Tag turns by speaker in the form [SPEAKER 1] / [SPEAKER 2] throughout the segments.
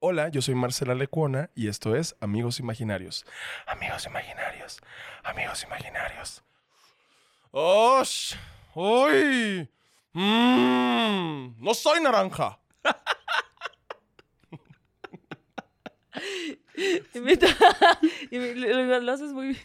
[SPEAKER 1] Hola, yo soy Marcela Lecuona y esto es Amigos Imaginarios. Amigos Imaginarios, amigos Imaginarios. ¡Osh! ¡Uy! ¡Mmm! ¡No soy naranja!
[SPEAKER 2] Imita- imi- lo, lo- lo haces muy bien.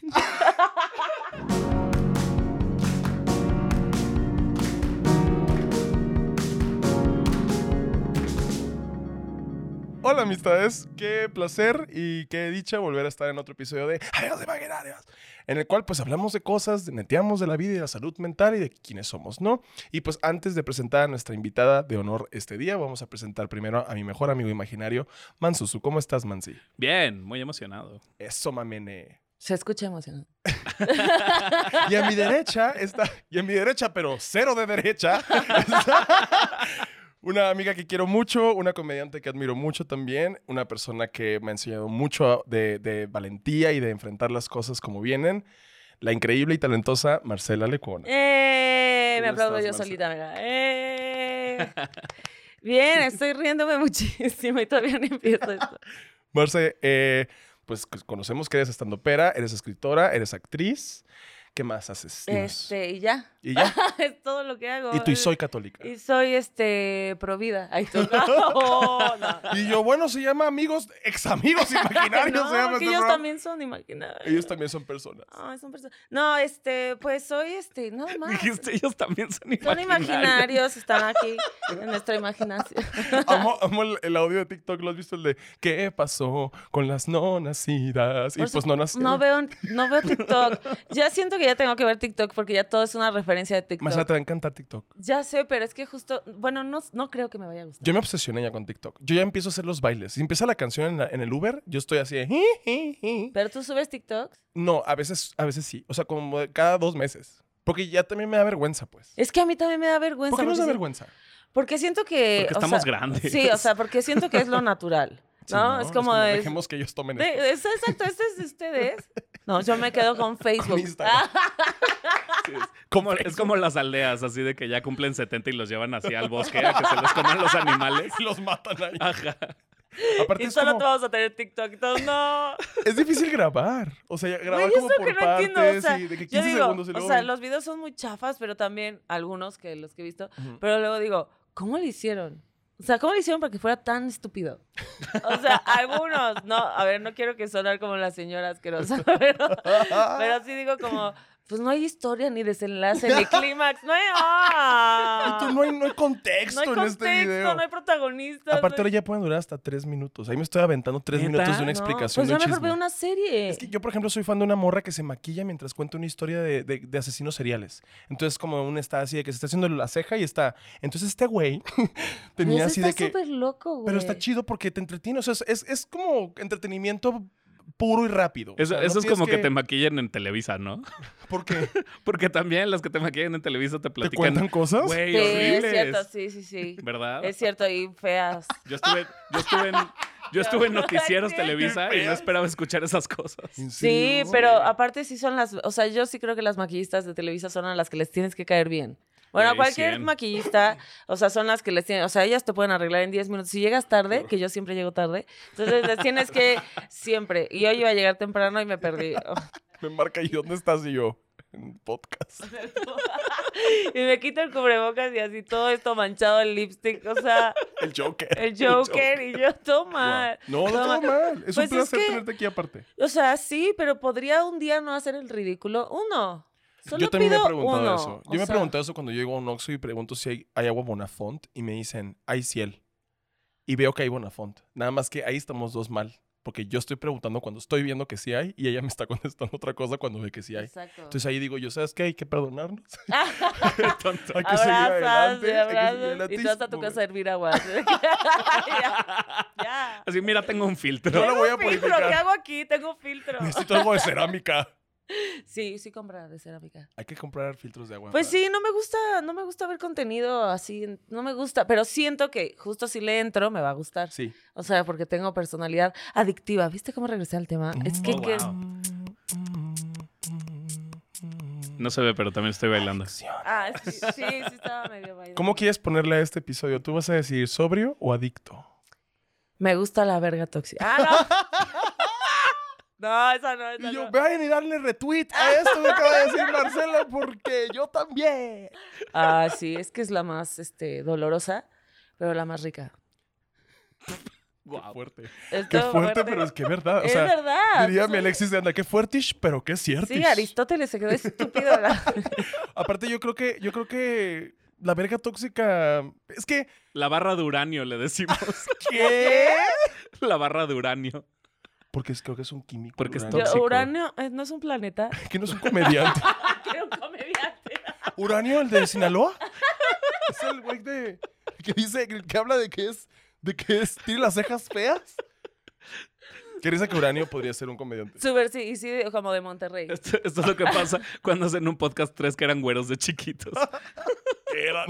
[SPEAKER 1] Hola amistades, qué placer y qué dicha volver a estar en otro episodio de Amigos Imaginarios, en el cual pues hablamos de cosas, neteamos de la vida y de la salud mental y de quiénes somos, ¿no? Y pues antes de presentar a nuestra invitada de honor este día, vamos a presentar primero a mi mejor amigo imaginario, Mansusu. ¿Cómo estás, Mansi?
[SPEAKER 3] Bien, muy emocionado.
[SPEAKER 1] Eso, mamene.
[SPEAKER 2] Se escucha emocionante.
[SPEAKER 1] Y a mi derecha está, y a mi derecha, pero cero de derecha, está una amiga que quiero mucho, una comediante que admiro mucho también, una persona que me ha enseñado mucho a- de, de valentía y de enfrentar las cosas como vienen, la increíble y talentosa Marcela Lecuona.
[SPEAKER 2] ¡Eh! Me
[SPEAKER 1] ¿Cómo
[SPEAKER 2] aplaudo yo
[SPEAKER 1] estás, Marce?
[SPEAKER 2] solita, mira. ¡Eh! Bien, estoy riéndome muchísimo y todavía no empiezo esto.
[SPEAKER 1] Marce, eh, pues c- conocemos que eres estandopera, eres escritora, eres actriz. ¿Qué más haces? Dinos.
[SPEAKER 2] Este, y ya.
[SPEAKER 1] Y ya.
[SPEAKER 2] Es todo lo que hago.
[SPEAKER 1] Y tú y soy católica.
[SPEAKER 2] Y soy, este, provida. Ay, tú. No, no.
[SPEAKER 1] Y yo, bueno, se llama amigos, ex amigos imaginarios.
[SPEAKER 2] No,
[SPEAKER 1] se llama
[SPEAKER 2] que
[SPEAKER 1] este
[SPEAKER 2] ellos
[SPEAKER 1] programa.
[SPEAKER 2] también son imaginarios.
[SPEAKER 1] Ellos también son personas.
[SPEAKER 2] Ay, son personas. No, este, pues soy, este, nada más.
[SPEAKER 3] Dijiste, ellos también son
[SPEAKER 2] Son
[SPEAKER 3] imaginarios.
[SPEAKER 2] imaginarios, están aquí en nuestra imaginación.
[SPEAKER 1] Amo, amo el, el audio de TikTok, ¿lo has visto? El de ¿Qué pasó con las no nacidas? Y
[SPEAKER 2] Por
[SPEAKER 1] pues
[SPEAKER 2] su-
[SPEAKER 1] no nacieron.
[SPEAKER 2] No veo, no veo TikTok. Ya siento que ya tengo que ver TikTok porque ya todo es una referencia de TikTok.
[SPEAKER 1] Marcela, te va a encantar TikTok.
[SPEAKER 2] Ya sé, pero es que justo, bueno, no, no creo que me vaya a gustar.
[SPEAKER 1] Yo me obsesioné ya con TikTok. Yo ya empiezo a hacer los bailes. Si empieza la canción en, la- en el Uber, yo estoy así de... "Ji, ji, ji".
[SPEAKER 2] Pero tú subes TikTok.
[SPEAKER 1] No, a veces, a veces sí. O sea, como de cada dos meses. Porque ya también me da vergüenza, pues.
[SPEAKER 2] Es que a mí también me da vergüenza.
[SPEAKER 1] ¿Por qué nos da
[SPEAKER 2] porque si-
[SPEAKER 1] vergüenza?
[SPEAKER 2] Porque siento que.
[SPEAKER 3] Porque
[SPEAKER 2] o
[SPEAKER 3] estamos
[SPEAKER 2] sea,
[SPEAKER 3] grandes.
[SPEAKER 2] Sí, o sea, porque siento que es lo natural.
[SPEAKER 1] Sí,
[SPEAKER 2] ¿No? es como. es-
[SPEAKER 1] Dejemos que ellos tomen esto.
[SPEAKER 2] de- es- exacto, este es de ustedes. No, yo me quedo con Facebook.
[SPEAKER 1] Instagram.
[SPEAKER 3] Como- es como las aldeas, así de que ya cumplen 70 y los llevan así al bosque a que se los coman los animales.
[SPEAKER 1] Los matan ahí.
[SPEAKER 3] Ajá.
[SPEAKER 1] Aparte
[SPEAKER 2] y
[SPEAKER 1] es,
[SPEAKER 2] solo
[SPEAKER 1] como-
[SPEAKER 2] te vamos a tener TikTok. Entonces, no.
[SPEAKER 1] es difícil grabar. O sea, grabar
[SPEAKER 2] Güey, es
[SPEAKER 1] como
[SPEAKER 2] lo
[SPEAKER 1] por
[SPEAKER 2] que no
[SPEAKER 1] partes
[SPEAKER 2] entiendo, o sea,
[SPEAKER 1] y de que 15
[SPEAKER 2] Yo digo,
[SPEAKER 1] segundos y luego...
[SPEAKER 2] o sea, los videos son muy chafas, pero también algunos que los que he visto.
[SPEAKER 1] Ujú.
[SPEAKER 2] Pero luego digo, ¿cómo lo hicieron? O sea, ¿cómo lo hicieron para que fuera tan estúpido? O sea, algunos, no, a ver, no quiero que sonar como las señoras que pero, pero sí digo como, pues no hay historia, ni desenlace, ni clímax, no hay... ¡Ah!
[SPEAKER 1] Esto no hay, no hay contexto
[SPEAKER 2] No hay
[SPEAKER 1] en este video.
[SPEAKER 2] no hay protagonistas. no
[SPEAKER 1] Aparte,
[SPEAKER 2] hay-
[SPEAKER 1] ahora ya pueden durar hasta tres minutos. Ahí me estoy aventando tres
[SPEAKER 3] ¿Neta?
[SPEAKER 1] minutos de una
[SPEAKER 2] No,
[SPEAKER 1] explicación
[SPEAKER 2] Pues
[SPEAKER 1] de
[SPEAKER 2] yo
[SPEAKER 1] un
[SPEAKER 2] mejor
[SPEAKER 1] chisme.
[SPEAKER 2] veo una serie.
[SPEAKER 1] Es que yo, por ejemplo, soy fan de una morra que se maquilla mientras cuenta una historia de, de- de asesinos seriales. Entonces, como una está así de que se está haciendo la ceja y está. Entonces, este güey
[SPEAKER 2] Pero
[SPEAKER 1] tenía
[SPEAKER 2] eso
[SPEAKER 1] así
[SPEAKER 2] Pues está
[SPEAKER 1] de que.
[SPEAKER 2] súper loco, güey.
[SPEAKER 1] Pero está chido porque te entretiene. O sea, es, es- es como entretenimiento puro y rápido. O
[SPEAKER 3] Eso,
[SPEAKER 1] sea, no
[SPEAKER 3] eso es
[SPEAKER 1] tienes
[SPEAKER 3] como que... te maquillen en Televisa, ¿no?
[SPEAKER 1] Porque
[SPEAKER 3] Porque también las que te maquillan en Televisa
[SPEAKER 1] te
[SPEAKER 3] te platican.
[SPEAKER 1] cuentan cosas.
[SPEAKER 3] Güey,
[SPEAKER 2] Sí, es
[SPEAKER 3] horribles.
[SPEAKER 2] cierto, sí, sí, sí.
[SPEAKER 3] ¿Verdad?
[SPEAKER 2] Es cierto, y feas.
[SPEAKER 3] Yo estuve, yo estuve en. Yo estuve en noticieros Televisa y no esperaba escuchar esas cosas.
[SPEAKER 1] ¿En
[SPEAKER 2] Sí,
[SPEAKER 1] serio?
[SPEAKER 2] pero aparte sí son las, o sea, yo sí creo que las maquillistas de Televisa son a las que les tienes que caer bien. Bueno, a
[SPEAKER 3] Güey,
[SPEAKER 2] cualquier
[SPEAKER 3] 100.
[SPEAKER 2] maquillista, o sea, son las que les tienen, o sea, ellas te pueden arreglar en 10 minutos. Si llegas tarde, que yo siempre llego tarde, entonces les tienes que siempre. Y hoy iba a llegar temprano y me perdí.
[SPEAKER 1] Me marca y ¿dónde estás? Y yo, en podcast.
[SPEAKER 2] y me quito el cubrebocas y así todo esto manchado el lipstick, o sea,
[SPEAKER 1] El Joker.
[SPEAKER 2] el Joker y yo toma.
[SPEAKER 1] No, no
[SPEAKER 2] Toma.
[SPEAKER 1] todo mal. Es
[SPEAKER 2] Pues es
[SPEAKER 1] un placer
[SPEAKER 2] que-
[SPEAKER 1] tenerte aquí aparte.
[SPEAKER 2] O sea, sí, pero podría un día no hacer el ridículo. Uno. Solo
[SPEAKER 1] yo también me he
[SPEAKER 2] pido
[SPEAKER 1] preguntado
[SPEAKER 2] uno.
[SPEAKER 1] eso. Yo
[SPEAKER 2] O
[SPEAKER 1] me he
[SPEAKER 2] sea,
[SPEAKER 1] preguntado eso cuando llego a un Oxxo y pregunto si hay, hay agua Bonafont y me dicen, hay ciel. Y veo que hay Bonafont. Nada más que ahí estamos dos mal. Porque yo estoy preguntando cuando estoy viendo que sí hay y ella me está contestando otra cosa cuando ve que sí hay.
[SPEAKER 2] Exacto.
[SPEAKER 1] Entonces ahí digo yo, ¿sabes qué? Hay que perdonarnos.
[SPEAKER 3] Tonto.
[SPEAKER 1] Hay que seguir
[SPEAKER 2] abrazas,
[SPEAKER 1] adelante,
[SPEAKER 2] te
[SPEAKER 1] hay que seguir
[SPEAKER 2] abrazas
[SPEAKER 1] adelante
[SPEAKER 2] y tú hasta tu
[SPEAKER 1] mover.
[SPEAKER 2] casa a hervir agua. ya, ya.
[SPEAKER 3] Así, mira, tengo un filtro.
[SPEAKER 1] Yo lo voy a
[SPEAKER 2] Tengo un filtro,
[SPEAKER 1] purificar.
[SPEAKER 2] ¿qué hago aquí? Tengo un filtro.
[SPEAKER 1] Necesito algo de cerámica.
[SPEAKER 2] Sí, sí compra de cerámica.
[SPEAKER 1] Hay que comprar filtros de agua.
[SPEAKER 2] Pues
[SPEAKER 1] para-
[SPEAKER 2] sí, no me gusta, no me gusta ver contenido así, no me gusta, pero siento que justo si le entro me va a gustar.
[SPEAKER 1] Sí.
[SPEAKER 2] O sea, porque tengo personalidad adictiva. ¿Viste cómo regresé al tema?
[SPEAKER 1] Mm,
[SPEAKER 2] Es que,
[SPEAKER 3] Oh,
[SPEAKER 2] que-
[SPEAKER 3] wow. No se ve, pero también estoy bailando.
[SPEAKER 2] ah, sí, sí, sí estaba medio bailando.
[SPEAKER 1] ¿Cómo quieres ponerle a este episodio? ¿Tú vas a decir sobrio o adicto?
[SPEAKER 2] Me gusta la verga tóxica. Ah, no. no, esa no, esa
[SPEAKER 1] Y yo,
[SPEAKER 2] no.
[SPEAKER 1] vayan y darle retweet a esto que acaba de decir Marcela, porque yo también.
[SPEAKER 2] Ah, sí, es que es la más este, dolorosa, pero la más rica.
[SPEAKER 1] Qué fuerte.
[SPEAKER 2] Es
[SPEAKER 1] Qué
[SPEAKER 2] todo
[SPEAKER 1] fuerte, pero es que es verdad. O sea,
[SPEAKER 2] es verdad.
[SPEAKER 1] diría
[SPEAKER 2] es
[SPEAKER 1] mi
[SPEAKER 2] un-
[SPEAKER 1] Alexis de Anda, qué fuertish, pero qué cierto.
[SPEAKER 2] Sí, Aristóteles se quedó estúpido. la-
[SPEAKER 1] Aparte, yo creo que, yo creo que la verga tóxica. Es que.
[SPEAKER 3] La barra de uranio, le decimos.
[SPEAKER 1] ¿Qué?
[SPEAKER 3] La barra de uranio.
[SPEAKER 1] Porque es- creo que es un químico.
[SPEAKER 3] Porque es
[SPEAKER 1] Urano.
[SPEAKER 2] Yo,
[SPEAKER 3] tóxico.
[SPEAKER 2] Uranio eh, no es un planeta.
[SPEAKER 1] Que no es un comediante.
[SPEAKER 2] Quiero un comediante.
[SPEAKER 1] ¿Uranio, el de Sinaloa? Es el güey de. que dice, que habla de que es. de que es. tiene las cejas feas. Que dice que Uranio podría ser un comediante.
[SPEAKER 2] Súper, sí, y sí, de- como de Monterrey.
[SPEAKER 3] Esto, esto es lo que pasa cuando hacen un podcast tres que eran güeros de chiquitos.
[SPEAKER 1] ¿Qué eran?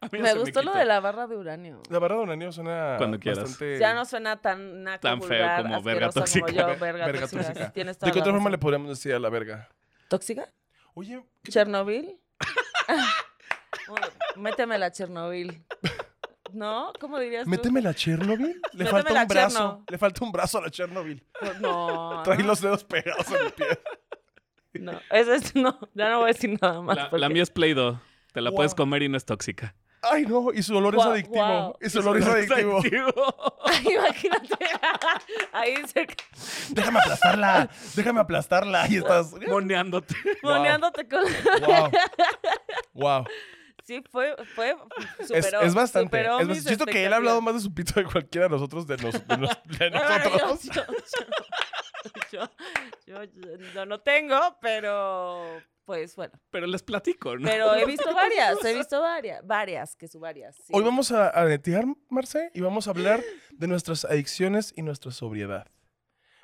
[SPEAKER 3] A mí ya
[SPEAKER 2] Me
[SPEAKER 3] se
[SPEAKER 2] gustó lo
[SPEAKER 3] quitó.
[SPEAKER 2] de la barra de uranio.
[SPEAKER 1] La verdad, Uranio suena.
[SPEAKER 3] Cuando quieras.
[SPEAKER 1] bastante-
[SPEAKER 2] Ya no suena tan naco,
[SPEAKER 3] Tan feo
[SPEAKER 2] vulgar,
[SPEAKER 3] como
[SPEAKER 2] asqueroso
[SPEAKER 3] verga tóxica.
[SPEAKER 2] Como yo,
[SPEAKER 1] Ver-
[SPEAKER 2] verga,
[SPEAKER 1] verga
[SPEAKER 2] tóxica.
[SPEAKER 1] tóxica.
[SPEAKER 2] Tienes toda
[SPEAKER 1] ¿De qué
[SPEAKER 2] la
[SPEAKER 1] otra forma
[SPEAKER 2] razón.
[SPEAKER 1] le podríamos decir a la verga?
[SPEAKER 2] ¿Tóxica?
[SPEAKER 1] Oye, ¿qué-
[SPEAKER 2] ¿Chernobyl? Bueno, Méteme la Chernobyl. ¿No? ¿Cómo dirías tú?
[SPEAKER 1] ¿méteme la Chernobyl? Le
[SPEAKER 2] Méteme
[SPEAKER 1] falta
[SPEAKER 2] la
[SPEAKER 1] un brazo.
[SPEAKER 2] Cherno.
[SPEAKER 1] Le falta un brazo a la Chernobyl.
[SPEAKER 2] Pues No.
[SPEAKER 1] Trae
[SPEAKER 2] no,
[SPEAKER 1] los dedos pegados en el pie.
[SPEAKER 2] No, eso es, no, ya no voy a decir nada más.
[SPEAKER 3] La, la
[SPEAKER 2] porque-
[SPEAKER 3] mía es Play-Doh. Te la
[SPEAKER 1] Wow.
[SPEAKER 3] puedes comer y no es tóxica.
[SPEAKER 1] Ay, no, y su olor es
[SPEAKER 2] Guau,
[SPEAKER 1] adictivo.
[SPEAKER 2] guau.
[SPEAKER 1] Y su olor es adictivo.
[SPEAKER 2] Ay, imagínate. Ahí cerca,
[SPEAKER 1] Déjame aplastarla. Déjame aplastarla. Y estás.
[SPEAKER 3] Moneándote.
[SPEAKER 1] Guau.
[SPEAKER 2] moneándote con...
[SPEAKER 1] Wow. Wow.
[SPEAKER 2] Sí, fue... fue
[SPEAKER 1] Es,
[SPEAKER 2] superó-
[SPEAKER 1] es bastante.
[SPEAKER 2] superó
[SPEAKER 1] Es
[SPEAKER 2] mis
[SPEAKER 1] bastante. Siento que él ha hablado
[SPEAKER 2] expectativas.
[SPEAKER 1] más de su pito de cualquiera de nosotros de, nos- de nos- de
[SPEAKER 2] Ah,
[SPEAKER 1] nosotros.
[SPEAKER 2] yo, yo- yo- yo- yo- yo no tengo, pero pues bueno.
[SPEAKER 3] Pero les platico, ¿no? Pues,
[SPEAKER 2] Pero he visto varias, he visto varias, varias, que su varias. sí.
[SPEAKER 1] Hoy vamos a, a netear, Marce, y vamos a hablar de nuestras adicciones y nuestra sobriedad.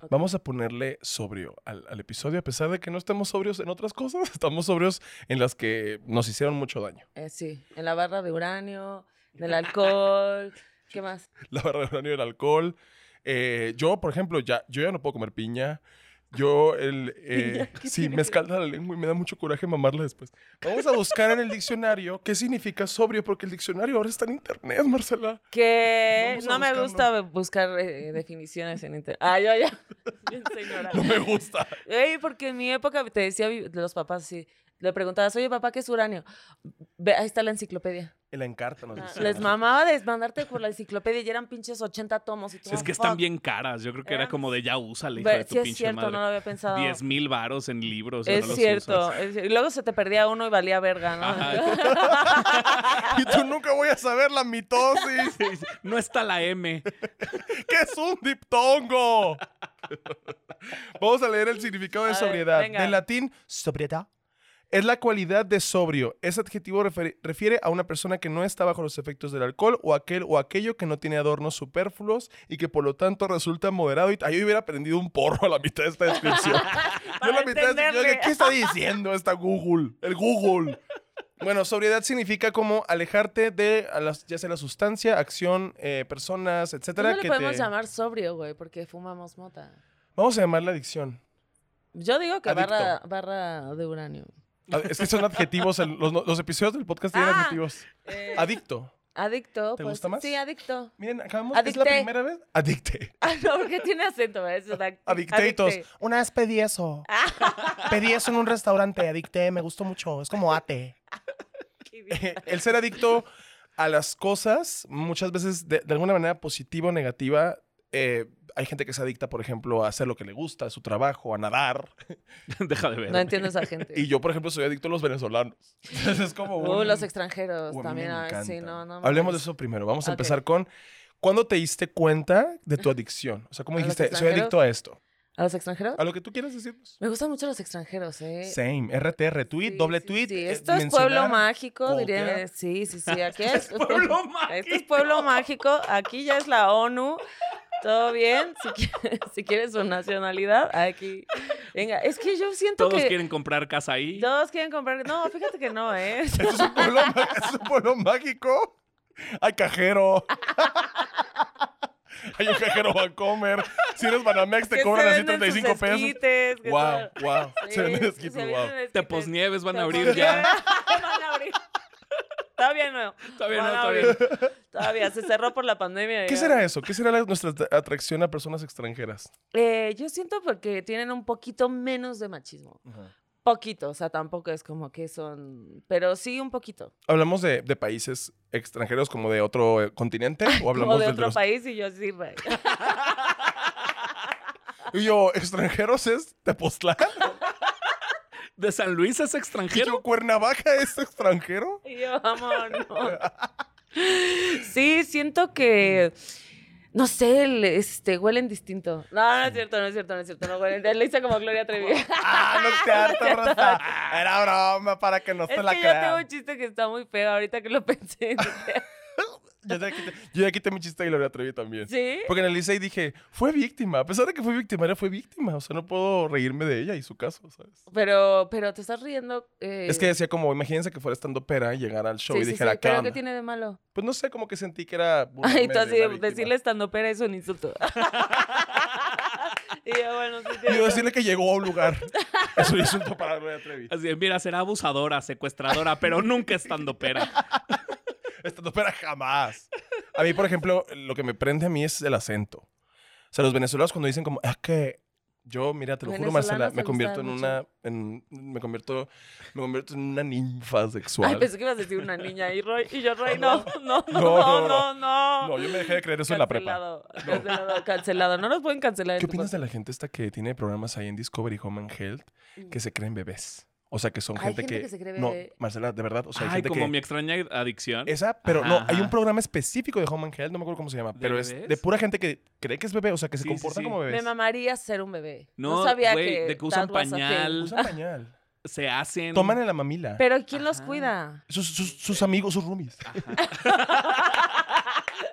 [SPEAKER 2] Ok.
[SPEAKER 1] Vamos a ponerle sobrio al, al episodio, a pesar de que no estemos sobrios en otras cosas, estamos sobrios en las que nos hicieron mucho daño.
[SPEAKER 2] Eh, sí, en la barra de uranio, del alcohol, ¿qué más?
[SPEAKER 1] La barra de uranio del alcohol. Eh, yo, por ejemplo, ya, yo ya no puedo comer piña. Yo, el. eh,
[SPEAKER 2] ¿Piña? ¿Qué
[SPEAKER 1] sí,
[SPEAKER 2] tiene
[SPEAKER 1] me
[SPEAKER 2] que ver?
[SPEAKER 1] escalda la lengua y me da mucho coraje mamarla después. Vamos a buscar en el diccionario qué significa sobrio, porque el diccionario ahora está en internet, Marcela.
[SPEAKER 2] Que
[SPEAKER 1] Vamos a
[SPEAKER 2] no me
[SPEAKER 1] buscarlo.
[SPEAKER 2] gusta buscar eh, definiciones en internet. Ah, yo ya. Bien señora.
[SPEAKER 1] No me gusta.
[SPEAKER 2] Ey, porque en mi época te decía mi- de los papás, sí. Le preguntabas, oye, papá, ¿qué es uranio? Ve, ahí está la enciclopedia.
[SPEAKER 1] El encarta nos
[SPEAKER 2] Ah,
[SPEAKER 1] dice.
[SPEAKER 2] Les mamaba desmandarte por la enciclopedia y eran pinches 80 tomos. Y tú,
[SPEAKER 3] Es
[SPEAKER 2] ah,
[SPEAKER 3] que están
[SPEAKER 2] fuck.
[SPEAKER 3] bien caras. Yo creo que era
[SPEAKER 2] Eran-
[SPEAKER 3] como de ya úsale, hija
[SPEAKER 2] Ve,
[SPEAKER 3] de tu
[SPEAKER 2] sí, es
[SPEAKER 3] pinche
[SPEAKER 2] cierto, no lo
[SPEAKER 3] madre.
[SPEAKER 2] había pensado.
[SPEAKER 3] Diez mil varos en libros. y no
[SPEAKER 2] es
[SPEAKER 3] los
[SPEAKER 2] cierto. Ah.
[SPEAKER 3] usas.
[SPEAKER 2] es- y luego se te perdía uno y valía verga, ¿no?
[SPEAKER 3] Ajá.
[SPEAKER 1] Y tú nunca voy a saber la mitosis.
[SPEAKER 3] No está la M.
[SPEAKER 1] ¿Qué es un diptongo? Vamos a leer el significado de
[SPEAKER 2] A ver,
[SPEAKER 1] sobriedad.
[SPEAKER 2] venga.
[SPEAKER 1] Del latín, sobriedad. Es la cualidad de sobrio. Ese adjetivo referi- refiere a una persona que no está bajo los efectos del alcohol o aquel o aquello que no tiene adornos superfluos y que por lo tanto resulta moderado. Y ahí hubiera prendido un porro a la mitad de esta descripción. Yo a
[SPEAKER 2] Para
[SPEAKER 1] la mitad de yo dije,
[SPEAKER 2] entenderle.
[SPEAKER 1] ¿qué está diciendo esta Google? El Google. Bueno, sobriedad significa como alejarte de a las- ya sea la sustancia, acción, eh, personas,
[SPEAKER 2] ¿Cómo
[SPEAKER 1] etcétera.
[SPEAKER 2] le
[SPEAKER 1] que
[SPEAKER 2] podemos
[SPEAKER 1] te-
[SPEAKER 2] llamar sobrio, güey? Porque fumamos mota.
[SPEAKER 1] Vamos a llamarle adicción.
[SPEAKER 2] Yo digo que
[SPEAKER 1] Adicto.
[SPEAKER 2] barra, barra de uranio.
[SPEAKER 1] A- Es que son adjetivos, el- los, los episodios del podcast tienen
[SPEAKER 2] Ah.
[SPEAKER 1] adjetivos. Adicto.
[SPEAKER 2] Adicto.
[SPEAKER 1] ¿Te
[SPEAKER 2] pues,
[SPEAKER 1] gusta más?
[SPEAKER 2] Sí, adicto.
[SPEAKER 1] Miren, acabamos, es la
[SPEAKER 2] Adicté.
[SPEAKER 1] primera vez. Adicte.
[SPEAKER 2] Ah, no, porque tiene acento, ¿ves?
[SPEAKER 1] Adictatos.
[SPEAKER 2] Adicte.
[SPEAKER 4] Una vez pedí eso.
[SPEAKER 2] Ah.
[SPEAKER 4] pedí eso en un restaurante, adicté, me gustó mucho. Es como ate.
[SPEAKER 1] El ser adicto a las cosas, muchas veces de, de alguna manera positiva o negativa. eh, hay gente que se adicta, por ejemplo, a hacer lo que le gusta, a su trabajo, a nadar.
[SPEAKER 3] Deja de ver.
[SPEAKER 2] No entiendo esa gente.
[SPEAKER 1] Y yo, por ejemplo, soy adicto a los venezolanos. Entonces es como.
[SPEAKER 2] Uh,
[SPEAKER 1] un-
[SPEAKER 2] los extranjeros
[SPEAKER 1] Uy, a mí me
[SPEAKER 2] también. ay, sí,
[SPEAKER 1] encantan.
[SPEAKER 2] no, no.
[SPEAKER 1] Hablemos de
[SPEAKER 2] mames.
[SPEAKER 1] eso primero. Vamos a
[SPEAKER 2] Ok.
[SPEAKER 1] empezar con. ¿Cuándo te diste cuenta de tu adicción? O sea, ¿cómo
[SPEAKER 2] ¿A los
[SPEAKER 1] dijiste, soy adicto a esto?
[SPEAKER 2] ¿A los extranjeros?
[SPEAKER 1] A lo que tú quieras decirnos.
[SPEAKER 2] Me gustan mucho los extranjeros, ¿eh?
[SPEAKER 1] Same. RT, retweet,
[SPEAKER 2] Sí,
[SPEAKER 1] doble
[SPEAKER 2] sí,
[SPEAKER 1] tweet.
[SPEAKER 2] sí.
[SPEAKER 1] eh,
[SPEAKER 2] Esto es pueblo
[SPEAKER 1] mencionar. Este
[SPEAKER 2] mágico, diría.
[SPEAKER 1] voltear.
[SPEAKER 2] Sí, sí, sí. Aquí es
[SPEAKER 3] Pueblo
[SPEAKER 2] Esto es pueblo mágico. Aquí ya es la ONU. Todo bien. Si quieres, si quieres su nacionalidad, aquí. Venga, es que yo siento
[SPEAKER 3] Todos
[SPEAKER 2] que
[SPEAKER 3] quieren comprar casa ahí.
[SPEAKER 2] todos quieren comprar. No, fíjate que no, ¿eh?
[SPEAKER 1] Esto es un pueblo, ma- es un pueblo mágico. Hay cajero. Hay un cajero Bancomer. Si eres Banamex, te
[SPEAKER 2] Que
[SPEAKER 1] cobran
[SPEAKER 2] se
[SPEAKER 1] así
[SPEAKER 2] venden
[SPEAKER 1] 35
[SPEAKER 2] sus
[SPEAKER 1] pesos.
[SPEAKER 2] esquites, que
[SPEAKER 1] Wow,
[SPEAKER 2] todo.
[SPEAKER 1] wow.
[SPEAKER 2] Sí,
[SPEAKER 1] Se venden esquites,
[SPEAKER 2] se
[SPEAKER 1] wow.
[SPEAKER 2] venden esquites.
[SPEAKER 3] Teposnieves van a abrir
[SPEAKER 2] Teposnieves
[SPEAKER 3] ya.
[SPEAKER 2] Van a abrir. Está todavía no.
[SPEAKER 3] Todavía
[SPEAKER 2] Van
[SPEAKER 3] no,
[SPEAKER 2] a
[SPEAKER 3] todavía
[SPEAKER 2] abrir. Todavía, se cerró por la pandemia.
[SPEAKER 1] ¿Qué
[SPEAKER 2] ya.
[SPEAKER 1] será eso? ¿Qué será la- nuestra at- atracción a personas extranjeras?
[SPEAKER 2] Eh, yo siento porque tienen un poquito menos de machismo. Poquito, o sea, tampoco es como que son, pero sí un poquito.
[SPEAKER 1] ¿Hablamos de, de países extranjeros como de otro eh, continente? ¿O hablamos
[SPEAKER 2] Ah, Como de
[SPEAKER 1] del
[SPEAKER 2] otro
[SPEAKER 1] los-
[SPEAKER 2] país y yo sí, re.
[SPEAKER 1] Y yo, ¿extranjeros es Tepoztlán?
[SPEAKER 3] no. ¿De San Luis es
[SPEAKER 1] ¿Y yo,
[SPEAKER 3] extranjero?
[SPEAKER 1] ¿Cuernavaca es extranjero?
[SPEAKER 2] Y yo, vámonos. Sí, siento que. No sé, el- este, huelen distinto. No, no es cierto, no es cierto, no es cierto. No huelen. Le hice como Gloria Trevi.
[SPEAKER 1] ¡Ah, no te harta, Rosa! Era broma para que no
[SPEAKER 2] Es
[SPEAKER 1] te la
[SPEAKER 2] que yo tengo
[SPEAKER 1] crean.
[SPEAKER 2] un chiste que está muy feo ahorita que lo pensé.
[SPEAKER 1] Yo ya quité, yo ya quité mi chiste y lo atreví también.
[SPEAKER 2] ¿Sí?
[SPEAKER 1] Porque en el Licey dije, fue víctima. A pesar de que fue victimaria, fue víctima. O sea, no puedo reírme de ella y su caso, ¿sabes?
[SPEAKER 2] Pero, pero te estás riendo. eh,
[SPEAKER 1] Es que decía como, imagínense que fuera estando pera y llegara al show
[SPEAKER 2] sí,
[SPEAKER 1] y
[SPEAKER 2] sí,
[SPEAKER 1] dijera,
[SPEAKER 2] sí,
[SPEAKER 1] ¿qué
[SPEAKER 2] ¿Pero
[SPEAKER 1] onda?".
[SPEAKER 2] qué tiene de malo?
[SPEAKER 1] Pues no sé, como que sentí que era... burlarme
[SPEAKER 2] Ay, tú
[SPEAKER 1] de
[SPEAKER 2] así,
[SPEAKER 1] la víctima.
[SPEAKER 2] decirle estando pera es un insulto. y yo, bueno, sí,
[SPEAKER 1] Y
[SPEAKER 2] tiene
[SPEAKER 1] yo decirle que llegó a un lugar. Es un insulto para Gloria Trevi.
[SPEAKER 3] Así de, mira, será abusadora, secuestradora, pero nunca estando pera.
[SPEAKER 1] Estando pera jamás. A mí, por ejemplo, lo que me prende a mí es el acento. O sea, los venezolanos cuando dicen como, es que yo, mira, te lo juro, Marcela,
[SPEAKER 2] Venezolanos
[SPEAKER 1] me
[SPEAKER 2] te
[SPEAKER 1] convierto en
[SPEAKER 2] gustan
[SPEAKER 1] una, en- me convierto, me convierto en una ninfa sexual.
[SPEAKER 2] Ay, pensé que ibas a decir una niña y, Roy, y yo, Roy, no, no, no,
[SPEAKER 1] No,
[SPEAKER 2] no,
[SPEAKER 1] no,
[SPEAKER 2] no.
[SPEAKER 1] no, yo me dejé de creer eso en la prepa.
[SPEAKER 2] Cancelado, cancelado, cancelado. No nos pueden cancelar. en
[SPEAKER 1] ¿Qué
[SPEAKER 2] tu
[SPEAKER 1] opinas
[SPEAKER 2] podcast.
[SPEAKER 1] de la gente esta que tiene programas ahí en Discovery Home and Health que se creen bebés? O sea, que son
[SPEAKER 2] Hay
[SPEAKER 1] gente,
[SPEAKER 2] gente que se cree
[SPEAKER 1] No,
[SPEAKER 2] bebé.
[SPEAKER 1] Marcela, de verdad, o sea, hay
[SPEAKER 3] Ay,
[SPEAKER 1] gente
[SPEAKER 3] como
[SPEAKER 1] que...
[SPEAKER 3] mi extraña adicción.
[SPEAKER 1] Esa, pero no,
[SPEAKER 3] Ajá,
[SPEAKER 1] hay un
[SPEAKER 3] ajá.
[SPEAKER 1] programa específico de Home and Health, no me acuerdo cómo se llama,
[SPEAKER 3] ¿De
[SPEAKER 1] pero es
[SPEAKER 3] bebés?
[SPEAKER 1] de pura gente que cree que es bebé, o sea, que se
[SPEAKER 3] Sí, sí,
[SPEAKER 1] comportan
[SPEAKER 3] sí.
[SPEAKER 1] como bebés.
[SPEAKER 2] Me mamaría ser un bebé. No,
[SPEAKER 3] No,
[SPEAKER 2] sabía
[SPEAKER 3] güey,
[SPEAKER 2] que.
[SPEAKER 3] de que
[SPEAKER 2] that
[SPEAKER 3] usan
[SPEAKER 2] was a thing.
[SPEAKER 3] pañal.
[SPEAKER 1] Usan pañal.
[SPEAKER 3] Se hacen.
[SPEAKER 1] Toman en la mamila.
[SPEAKER 2] Pero ¿quién los
[SPEAKER 3] Ajá.
[SPEAKER 2] cuida?
[SPEAKER 1] Sus, sus- sus amigos, sus roomies.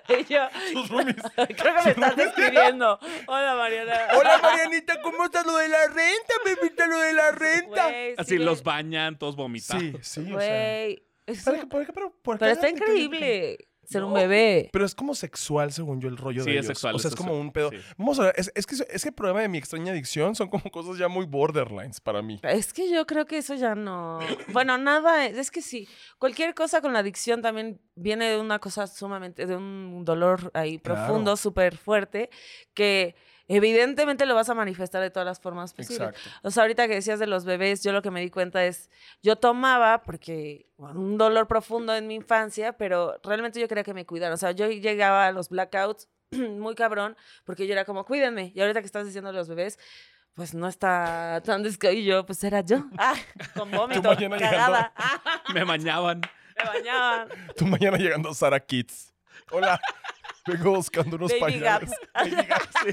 [SPEAKER 2] Y yo,
[SPEAKER 1] Sus roomies.
[SPEAKER 2] creo que me estás describiendo. Hola, Mariana.
[SPEAKER 1] Hola, Marianita, ¿cómo estás? Lo de la renta, bebita, lo de la renta.
[SPEAKER 2] Güey, sí,
[SPEAKER 3] Así los bañan, todos vomitan.
[SPEAKER 1] Sí, sí, o sea.
[SPEAKER 2] Güey. es
[SPEAKER 1] ¿Para
[SPEAKER 2] un-
[SPEAKER 1] qué- para qué- pero, por qué
[SPEAKER 2] Pero está
[SPEAKER 1] la actitud?
[SPEAKER 2] increíble ser un
[SPEAKER 1] No.
[SPEAKER 2] bebé.
[SPEAKER 1] Pero es como sexual, según yo, el rollo
[SPEAKER 3] Sí,
[SPEAKER 1] de ellos.
[SPEAKER 3] es sexual,
[SPEAKER 1] O
[SPEAKER 3] es
[SPEAKER 1] sea, es, como
[SPEAKER 3] sexual,
[SPEAKER 1] un pedo.
[SPEAKER 3] sí.
[SPEAKER 1] Vamos a ver, es, es que ese programa de mi extraña adicción son como cosas ya muy borderlines para mí.
[SPEAKER 2] Es que yo creo que eso ya no. Bueno, nada, e, es es que sí. Cualquier cosa con la adicción también viene de una cosa sumamente, de un dolor ahí
[SPEAKER 1] Claro.
[SPEAKER 2] profundo, súper fuerte, que evidentemente lo vas a manifestar de todas las formas posibles.
[SPEAKER 1] Exacto.
[SPEAKER 2] O sea, ahorita que decías de los bebés, yo lo que me di cuenta es, yo tomaba porque bueno, un dolor profundo en mi infancia, pero realmente yo quería que me cuidaran. O sea, yo llegaba a los blackouts muy cabrón, porque yo era como, cuídenme. Y ahorita que estás diciendo de los bebés, pues no está tan descabellado, pues era yo. Ah, con vómito,
[SPEAKER 1] mañana llegando.
[SPEAKER 2] cagada. Ah,
[SPEAKER 3] Me bañaban.
[SPEAKER 2] me bañaban.
[SPEAKER 1] Tú mañana llegando Sara Kids. Hola. Vengo buscando unos
[SPEAKER 2] Baby Gap.
[SPEAKER 1] pañales. Baby Gap, sí.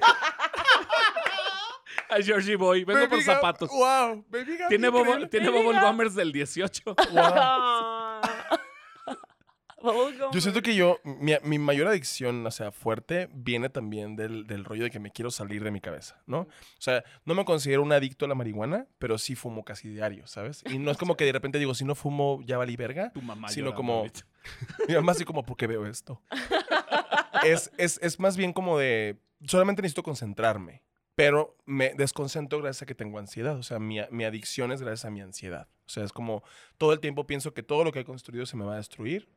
[SPEAKER 3] A Georgie Boy, vengo por
[SPEAKER 1] Baby Gap,
[SPEAKER 3] zapatos.
[SPEAKER 1] Wow, Baby Gap.
[SPEAKER 3] Tiene Bobo,
[SPEAKER 1] increíble.
[SPEAKER 3] tiene
[SPEAKER 2] Baby
[SPEAKER 3] Bobo el
[SPEAKER 2] Gap.
[SPEAKER 3] Bombers del 18.
[SPEAKER 1] Wow.
[SPEAKER 2] Ah.
[SPEAKER 1] Yo siento que yo, mi, mi mayor adicción, o sea, fuerte, viene también del, del rollo de que me quiero salir de mi cabeza, ¿no? O sea, no me considero un adicto a la marihuana, pero sí fumo casi diario, ¿sabes? Y no es como que de repente digo, si no fumo, ya valí verga.
[SPEAKER 3] Tu mamá
[SPEAKER 1] Sino
[SPEAKER 3] llorando
[SPEAKER 1] como-
[SPEAKER 3] ahorita.
[SPEAKER 1] Y además, así como, ¿por qué veo esto? es, es, es más bien como de, solamente necesito concentrarme, pero me desconcentro gracias a que tengo ansiedad. O sea, mi, a- mi adicción es gracias a mi ansiedad. O sea, es como todo el tiempo pienso que todo lo que he construido se me va a destruir.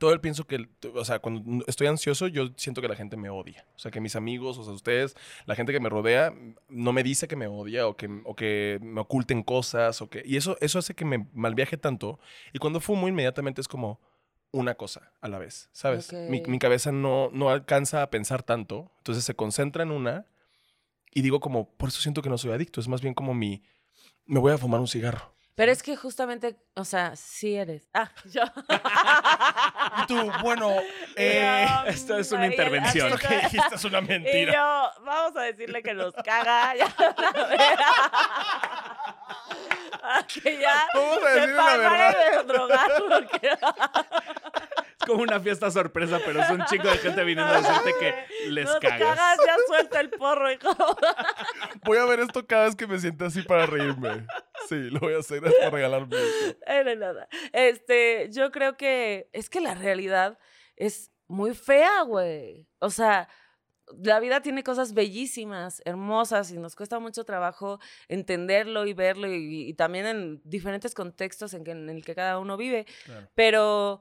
[SPEAKER 1] Todo el pienso que, el- o sea, cuando n- estoy ansioso, yo siento que la gente me odia. O sea, que mis amigos, o sea, ustedes, la gente que me rodea, m- no me dice que me odia o que, o que me oculten cosas. O que, y eso, eso hace que me malviaje tanto. Y cuando fumo, inmediatamente es como una cosa a la vez, ¿sabes? Mi,
[SPEAKER 2] Ok.
[SPEAKER 1] mi cabeza no, no alcanza a pensar tanto. Entonces se concentra en una y digo como, por eso siento que no soy adicto. Es más bien como mi, me voy a fumar un cigarro.
[SPEAKER 2] Pero es que justamente, o sea, sí eres. Ah, yo.
[SPEAKER 1] Y tú, bueno, eh,
[SPEAKER 2] Yo,
[SPEAKER 3] esto es una
[SPEAKER 2] María,
[SPEAKER 3] intervención.
[SPEAKER 2] así
[SPEAKER 1] lo que
[SPEAKER 2] estoy.
[SPEAKER 1] dijiste es una
[SPEAKER 2] Y
[SPEAKER 1] mentira.
[SPEAKER 2] yo, vamos a decirle que nos caga. Ya, la verdad. que ya.
[SPEAKER 1] Vamos a
[SPEAKER 2] se
[SPEAKER 1] decirle la verdad.
[SPEAKER 2] pare de drogar, porque-
[SPEAKER 3] Es como una fiesta sorpresa, pero es un chico de gente viniendo a decirte que les
[SPEAKER 2] no te
[SPEAKER 3] cagas.
[SPEAKER 2] cagas, ya suelta el porro, hijo.
[SPEAKER 1] Voy a ver esto cada vez que me sienta así para reírme. Sí, lo voy a hacer es para regalarme. esto.
[SPEAKER 2] Eh, no, nada. Este, yo creo que es que la realidad es muy fea, güey. O sea, la vida tiene cosas bellísimas, hermosas, y nos cuesta mucho trabajo entenderlo y verlo, y, y también en diferentes contextos en, que, en el que cada uno vive.
[SPEAKER 1] Claro.
[SPEAKER 2] Pero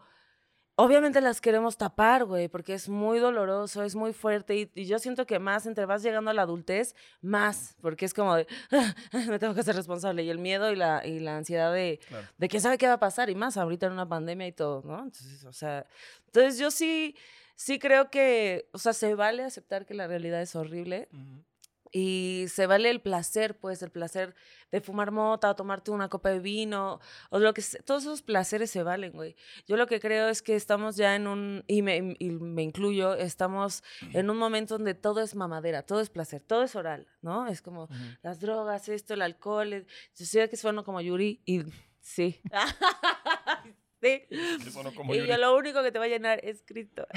[SPEAKER 2] obviamente las queremos tapar, güey, porque es muy doloroso, es muy fuerte y, y yo siento que más, entre vas llegando a la adultez, más, porque es como de, "Ah, ah, me tengo que ser responsable y el miedo y la, y la ansiedad de,
[SPEAKER 1] Claro.
[SPEAKER 2] de quién sabe qué va a pasar y más ahorita en una pandemia y todo, ¿no? Entonces, o sea, entonces yo sí, sí creo que, o sea, se vale aceptar que la realidad es horrible, y se vale el placer, pues, el placer de fumar mota o tomarte una copa de vino o lo que se- todos esos placeres se valen, güey. Yo lo que creo es que estamos ya en un y me, y me incluyo, estamos en un momento donde todo es mamadera, todo es placer, todo es oral, ¿no? Es como las drogas, esto, el alcohol, el- yo sé que sueno como Yuri y sí. sí.
[SPEAKER 1] Sonó como
[SPEAKER 2] y
[SPEAKER 1] Yuri.
[SPEAKER 2] yo lo único que te va a llenar es Cristo.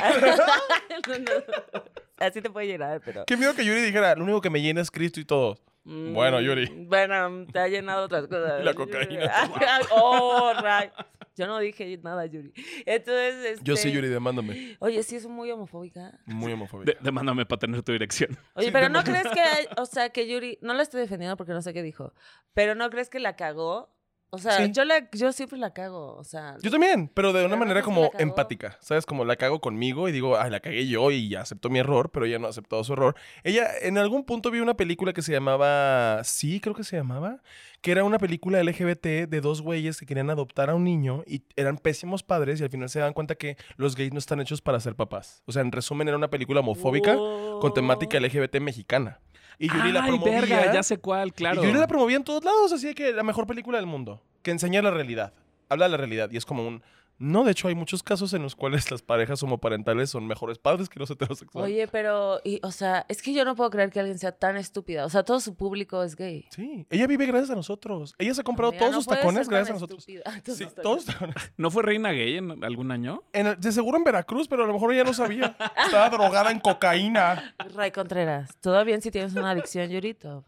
[SPEAKER 2] No, no. Así te puede llenar, pero
[SPEAKER 1] Qué miedo que Yuri dijera, lo único que me llena es Cristo y todo. Bueno,
[SPEAKER 2] Mm,
[SPEAKER 1] Yuri.
[SPEAKER 2] Bueno, te ha llenado otras cosas.
[SPEAKER 1] La cocaína.
[SPEAKER 2] oh, right. Yo no dije nada, Yuri. Entonces, este,
[SPEAKER 1] Yo sí, Yuri, demándame.
[SPEAKER 2] Oye, sí, es muy homofóbica.
[SPEAKER 1] Muy homofóbica.
[SPEAKER 3] De- demándame para tener tu dirección.
[SPEAKER 2] Oye,
[SPEAKER 1] Sí,
[SPEAKER 2] pero
[SPEAKER 1] te
[SPEAKER 2] no
[SPEAKER 1] mando-
[SPEAKER 2] crees que, hay- o sea, que Yuri, no la estoy defendiendo porque no sé qué dijo, pero no crees que la cagó. O sea,
[SPEAKER 4] Sí.
[SPEAKER 2] yo, la, yo siempre la cago, o sea,
[SPEAKER 1] Yo también, pero de una
[SPEAKER 2] Pero
[SPEAKER 1] manera
[SPEAKER 2] no, sí la
[SPEAKER 1] como
[SPEAKER 2] cagó.
[SPEAKER 1] empática, ¿sabes? Como la cago conmigo y digo, ay, la cagué yo y ya aceptó mi error, pero ella no ha aceptado su error. Ella, en algún punto vi una película que se llamaba, sí, creo que se llamaba, que era una película LGBT de dos güeyes que querían adoptar a un niño y eran pésimos padres y al final se dan cuenta que los gays no están hechos para ser papás. O sea, en resumen, era una película homofóbica con
[SPEAKER 2] Oh.
[SPEAKER 1] temática LGBT mexicana. Y Yuri la
[SPEAKER 3] Ay,
[SPEAKER 1] promovía.
[SPEAKER 3] verga, ya sé cuál, claro.
[SPEAKER 1] Y yo la promovía en todos lados, así de que la mejor película del mundo, que enseña la realidad, habla de la realidad y es como un... No, de hecho hay muchos casos en los cuales las parejas homoparentales son mejores padres que los heterosexuales.
[SPEAKER 2] Oye, pero, y, o sea, es que yo no puedo creer que alguien sea tan estúpida. O sea, todo su público es gay.
[SPEAKER 1] Sí, ella vive gracias a nosotros. Ella se ha comprado
[SPEAKER 2] Amiga,
[SPEAKER 1] todos
[SPEAKER 2] no
[SPEAKER 1] sus
[SPEAKER 2] puedes
[SPEAKER 1] tacones
[SPEAKER 2] ser tan
[SPEAKER 1] gracias a nosotros.
[SPEAKER 2] estúpida. Todos
[SPEAKER 1] Sí,
[SPEAKER 2] sus
[SPEAKER 1] todos
[SPEAKER 2] tacones.
[SPEAKER 3] ¿No fue reina gay en algún año?
[SPEAKER 1] en el- de seguro en Veracruz, pero a lo mejor ella no sabía. Estaba drogada en cocaína.
[SPEAKER 2] Ray Contreras, todo bien si tienes una adicción, Yurito.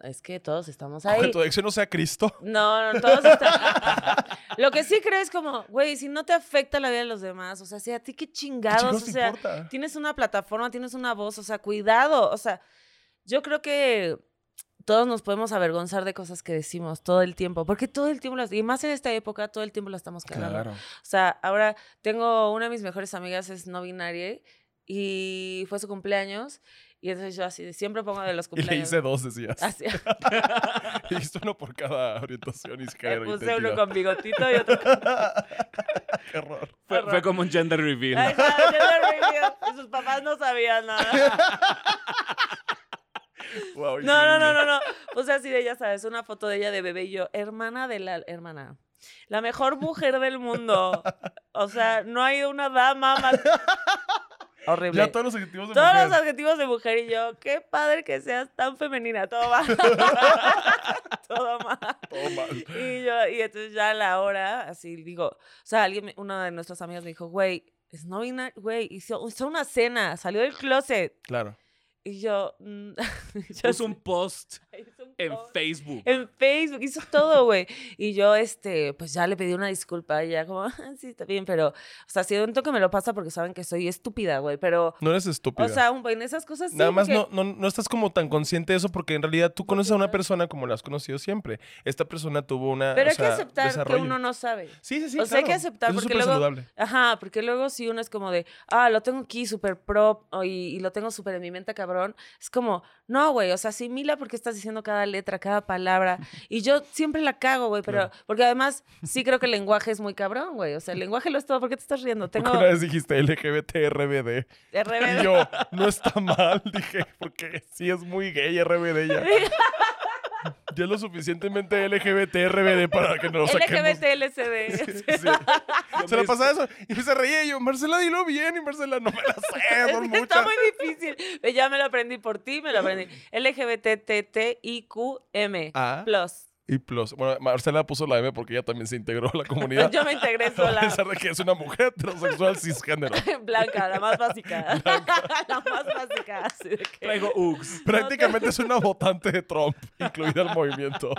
[SPEAKER 2] Es que todos estamos ahí.
[SPEAKER 1] Que tu adicción no sea Cristo.
[SPEAKER 2] No, no, todos estamos. Lo que sí creo es como, güey, si no te afecta la vida de los demás, o sea, si a ti qué
[SPEAKER 1] ¿Qué
[SPEAKER 2] chingados,
[SPEAKER 1] chingados
[SPEAKER 2] o
[SPEAKER 1] te
[SPEAKER 2] sea,
[SPEAKER 1] importa?
[SPEAKER 2] tienes una plataforma, tienes una voz, o sea, cuidado, o sea, yo creo que todos nos podemos avergonzar de cosas que decimos todo el tiempo, porque todo el tiempo las, y más en esta época, todo el tiempo la estamos cagando. O sea, ahora tengo una de mis mejores amigas, es no binaria, y fue su cumpleaños, y entonces yo así, siempre pongo de
[SPEAKER 1] Y
[SPEAKER 2] los
[SPEAKER 1] le
[SPEAKER 2] cumpleaños.
[SPEAKER 1] hice dos, decías.
[SPEAKER 2] Así,
[SPEAKER 1] Y hice uno por cada orientación y
[SPEAKER 2] le
[SPEAKER 1] izquierda.
[SPEAKER 2] puse uno con bigotito y otro
[SPEAKER 1] Qué horror.
[SPEAKER 3] Fue,
[SPEAKER 2] Horror.
[SPEAKER 3] fue como un gender reveal.
[SPEAKER 2] Ay, no, yo no reía. Sus papás no sabían nada.
[SPEAKER 1] Wow,
[SPEAKER 2] No, no, no,
[SPEAKER 1] increíble.
[SPEAKER 2] no, no. O sea, así de ella, ¿sabes? Una foto de ella de bebé y yo, hermana de la hermana. La mejor mujer del mundo. O sea, no hay una dama más. Horrible.
[SPEAKER 1] Ya todos los adjetivos de
[SPEAKER 2] Todos
[SPEAKER 1] mujer.
[SPEAKER 2] los adjetivos de mujer y yo, qué padre que seas tan femenina. Todo va. Todo mal.
[SPEAKER 1] Todo mal.
[SPEAKER 2] Y yo, y entonces ya a la hora, así digo, o sea, alguien, me- una de nuestras amigas me dijo, güey, es no binario, güey, hizo, hizo una cena, salió del closet.
[SPEAKER 1] Claro.
[SPEAKER 2] Y yo, mm, yo
[SPEAKER 3] Puso un post
[SPEAKER 2] hizo un
[SPEAKER 3] en
[SPEAKER 2] post
[SPEAKER 3] Facebook.
[SPEAKER 2] en Facebook, hizo todo, güey. Y yo, este, pues ya le pedí una disculpa y ya como, "Ah, sí, está bien, pero, o sea, siento que me lo pasa porque saben que soy estúpida, güey, pero,
[SPEAKER 1] No eres estúpida.
[SPEAKER 2] o sea, un- en esas cosas sí.
[SPEAKER 1] Nada más
[SPEAKER 2] porque-
[SPEAKER 1] no, no, no estás como tan consciente de eso porque en realidad tú conoces a una persona como la has conocido siempre. Esta persona tuvo una. o
[SPEAKER 2] Pero hay que
[SPEAKER 1] sea,
[SPEAKER 2] aceptar
[SPEAKER 1] desarrollo.
[SPEAKER 2] que uno no sabe.
[SPEAKER 1] Sí, sí, sí.
[SPEAKER 2] o sea, hay que
[SPEAKER 1] claro.
[SPEAKER 2] aceptar,
[SPEAKER 1] Eso es
[SPEAKER 2] porque
[SPEAKER 1] súper
[SPEAKER 2] luego-
[SPEAKER 1] saludable.
[SPEAKER 2] Ajá, porque luego si uno es como de, ah, lo tengo aquí súper pro o- y, y lo tengo súper en mi mente, cabrón, es como, no, güey, o sea, asimila porque estás diciendo cada letra, cada palabra. Y yo siempre la cago, güey, pero, porque además sí creo que el lenguaje es muy cabrón, güey. O sea, el lenguaje lo es todo. ¿Por qué te estás riendo?
[SPEAKER 1] Porque
[SPEAKER 2] Tengo
[SPEAKER 1] una vez dijiste LGBT RBD. Y
[SPEAKER 2] RBD.
[SPEAKER 1] yo, no está mal, dije, porque sí es muy gay RBD ya. Ya es lo suficientemente LGBT RBD para que no lo saquemos.
[SPEAKER 2] LGBT, LCD.
[SPEAKER 1] Sí. Se la pasaba eso. Y se reía y yo, Marcela, dilo bien. Y Marcela, no me la sé, son muchas.
[SPEAKER 2] Está muy difícil. Ve, Ya me lo aprendí por ti, me lo aprendí. LGBTTTIQM.
[SPEAKER 1] Ah.
[SPEAKER 2] Plus.
[SPEAKER 1] Y plus, bueno, Marcela puso la M porque ella también se integró a la comunidad.
[SPEAKER 2] Yo me integré
[SPEAKER 1] a
[SPEAKER 2] sola.
[SPEAKER 1] pesar de que es una mujer heterosexual cisgénero.
[SPEAKER 2] Blanca, la más básica. la más básica. así de que-
[SPEAKER 3] Traigo Uggs.
[SPEAKER 1] Prácticamente es una votante de Trump, incluida al movimiento.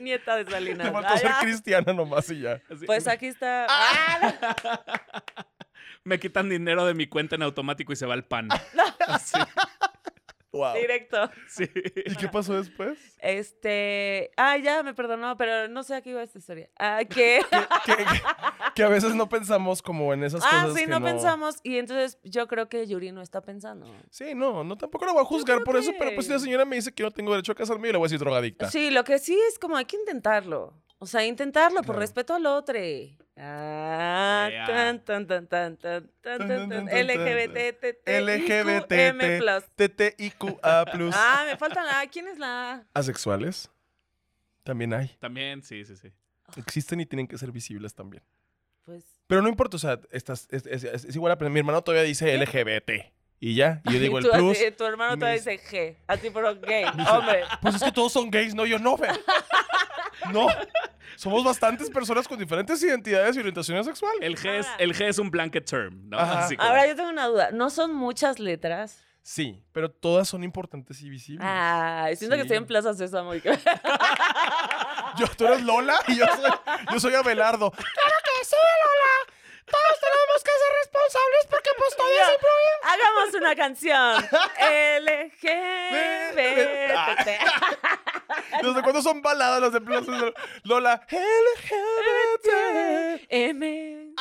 [SPEAKER 2] Nieta de Salinas.
[SPEAKER 1] Te faltó ser
[SPEAKER 2] Ah, ya.
[SPEAKER 1] cristiana nomás y ya.
[SPEAKER 3] Así,
[SPEAKER 2] Pues
[SPEAKER 3] me-
[SPEAKER 2] aquí está.
[SPEAKER 1] Ah.
[SPEAKER 3] Me quitan dinero de mi cuenta en automático y se va el pan. Así.
[SPEAKER 1] Wow.
[SPEAKER 2] Ah, Directo.
[SPEAKER 3] Sí.
[SPEAKER 1] ¿Y qué pasó después?
[SPEAKER 2] Este. Ah, ya me perdonó, pero no sé a qué iba esta historia. Ah, que.
[SPEAKER 1] Que, que- que a veces no pensamos como en esas
[SPEAKER 2] ah,
[SPEAKER 1] cosas.
[SPEAKER 2] sí,
[SPEAKER 1] que
[SPEAKER 2] no pensamos. Y entonces yo creo que Yuri no está pensando.
[SPEAKER 1] Sí, no, no tampoco la voy a juzgar
[SPEAKER 2] creo
[SPEAKER 1] por eso, pero
[SPEAKER 2] que-
[SPEAKER 1] pues si la señora me dice que no tengo derecho a casarme, yo le voy a decir drogadicta.
[SPEAKER 2] Sí, lo que sí es como hay que intentarlo. O sea, intentarlo por
[SPEAKER 1] Claro.
[SPEAKER 2] respeto al otro. Ah,
[SPEAKER 3] Ea.
[SPEAKER 2] tan, tan, tan, tan, tan, tan,
[SPEAKER 1] Tan,
[SPEAKER 2] tan,
[SPEAKER 1] tan,
[SPEAKER 2] tan,
[SPEAKER 1] tan,
[SPEAKER 2] LGBT,
[SPEAKER 1] LGBT,
[SPEAKER 2] M+.
[SPEAKER 1] TTIQA+. plus.
[SPEAKER 2] Ah, me faltan. Ah, ¿quién es la? A?
[SPEAKER 1] Asexuales también hay.
[SPEAKER 3] También, sí, sí, sí.
[SPEAKER 2] Ah.
[SPEAKER 1] Existen y tienen que ser visibles también.
[SPEAKER 2] Pues.
[SPEAKER 1] Pero no importa, o sea, estas, es, es- es- es igual a... Mi hermano todavía dice LGBT. Y ya, y yo digo
[SPEAKER 2] y
[SPEAKER 1] el
[SPEAKER 2] tú
[SPEAKER 1] plus.
[SPEAKER 2] así, tu hermano
[SPEAKER 1] y me
[SPEAKER 2] todavía
[SPEAKER 1] dice-
[SPEAKER 2] dice G. A ti, pero gay. Hombre.
[SPEAKER 1] Pues es que todos son gays, no yo no, Fer. No. Somos bastantes personas con diferentes identidades y orientaciones sexuales.
[SPEAKER 3] El G, es,
[SPEAKER 2] Ahora-
[SPEAKER 3] el G es un blanket term, ¿no?
[SPEAKER 1] Ajá.
[SPEAKER 3] Así como-
[SPEAKER 2] Ahora yo tengo una duda. ¿No son muchas letras?
[SPEAKER 1] Sí, pero todas son importantes y visibles.
[SPEAKER 2] Ah, siento que
[SPEAKER 1] Sí.
[SPEAKER 2] estoy en Plaza Sésamo. y-
[SPEAKER 1] Yo, tú eres Lola y yo soy, yo soy Abelardo.
[SPEAKER 2] pues, Hagamos una canción. LGBT.
[SPEAKER 1] ah. ¿Desde cuándo son baladas las de Plaza de Lola? LGBT.
[SPEAKER 2] M.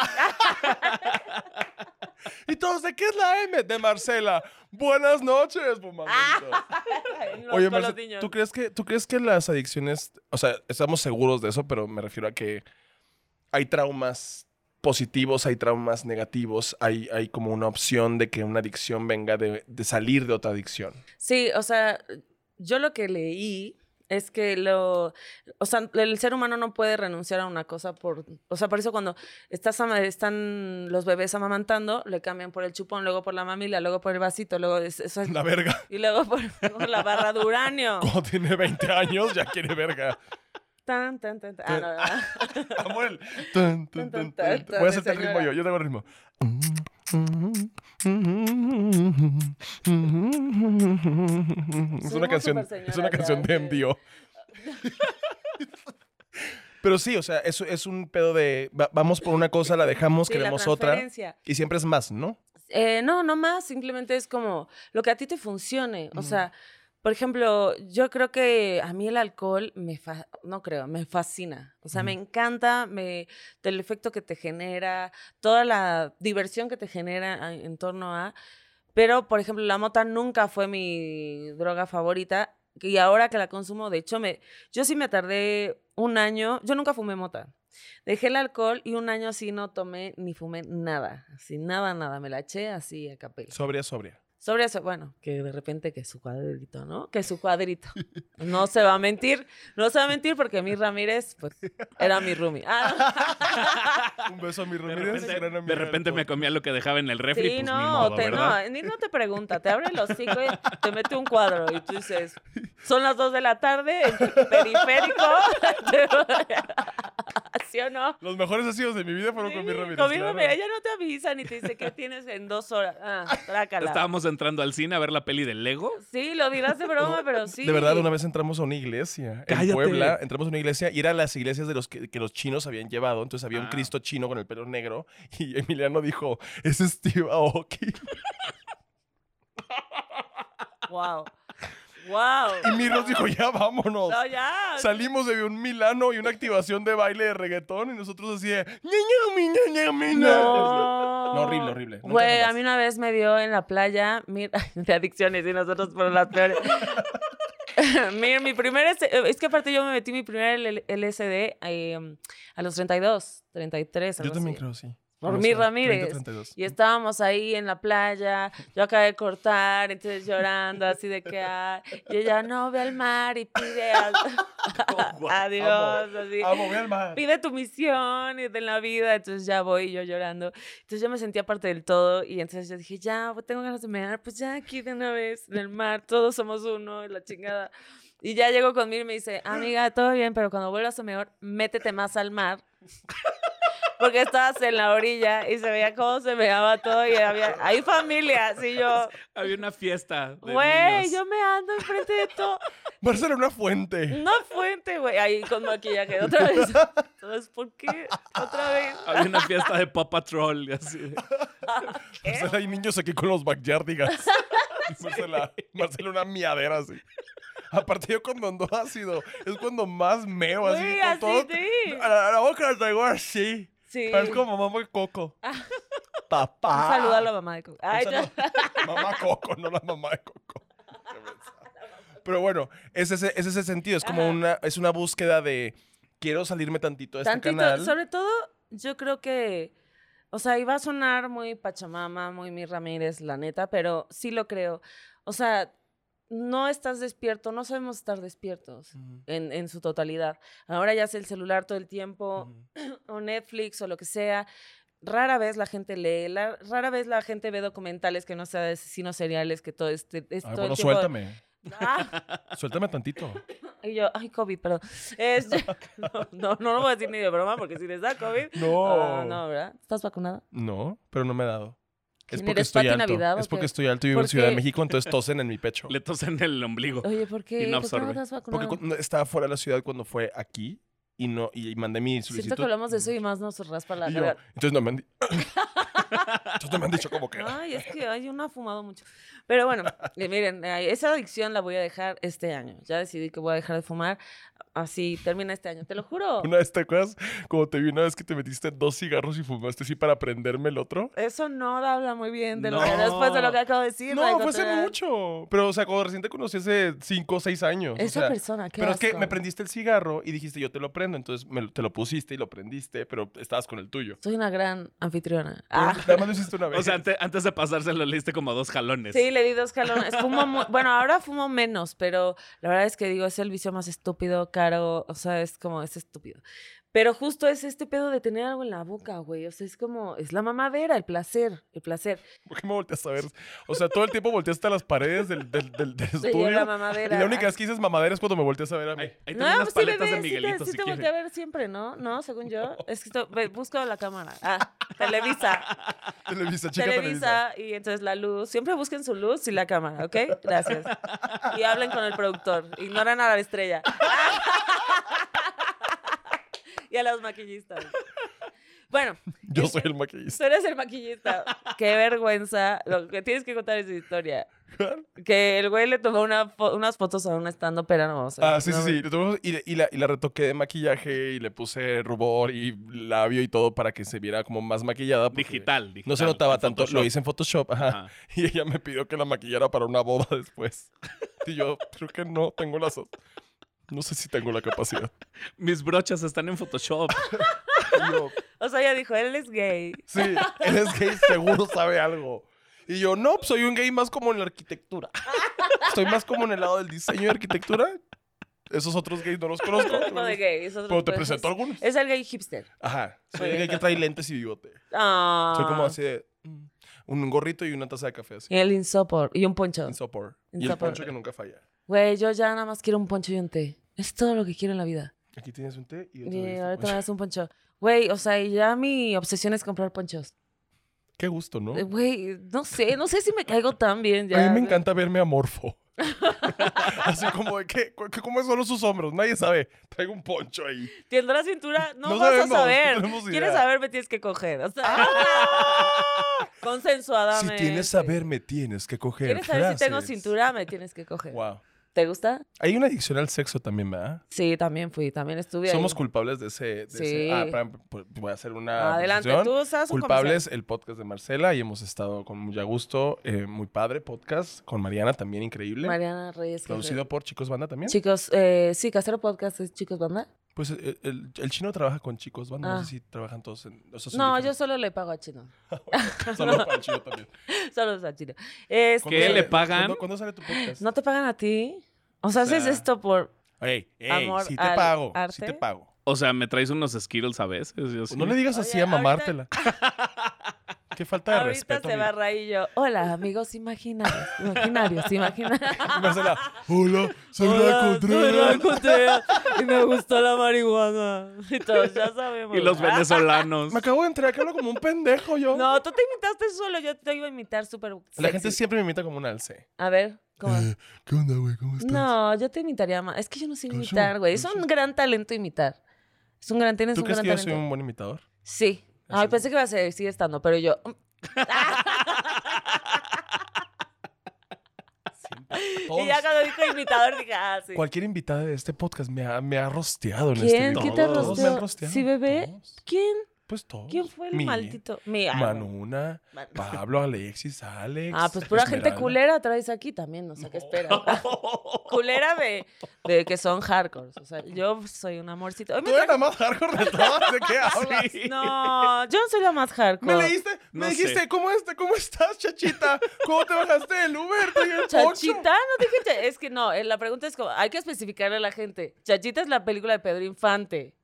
[SPEAKER 1] ¿Y todos de qué es la M? De Marcela. Buenas noches, mamá. Oye,
[SPEAKER 2] Oye,
[SPEAKER 1] Marcela, ¿tú crees, que, ¿tú crees que las adicciones, o sea, estamos seguros de eso, pero me refiero a que hay traumas positivos, hay traumas negativos, hay, hay como una opción de que una adicción venga de, de salir de otra adicción?
[SPEAKER 2] Sí, o sea, yo lo que leí es que lo, o sea, el ser humano no puede renunciar a una cosa por, o sea, por eso cuando estás ama- están los bebés amamantando, le cambian por el chupón, luego por la mamila, luego por el vasito, luego es- eso es-
[SPEAKER 1] La verga.
[SPEAKER 2] y luego por, por la barra de uranio.
[SPEAKER 1] Cuando tiene 20 años ya quiere verga.
[SPEAKER 2] Tan, tan, tan, tan. Ah, no, ¿verdad?
[SPEAKER 1] Amo el tun, tun, tun, tun. Voy a hacerte el ritmo yo, yo tengo el ritmo. Es una
[SPEAKER 2] Somos
[SPEAKER 1] canción,
[SPEAKER 2] superseñoras
[SPEAKER 1] es una canción
[SPEAKER 2] ya,
[SPEAKER 1] de
[SPEAKER 2] sí.
[SPEAKER 1] MDO. Pero sí, o sea, es, es un pedo de va- vamos por una cosa, la dejamos,
[SPEAKER 2] Sí, la
[SPEAKER 1] queremos otra.
[SPEAKER 2] transferencia.
[SPEAKER 1] Y siempre es más, ¿no?
[SPEAKER 2] Eh, no, no más, simplemente es como lo que a ti te funcione. O sea, por ejemplo, yo creo que a mí el alcohol me fa- no creo, me fascina. O sea, me encanta me, del efecto que te genera, toda la diversión que te genera a- en torno a. Pero, por ejemplo, la mota nunca fue mi droga favorita. Y ahora que la consumo, de hecho, me, yo sí me tardé un año. Yo nunca fumé mota. Dejé el alcohol y un año así no tomé ni fumé nada. Así, nada, nada. Me la eché así a capela.
[SPEAKER 1] Sobria, sobria.
[SPEAKER 2] Sobre eso, bueno, que de repente que su cuadrito, ¿no? Que su cuadrito. No se va a mentir. No se va a mentir porque mi Ramírez, pues, era mi roomie. Ah,
[SPEAKER 1] Un beso a mi
[SPEAKER 3] De
[SPEAKER 1] Ramírez.
[SPEAKER 3] repente,
[SPEAKER 1] gran amigo
[SPEAKER 3] de repente me
[SPEAKER 1] del
[SPEAKER 3] comía lo que dejaba en el refri.
[SPEAKER 2] sí,
[SPEAKER 3] pues, ni
[SPEAKER 2] no,
[SPEAKER 3] modo,
[SPEAKER 2] te,
[SPEAKER 3] ¿verdad?
[SPEAKER 2] no, ni no te pregunta. Te abre el hocico y te mete un cuadro. Y tú dices, son las dos de la tarde, en periférico. ¿Sí o no?
[SPEAKER 1] Los mejores asidos de mi vida fueron con mi
[SPEAKER 2] Sí,
[SPEAKER 1] Ramírez.
[SPEAKER 2] con mi
[SPEAKER 1] claro.
[SPEAKER 2] Ramírez. Ella no te avisa ni te dice qué tienes en dos horas. Ah, trácala.
[SPEAKER 3] Estábamos entrando al cine a ver la peli de Lego.
[SPEAKER 2] Sí, lo dirás de broma, pero sí.
[SPEAKER 1] De verdad, una vez entramos a una iglesia en
[SPEAKER 3] Cállate.
[SPEAKER 1] Puebla, entramos a una iglesia y eran las iglesias de los que, que los chinos habían llevado. Entonces había un
[SPEAKER 3] Ah.
[SPEAKER 1] Cristo chino con el pelo negro y Emiliano dijo, ese es Steve Aoki.
[SPEAKER 2] Wow. Wow.
[SPEAKER 1] Y Mirros dijo, ya vámonos.
[SPEAKER 2] No, ya.
[SPEAKER 1] Salimos de un Milano y una activación de baile de reggaetón y nosotros así de, "Ña, ña, mi, ña, ña, mi, ña".
[SPEAKER 2] No.
[SPEAKER 1] No, horrible, horrible. Nunca
[SPEAKER 2] Güey,
[SPEAKER 1] jamás.
[SPEAKER 2] a mí una vez me dio en la playa mir- de adicciones y nosotros por las peores. Mira, mi primer... Es, es que aparte yo me metí mi primer L- LSD eh, a los 32, 33.
[SPEAKER 1] Yo
[SPEAKER 2] algo
[SPEAKER 1] también
[SPEAKER 2] así.
[SPEAKER 1] creo, sí.
[SPEAKER 2] Por
[SPEAKER 1] No
[SPEAKER 2] mi
[SPEAKER 1] sé,
[SPEAKER 2] Ramírez.
[SPEAKER 1] 30-32.
[SPEAKER 2] Y estábamos ahí en la playa, yo acabé de cortar, entonces llorando así de que, ay, y ella no ve al mar y pide al- a Dios, así.
[SPEAKER 1] Oh, Amo, voy al mar.
[SPEAKER 2] Pide tu misión y de la vida, entonces ya voy yo llorando. Entonces yo me sentía parte del todo y entonces yo dije, ya, pues, tengo ganas de mear, pues ya aquí de una vez, en el mar, todos somos uno, y la chingada. Y ya llego conmigo y me dice, amiga, todo bien, pero cuando vuelvas a mear, métete más al mar porque estabas en la orilla y se veía cómo se meaba todo y había hay familia así yo
[SPEAKER 3] Había una fiesta. de
[SPEAKER 2] güey
[SPEAKER 3] niños.
[SPEAKER 2] yo me ando enfrente de todo
[SPEAKER 1] Marcelo, una fuente.
[SPEAKER 2] una fuente güey ahí con maquillaje otra vez entonces por qué otra vez
[SPEAKER 3] Había una fiesta de Paw Patrol. y así de-
[SPEAKER 2] ¿Eh?
[SPEAKER 1] Marcelo, hay niños aquí con los backyardigans. Marcela, Marcela, una miadera así. Aparte, yo cuando ando ácido, es cuando más meo así.
[SPEAKER 2] Güey,
[SPEAKER 1] con
[SPEAKER 2] así,
[SPEAKER 1] todo-
[SPEAKER 2] sí.
[SPEAKER 1] a la, a la boca la traigo así.
[SPEAKER 2] Sí.
[SPEAKER 1] Es como mamá de coco.
[SPEAKER 2] Un
[SPEAKER 1] Papá.
[SPEAKER 2] saludo a la mamá de Coco. Ay,
[SPEAKER 1] Un
[SPEAKER 2] no.
[SPEAKER 1] saludo. mamá Coco, no la mamá de Coco. Qué mensa. Pero bueno, es ese, es ese sentido. Es como
[SPEAKER 2] Ajá.
[SPEAKER 1] una, es una búsqueda de quiero salirme tantito de este
[SPEAKER 2] Tantito,
[SPEAKER 1] canal.
[SPEAKER 2] sobre todo, yo creo que, o sea, iba a sonar muy Pachamama, muy mi Ramírez, la neta, pero sí lo creo. O sea, no estás despierto, no sabemos estar despiertos
[SPEAKER 1] Mm.
[SPEAKER 4] Ujú.
[SPEAKER 2] en, en su totalidad. Ahora ya es el celular todo el tiempo,
[SPEAKER 4] Ujú.
[SPEAKER 2] o Netflix, o lo que sea. Rara vez la gente lee, la- rara vez la gente ve documentales que no sea de asesinos seriales, que todo este... es
[SPEAKER 1] Ay,
[SPEAKER 2] todo el
[SPEAKER 1] Ah, bueno,
[SPEAKER 2] tiempo-
[SPEAKER 1] suéltame.
[SPEAKER 2] Ah,
[SPEAKER 1] Suéltame tantito.
[SPEAKER 2] Y yo, ay, COVID, perdón. Este, no, no, no lo voy a decir ni de broma, porque si les da COVID.
[SPEAKER 1] No.
[SPEAKER 2] Ah, no, ¿verdad? ¿Estás vacunada?
[SPEAKER 1] No, pero no me ha dado. Es
[SPEAKER 2] ¿Quién
[SPEAKER 1] porque
[SPEAKER 2] eres,
[SPEAKER 1] estoy
[SPEAKER 2] Pati
[SPEAKER 1] alto.
[SPEAKER 2] Navidad o
[SPEAKER 1] es porque
[SPEAKER 2] qué?
[SPEAKER 1] estoy alto y vivo en
[SPEAKER 2] ¿Por
[SPEAKER 1] Ciudad de
[SPEAKER 2] qué?
[SPEAKER 1] México, entonces tosen en mi pecho.
[SPEAKER 3] Le tosen el ombligo.
[SPEAKER 2] Oye, ¿por qué?
[SPEAKER 3] Y no
[SPEAKER 2] ¿Por qué no
[SPEAKER 3] absorbe.
[SPEAKER 2] estás
[SPEAKER 1] Porque mm,
[SPEAKER 2] vacunada?
[SPEAKER 1] cuando- estaba fuera de la ciudad cuando fue aquí y no y mandé mi solicitud.
[SPEAKER 2] Siento que hablamos de eso y más nos raspa la
[SPEAKER 1] mm. y yo,
[SPEAKER 2] garganta.
[SPEAKER 1] entonces no me han di- Entonces no me han dicho cómo queda.
[SPEAKER 2] Ay, es que ay, uno ha fumado mucho. Pero bueno, eh, miren, eh, esa adicción la voy a dejar este año. Ya decidí que voy a dejar de fumar. Así termina este año, te lo juro.
[SPEAKER 1] Una vez te acuerdas, como te vi una vez que te metiste dos cigarros y fumaste así para prenderme el otro.
[SPEAKER 2] Eso no habla muy bien de lo que
[SPEAKER 3] No.
[SPEAKER 2] después de lo que acabo de decir.
[SPEAKER 1] No,
[SPEAKER 2] Raico,
[SPEAKER 1] fue hace
[SPEAKER 2] te-
[SPEAKER 1] mucho. Pero, o sea, cuando recién te conocí hace cinco o seis años. o
[SPEAKER 2] Esa
[SPEAKER 1] sea,
[SPEAKER 2] persona, qué
[SPEAKER 1] Pero es que
[SPEAKER 2] asco.
[SPEAKER 1] me prendiste el cigarro y dijiste, yo te lo prendo. Entonces me lo- te lo pusiste y lo prendiste, pero estabas con el tuyo.
[SPEAKER 2] Soy una gran anfitriona.
[SPEAKER 1] Pero
[SPEAKER 2] Ah.
[SPEAKER 1] Nada más lo hiciste una vez.
[SPEAKER 3] O sea, ante- antes de pasárselo le diste como dos jalones.
[SPEAKER 2] Sí, le di dos jalones. Fumo mu- bueno, ahora fumo menos, pero la verdad es que digo, es el vicio más estúpido, caro, o sea, es como, es estúpido. Pero justo es este pedo de tener algo en la boca, güey. O sea, es como, es la mamadera, el placer, el placer.
[SPEAKER 1] ¿Por qué me volteas a ver? O sea, todo el tiempo volteaste a las paredes del, del, del- del
[SPEAKER 2] Sí, es la
[SPEAKER 1] estudio. Y
[SPEAKER 2] mamadera.
[SPEAKER 1] la única vez que dices mamadera es cuando me volteas a ver a mí.
[SPEAKER 3] Ahí, ahí
[SPEAKER 2] No,
[SPEAKER 3] tengo unas
[SPEAKER 2] pues sí,
[SPEAKER 3] paletas
[SPEAKER 2] bebé,
[SPEAKER 3] de
[SPEAKER 2] sí te-
[SPEAKER 3] Miguelito
[SPEAKER 2] sí
[SPEAKER 3] si
[SPEAKER 2] te
[SPEAKER 3] quieres.
[SPEAKER 2] volteé a ver siempre, ¿no? No, según yo. Es que esto- ve, busco la cámara. Ah, Televisa.
[SPEAKER 1] Televisa, chica Televisa.
[SPEAKER 2] Televisa y entonces la luz. Siempre busquen su luz y la cámara, ¿ok? Gracias. Y hablen con el productor. Ignoran a la estrella. Y a los maquillistas. Bueno,
[SPEAKER 1] Yo soy el maquillista.
[SPEAKER 2] tú eres el maquillista. Qué vergüenza. Lo que tienes que contar es tu historia. Que el güey le tomó una fo- unas fotos a un estando, pero no vamos a
[SPEAKER 1] Ah, sí, sí,
[SPEAKER 2] no-
[SPEAKER 1] sí. Le tomamos- Y, le- y la, y la retoqué de maquillaje y le puse rubor y labio y todo para que se viera como más maquillada. porque
[SPEAKER 3] Digital,
[SPEAKER 1] No se
[SPEAKER 3] digital,
[SPEAKER 1] notaba
[SPEAKER 3] en
[SPEAKER 1] tanto. Lo
[SPEAKER 3] Photoshop.
[SPEAKER 1] hice en Photoshop. Ajá.
[SPEAKER 3] Ajá.
[SPEAKER 1] Y ella me pidió que la maquillara para una boda después. Y yo creo que no tengo las... No sé si tengo la capacidad.
[SPEAKER 3] Mis brochas están en Photoshop.
[SPEAKER 1] Y yo,
[SPEAKER 2] O sea, ella dijo, él es gay.
[SPEAKER 1] Sí, él es gay, seguro sabe algo. Y yo, no, pues, soy un gay más como en la arquitectura. Estoy más como en el lado del diseño y arquitectura. Esos otros gays no los conozco.
[SPEAKER 2] Otro tipo de gay. eso
[SPEAKER 1] Pero te
[SPEAKER 2] puede-
[SPEAKER 1] presento algunos.
[SPEAKER 2] Es el gay hipster.
[SPEAKER 1] Ajá. Soy el gay que trae lentes y bigote.
[SPEAKER 2] Ah.
[SPEAKER 1] Soy como así de, mm, un gorrito y una taza de café así.
[SPEAKER 2] Y el insopor. Y un poncho.
[SPEAKER 1] En sopor.
[SPEAKER 2] En
[SPEAKER 1] Y el
[SPEAKER 2] sopor.
[SPEAKER 1] poncho que nunca falla.
[SPEAKER 2] Güey, yo ya nada más quiero un poncho y un té. Es todo lo que quiero en la vida.
[SPEAKER 1] Aquí tienes un té y otro.
[SPEAKER 2] Y
[SPEAKER 1] de este
[SPEAKER 2] ahorita me
[SPEAKER 1] poncho.
[SPEAKER 2] das un poncho. Güey, o sea, y ya mi obsesión es comprar ponchos.
[SPEAKER 1] Qué gusto, ¿no?
[SPEAKER 2] Eh, Güey, no sé, no sé si me caigo tan bien ya.
[SPEAKER 1] A mí me encanta verme amorfo. así como de que, ¿cómo son sus hombros? Nadie sabe. Traigo un poncho ahí.
[SPEAKER 2] ¿Tendrás cintura? No,
[SPEAKER 1] No
[SPEAKER 2] vas
[SPEAKER 1] sabemos, no
[SPEAKER 2] a saber.
[SPEAKER 1] tenemos
[SPEAKER 2] ¿Quieres
[SPEAKER 1] idea. ¡Ah!
[SPEAKER 2] saber? Me tienes que coger. O sea, consensuadamente.
[SPEAKER 1] Si tienes saber, me tienes que coger.
[SPEAKER 2] ¿Quieres saber si tengo
[SPEAKER 1] frases.
[SPEAKER 2] cintura? Me tienes que coger.
[SPEAKER 1] Wow.
[SPEAKER 2] ¿Te gusta?
[SPEAKER 1] Hay una adicción al sexo también, ¿verdad?
[SPEAKER 2] Sí, también fui, también estuve
[SPEAKER 1] Somos
[SPEAKER 2] ahí.
[SPEAKER 1] culpables de ese. de
[SPEAKER 2] Sí.
[SPEAKER 1] ese- ah, para- pues, voy a hacer una.
[SPEAKER 2] Adelante,
[SPEAKER 1] reflexión.
[SPEAKER 2] tú usas un
[SPEAKER 1] Culpables, el podcast de Marcela, y hemos estado con mucho gusto, eh, muy padre podcast, con Mariana también increíble.
[SPEAKER 2] comercial. Mariana Reyes. Café.
[SPEAKER 1] Producido por Chicos Banda también.
[SPEAKER 2] Chicos, eh, sí, Casero Podcast es Chicos Banda.
[SPEAKER 1] Pues eh, el, el chino trabaja con Chicos Banda, no
[SPEAKER 2] Ah.
[SPEAKER 1] sé si trabajan todos en. o sea, son
[SPEAKER 2] No, yo
[SPEAKER 1] diferentes.
[SPEAKER 2] solo le pago a Chino.
[SPEAKER 1] Solo para el chino también.
[SPEAKER 2] Solo a Chino. Este,
[SPEAKER 1] ¿Cuándo
[SPEAKER 3] ¿Qué le
[SPEAKER 1] sale-
[SPEAKER 3] pagan?
[SPEAKER 1] ¿cuándo, cuándo sale tu podcast?
[SPEAKER 2] ¿No te pagan a ti? O sea, haces
[SPEAKER 1] sea,
[SPEAKER 2] esto por...
[SPEAKER 1] Ey, ey,
[SPEAKER 2] Amor
[SPEAKER 1] sí te
[SPEAKER 2] al
[SPEAKER 1] pago. Sí
[SPEAKER 2] arte.
[SPEAKER 1] te pago.
[SPEAKER 3] O sea, me traes unos Skittles a veces. Yo sí.
[SPEAKER 1] Pues No le digas
[SPEAKER 2] Oye,
[SPEAKER 1] así a
[SPEAKER 2] ahorita-
[SPEAKER 1] mamártela. Qué falta de
[SPEAKER 2] Ahorita
[SPEAKER 1] respeto.
[SPEAKER 2] se
[SPEAKER 1] amiga.
[SPEAKER 2] va Raí y yo. Hola, amigos imaginarios. Imaginarios, imaginarios.
[SPEAKER 1] Y Marcela, hola, soy
[SPEAKER 2] Hola,
[SPEAKER 1] Raúl
[SPEAKER 2] soy Raúl
[SPEAKER 1] Contreras.
[SPEAKER 2] Contreras, Y me gustó la marihuana. Y todos ya sabemos. Ah.
[SPEAKER 3] Y los venezolanos.
[SPEAKER 1] Me acabo de enterar que hablo como un pendejo yo.
[SPEAKER 2] No, tú te invitaste solo. Yo te iba a invitar súper
[SPEAKER 1] La
[SPEAKER 2] sexy.
[SPEAKER 1] gente siempre me imita como un alce.
[SPEAKER 2] A ver, ¿cómo?
[SPEAKER 1] ¿Qué onda, güey? ¿Cómo
[SPEAKER 2] No, yo te imitaría más. Es que yo no sé
[SPEAKER 1] Con
[SPEAKER 2] imitar,
[SPEAKER 1] su-
[SPEAKER 2] güey.
[SPEAKER 1] con
[SPEAKER 2] Es
[SPEAKER 1] su-
[SPEAKER 2] un gran talento imitar. Es un gran, tienes
[SPEAKER 1] ¿Tú
[SPEAKER 2] un
[SPEAKER 1] crees
[SPEAKER 2] gran
[SPEAKER 1] que yo
[SPEAKER 2] talento.
[SPEAKER 1] soy un buen imitador?
[SPEAKER 2] Sí.
[SPEAKER 1] Así
[SPEAKER 2] Ay,
[SPEAKER 1] es.
[SPEAKER 2] pensé que ibas a decir estando, pero yo.
[SPEAKER 1] Todos.
[SPEAKER 2] Y ya cuando dijo imitador, dije, ah, sí.
[SPEAKER 1] Cualquier invitada de este podcast me ha, me ha rosteado en este
[SPEAKER 2] ¿Quién?
[SPEAKER 1] video.
[SPEAKER 2] ¿Quién te
[SPEAKER 3] Todos.
[SPEAKER 1] Todos me han
[SPEAKER 2] rosteó?
[SPEAKER 1] rosteado.
[SPEAKER 2] ¿Sí, bebé?
[SPEAKER 1] Todos.
[SPEAKER 2] ¿Quién?
[SPEAKER 1] Pues todos.
[SPEAKER 2] ¿Quién fue el
[SPEAKER 1] Mi-
[SPEAKER 2] maldito? Mi, ah,
[SPEAKER 1] Manuna,
[SPEAKER 2] Manu.
[SPEAKER 1] Pablo, Alexis, Alex.
[SPEAKER 2] Ah, pues pura gente
[SPEAKER 1] Esmeralda.
[SPEAKER 2] culera traes aquí también, o sea, ¿qué esperas? culera de, de que son hardcore. O sea, yo soy un amorcito. Hoy me
[SPEAKER 1] Tú eres
[SPEAKER 2] traje-
[SPEAKER 1] la más hardcore de todas. ¿De qué hablas?
[SPEAKER 2] No, yo no soy la más hardcore.
[SPEAKER 1] ¿Me leíste? ¿Me
[SPEAKER 3] No
[SPEAKER 1] dijiste?
[SPEAKER 3] sé.
[SPEAKER 1] ¿Cómo, este, ¿Cómo estás, chachita? ¿Cómo te bajaste del Uber? Te dije, "Poncho".
[SPEAKER 2] Chachita, no dije cha- es que no, eh, la pregunta es como, hay que especificarle a la gente. Chachita es la película de Pedro Infante.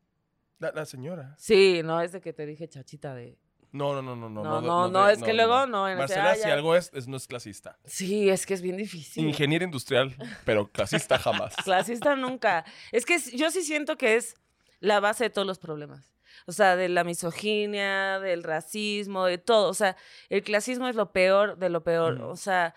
[SPEAKER 1] La, la señora.
[SPEAKER 2] Sí, no es de que te dije chachita de.
[SPEAKER 1] No, no, no, no. No,
[SPEAKER 2] No, no, no, es que luego no, en-
[SPEAKER 1] Marcela,
[SPEAKER 2] ah,
[SPEAKER 1] si
[SPEAKER 2] ya.
[SPEAKER 1] algo es, es- no es clasista.
[SPEAKER 2] Sí, es que es bien difícil.
[SPEAKER 1] Ingeniero industrial, pero clasista jamás.
[SPEAKER 2] Clasista nunca. Es que es- yo sí siento que es la base de todos los problemas. O sea, de la misoginia, del racismo, de todo. O sea, el clasismo es lo peor de lo peor.
[SPEAKER 1] Mm.
[SPEAKER 2] O sea,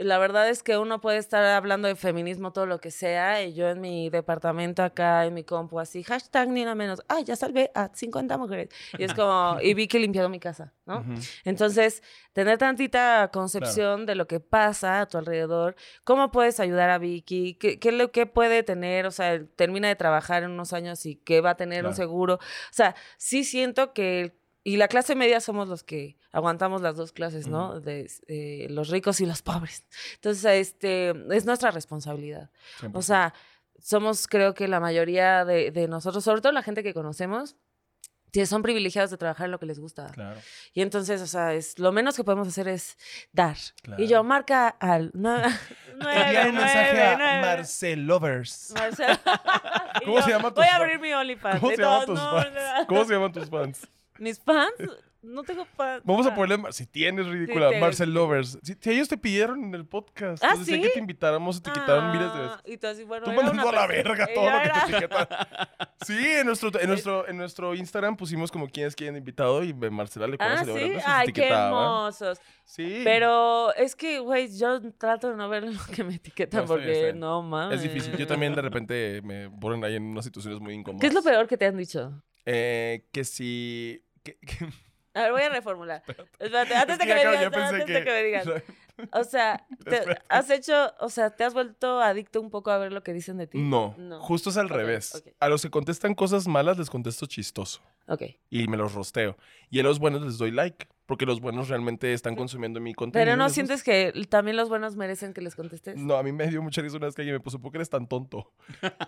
[SPEAKER 2] la verdad es que uno puede estar hablando de feminismo, todo lo que sea, y yo en mi departamento acá, en mi compu, así, hashtag ni una menos. Ay, ya salvé a 50 mujeres. Y es como, y vi que he limpiado mi casa, ¿no?
[SPEAKER 1] Ujú.
[SPEAKER 2] Entonces, tener tantita concepción de lo que pasa a tu alrededor, cómo puedes ayudar a Vicky, qué, qué, es lo que puede tener, o sea, termina de trabajar en unos años y qué va a tener
[SPEAKER 1] Claro.
[SPEAKER 2] un seguro. O sea, sí siento que, el- y la clase media somos los que aguantamos las dos clases, ¿no? De, eh, los ricos y los pobres. Entonces, este, es nuestra responsabilidad. O
[SPEAKER 1] 100%.
[SPEAKER 2] sea, somos creo que la mayoría de, de nosotros, sobre todo la gente que conocemos, que son privilegiados de trabajar en lo que les gusta.
[SPEAKER 1] Claro.
[SPEAKER 2] Y entonces, o sea, es, lo menos que podemos hacer es dar.
[SPEAKER 1] Claro.
[SPEAKER 2] Y yo, marca al nueve,
[SPEAKER 4] Enviar
[SPEAKER 2] nueve,
[SPEAKER 4] un mensaje a
[SPEAKER 2] nueve.
[SPEAKER 4] Marcelovers.
[SPEAKER 2] Marcelo. Y
[SPEAKER 1] ¿Cómo
[SPEAKER 2] yo,
[SPEAKER 1] se llama tu
[SPEAKER 2] Voy a
[SPEAKER 1] fan?
[SPEAKER 2] abrir mi OnlyFans.
[SPEAKER 1] ¿Cómo
[SPEAKER 2] Y
[SPEAKER 1] se llaman
[SPEAKER 2] todos,
[SPEAKER 1] tus
[SPEAKER 2] no,
[SPEAKER 1] fans?
[SPEAKER 2] no.
[SPEAKER 1] ¿Cómo se llaman tus fans?
[SPEAKER 2] ¿Mis fans? No tengo fans.
[SPEAKER 1] Vamos a
[SPEAKER 2] Ah.
[SPEAKER 1] ponerle, Mar- si tienes ridícula,
[SPEAKER 2] Sí, te-
[SPEAKER 1] Marcel Lovers. Si, si ellos te pidieron en el podcast,
[SPEAKER 2] ¿Ah,
[SPEAKER 1] nos decían
[SPEAKER 2] sí?
[SPEAKER 1] que te invitáramos y te quitaron miles de veces.
[SPEAKER 2] Ah, Y tú así, bueno,
[SPEAKER 1] Tú
[SPEAKER 2] era
[SPEAKER 1] mandando a
[SPEAKER 2] una
[SPEAKER 1] la
[SPEAKER 2] persona-
[SPEAKER 1] verga
[SPEAKER 2] Ella
[SPEAKER 1] todo lo que
[SPEAKER 2] era- Eh.
[SPEAKER 1] te etiquetan. Sí, en nuestro, en, nuestro, en nuestro Instagram pusimos como quién es quién invitado y Marcela le
[SPEAKER 2] Ah,
[SPEAKER 1] conoce de
[SPEAKER 2] sí.
[SPEAKER 1] verdad, se
[SPEAKER 2] Ay, qué
[SPEAKER 1] etiquetaba.
[SPEAKER 2] hermosos.
[SPEAKER 1] ¿eh? Sí.
[SPEAKER 2] Pero es que, güey, yo trato de no ver lo que me etiquetan
[SPEAKER 1] No, está bien,
[SPEAKER 2] porque
[SPEAKER 1] está bien.
[SPEAKER 2] no mames.
[SPEAKER 1] Es difícil. Yo también de repente me ponen ahí en unas situaciones muy incómodas.
[SPEAKER 2] eh. ¿Qué es lo peor que te han dicho?
[SPEAKER 1] Eh, que si... que- que-
[SPEAKER 2] A ver, voy a reformular. Espérate, antes
[SPEAKER 1] es
[SPEAKER 2] de
[SPEAKER 1] que
[SPEAKER 2] que me
[SPEAKER 1] ya acabo-
[SPEAKER 2] digas,
[SPEAKER 1] ya pensé
[SPEAKER 2] antes de que me digas. O sea, te-
[SPEAKER 1] Espérate.
[SPEAKER 2] has hecho, o sea, te has vuelto adicto un poco a ver lo que dicen de ti.
[SPEAKER 1] No,
[SPEAKER 2] No.
[SPEAKER 1] justo es al
[SPEAKER 2] Ok,
[SPEAKER 1] revés.
[SPEAKER 2] ok.
[SPEAKER 1] A los que contestan cosas malas les contesto chistoso
[SPEAKER 2] Ok.
[SPEAKER 1] y me los rosteo. Y a los buenos les doy like porque los buenos realmente están consumiendo mi contenido.
[SPEAKER 2] Pero
[SPEAKER 1] y
[SPEAKER 2] no
[SPEAKER 1] les gusta.
[SPEAKER 2] sientes que también los buenos merecen que les contestes.
[SPEAKER 1] No, a mí me dio mucha risa una vez que alguien me puso, ¿por qué eres tan tonto?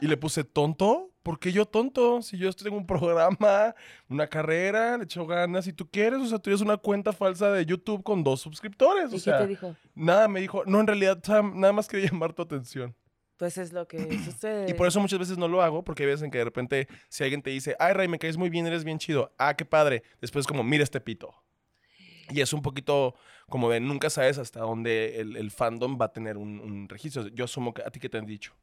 [SPEAKER 1] Y le puse, ¿tonto? ¿Por qué yo tonto? Si yo tengo un programa, una carrera, le echo ganas, si tú quieres, o sea, tú eres una cuenta falsa de YouTube con dos suscriptores,
[SPEAKER 2] ¿Y
[SPEAKER 1] o
[SPEAKER 2] qué te
[SPEAKER 1] sea,
[SPEAKER 2] dijo?
[SPEAKER 1] nada, me dijo, no, en realidad, Sam, nada más quería llamar tu atención.
[SPEAKER 2] Pues es lo que sucede.
[SPEAKER 1] Y por eso muchas veces no lo hago, porque hay veces en que de repente, si alguien te dice, ay, Ray, me caes muy bien, eres bien chido, ah, qué padre, después como, mira este pito. Y es un poquito como de nunca sabes hasta dónde el, el fandom va a tener un, un registro. Yo asumo que a ti que te han dicho.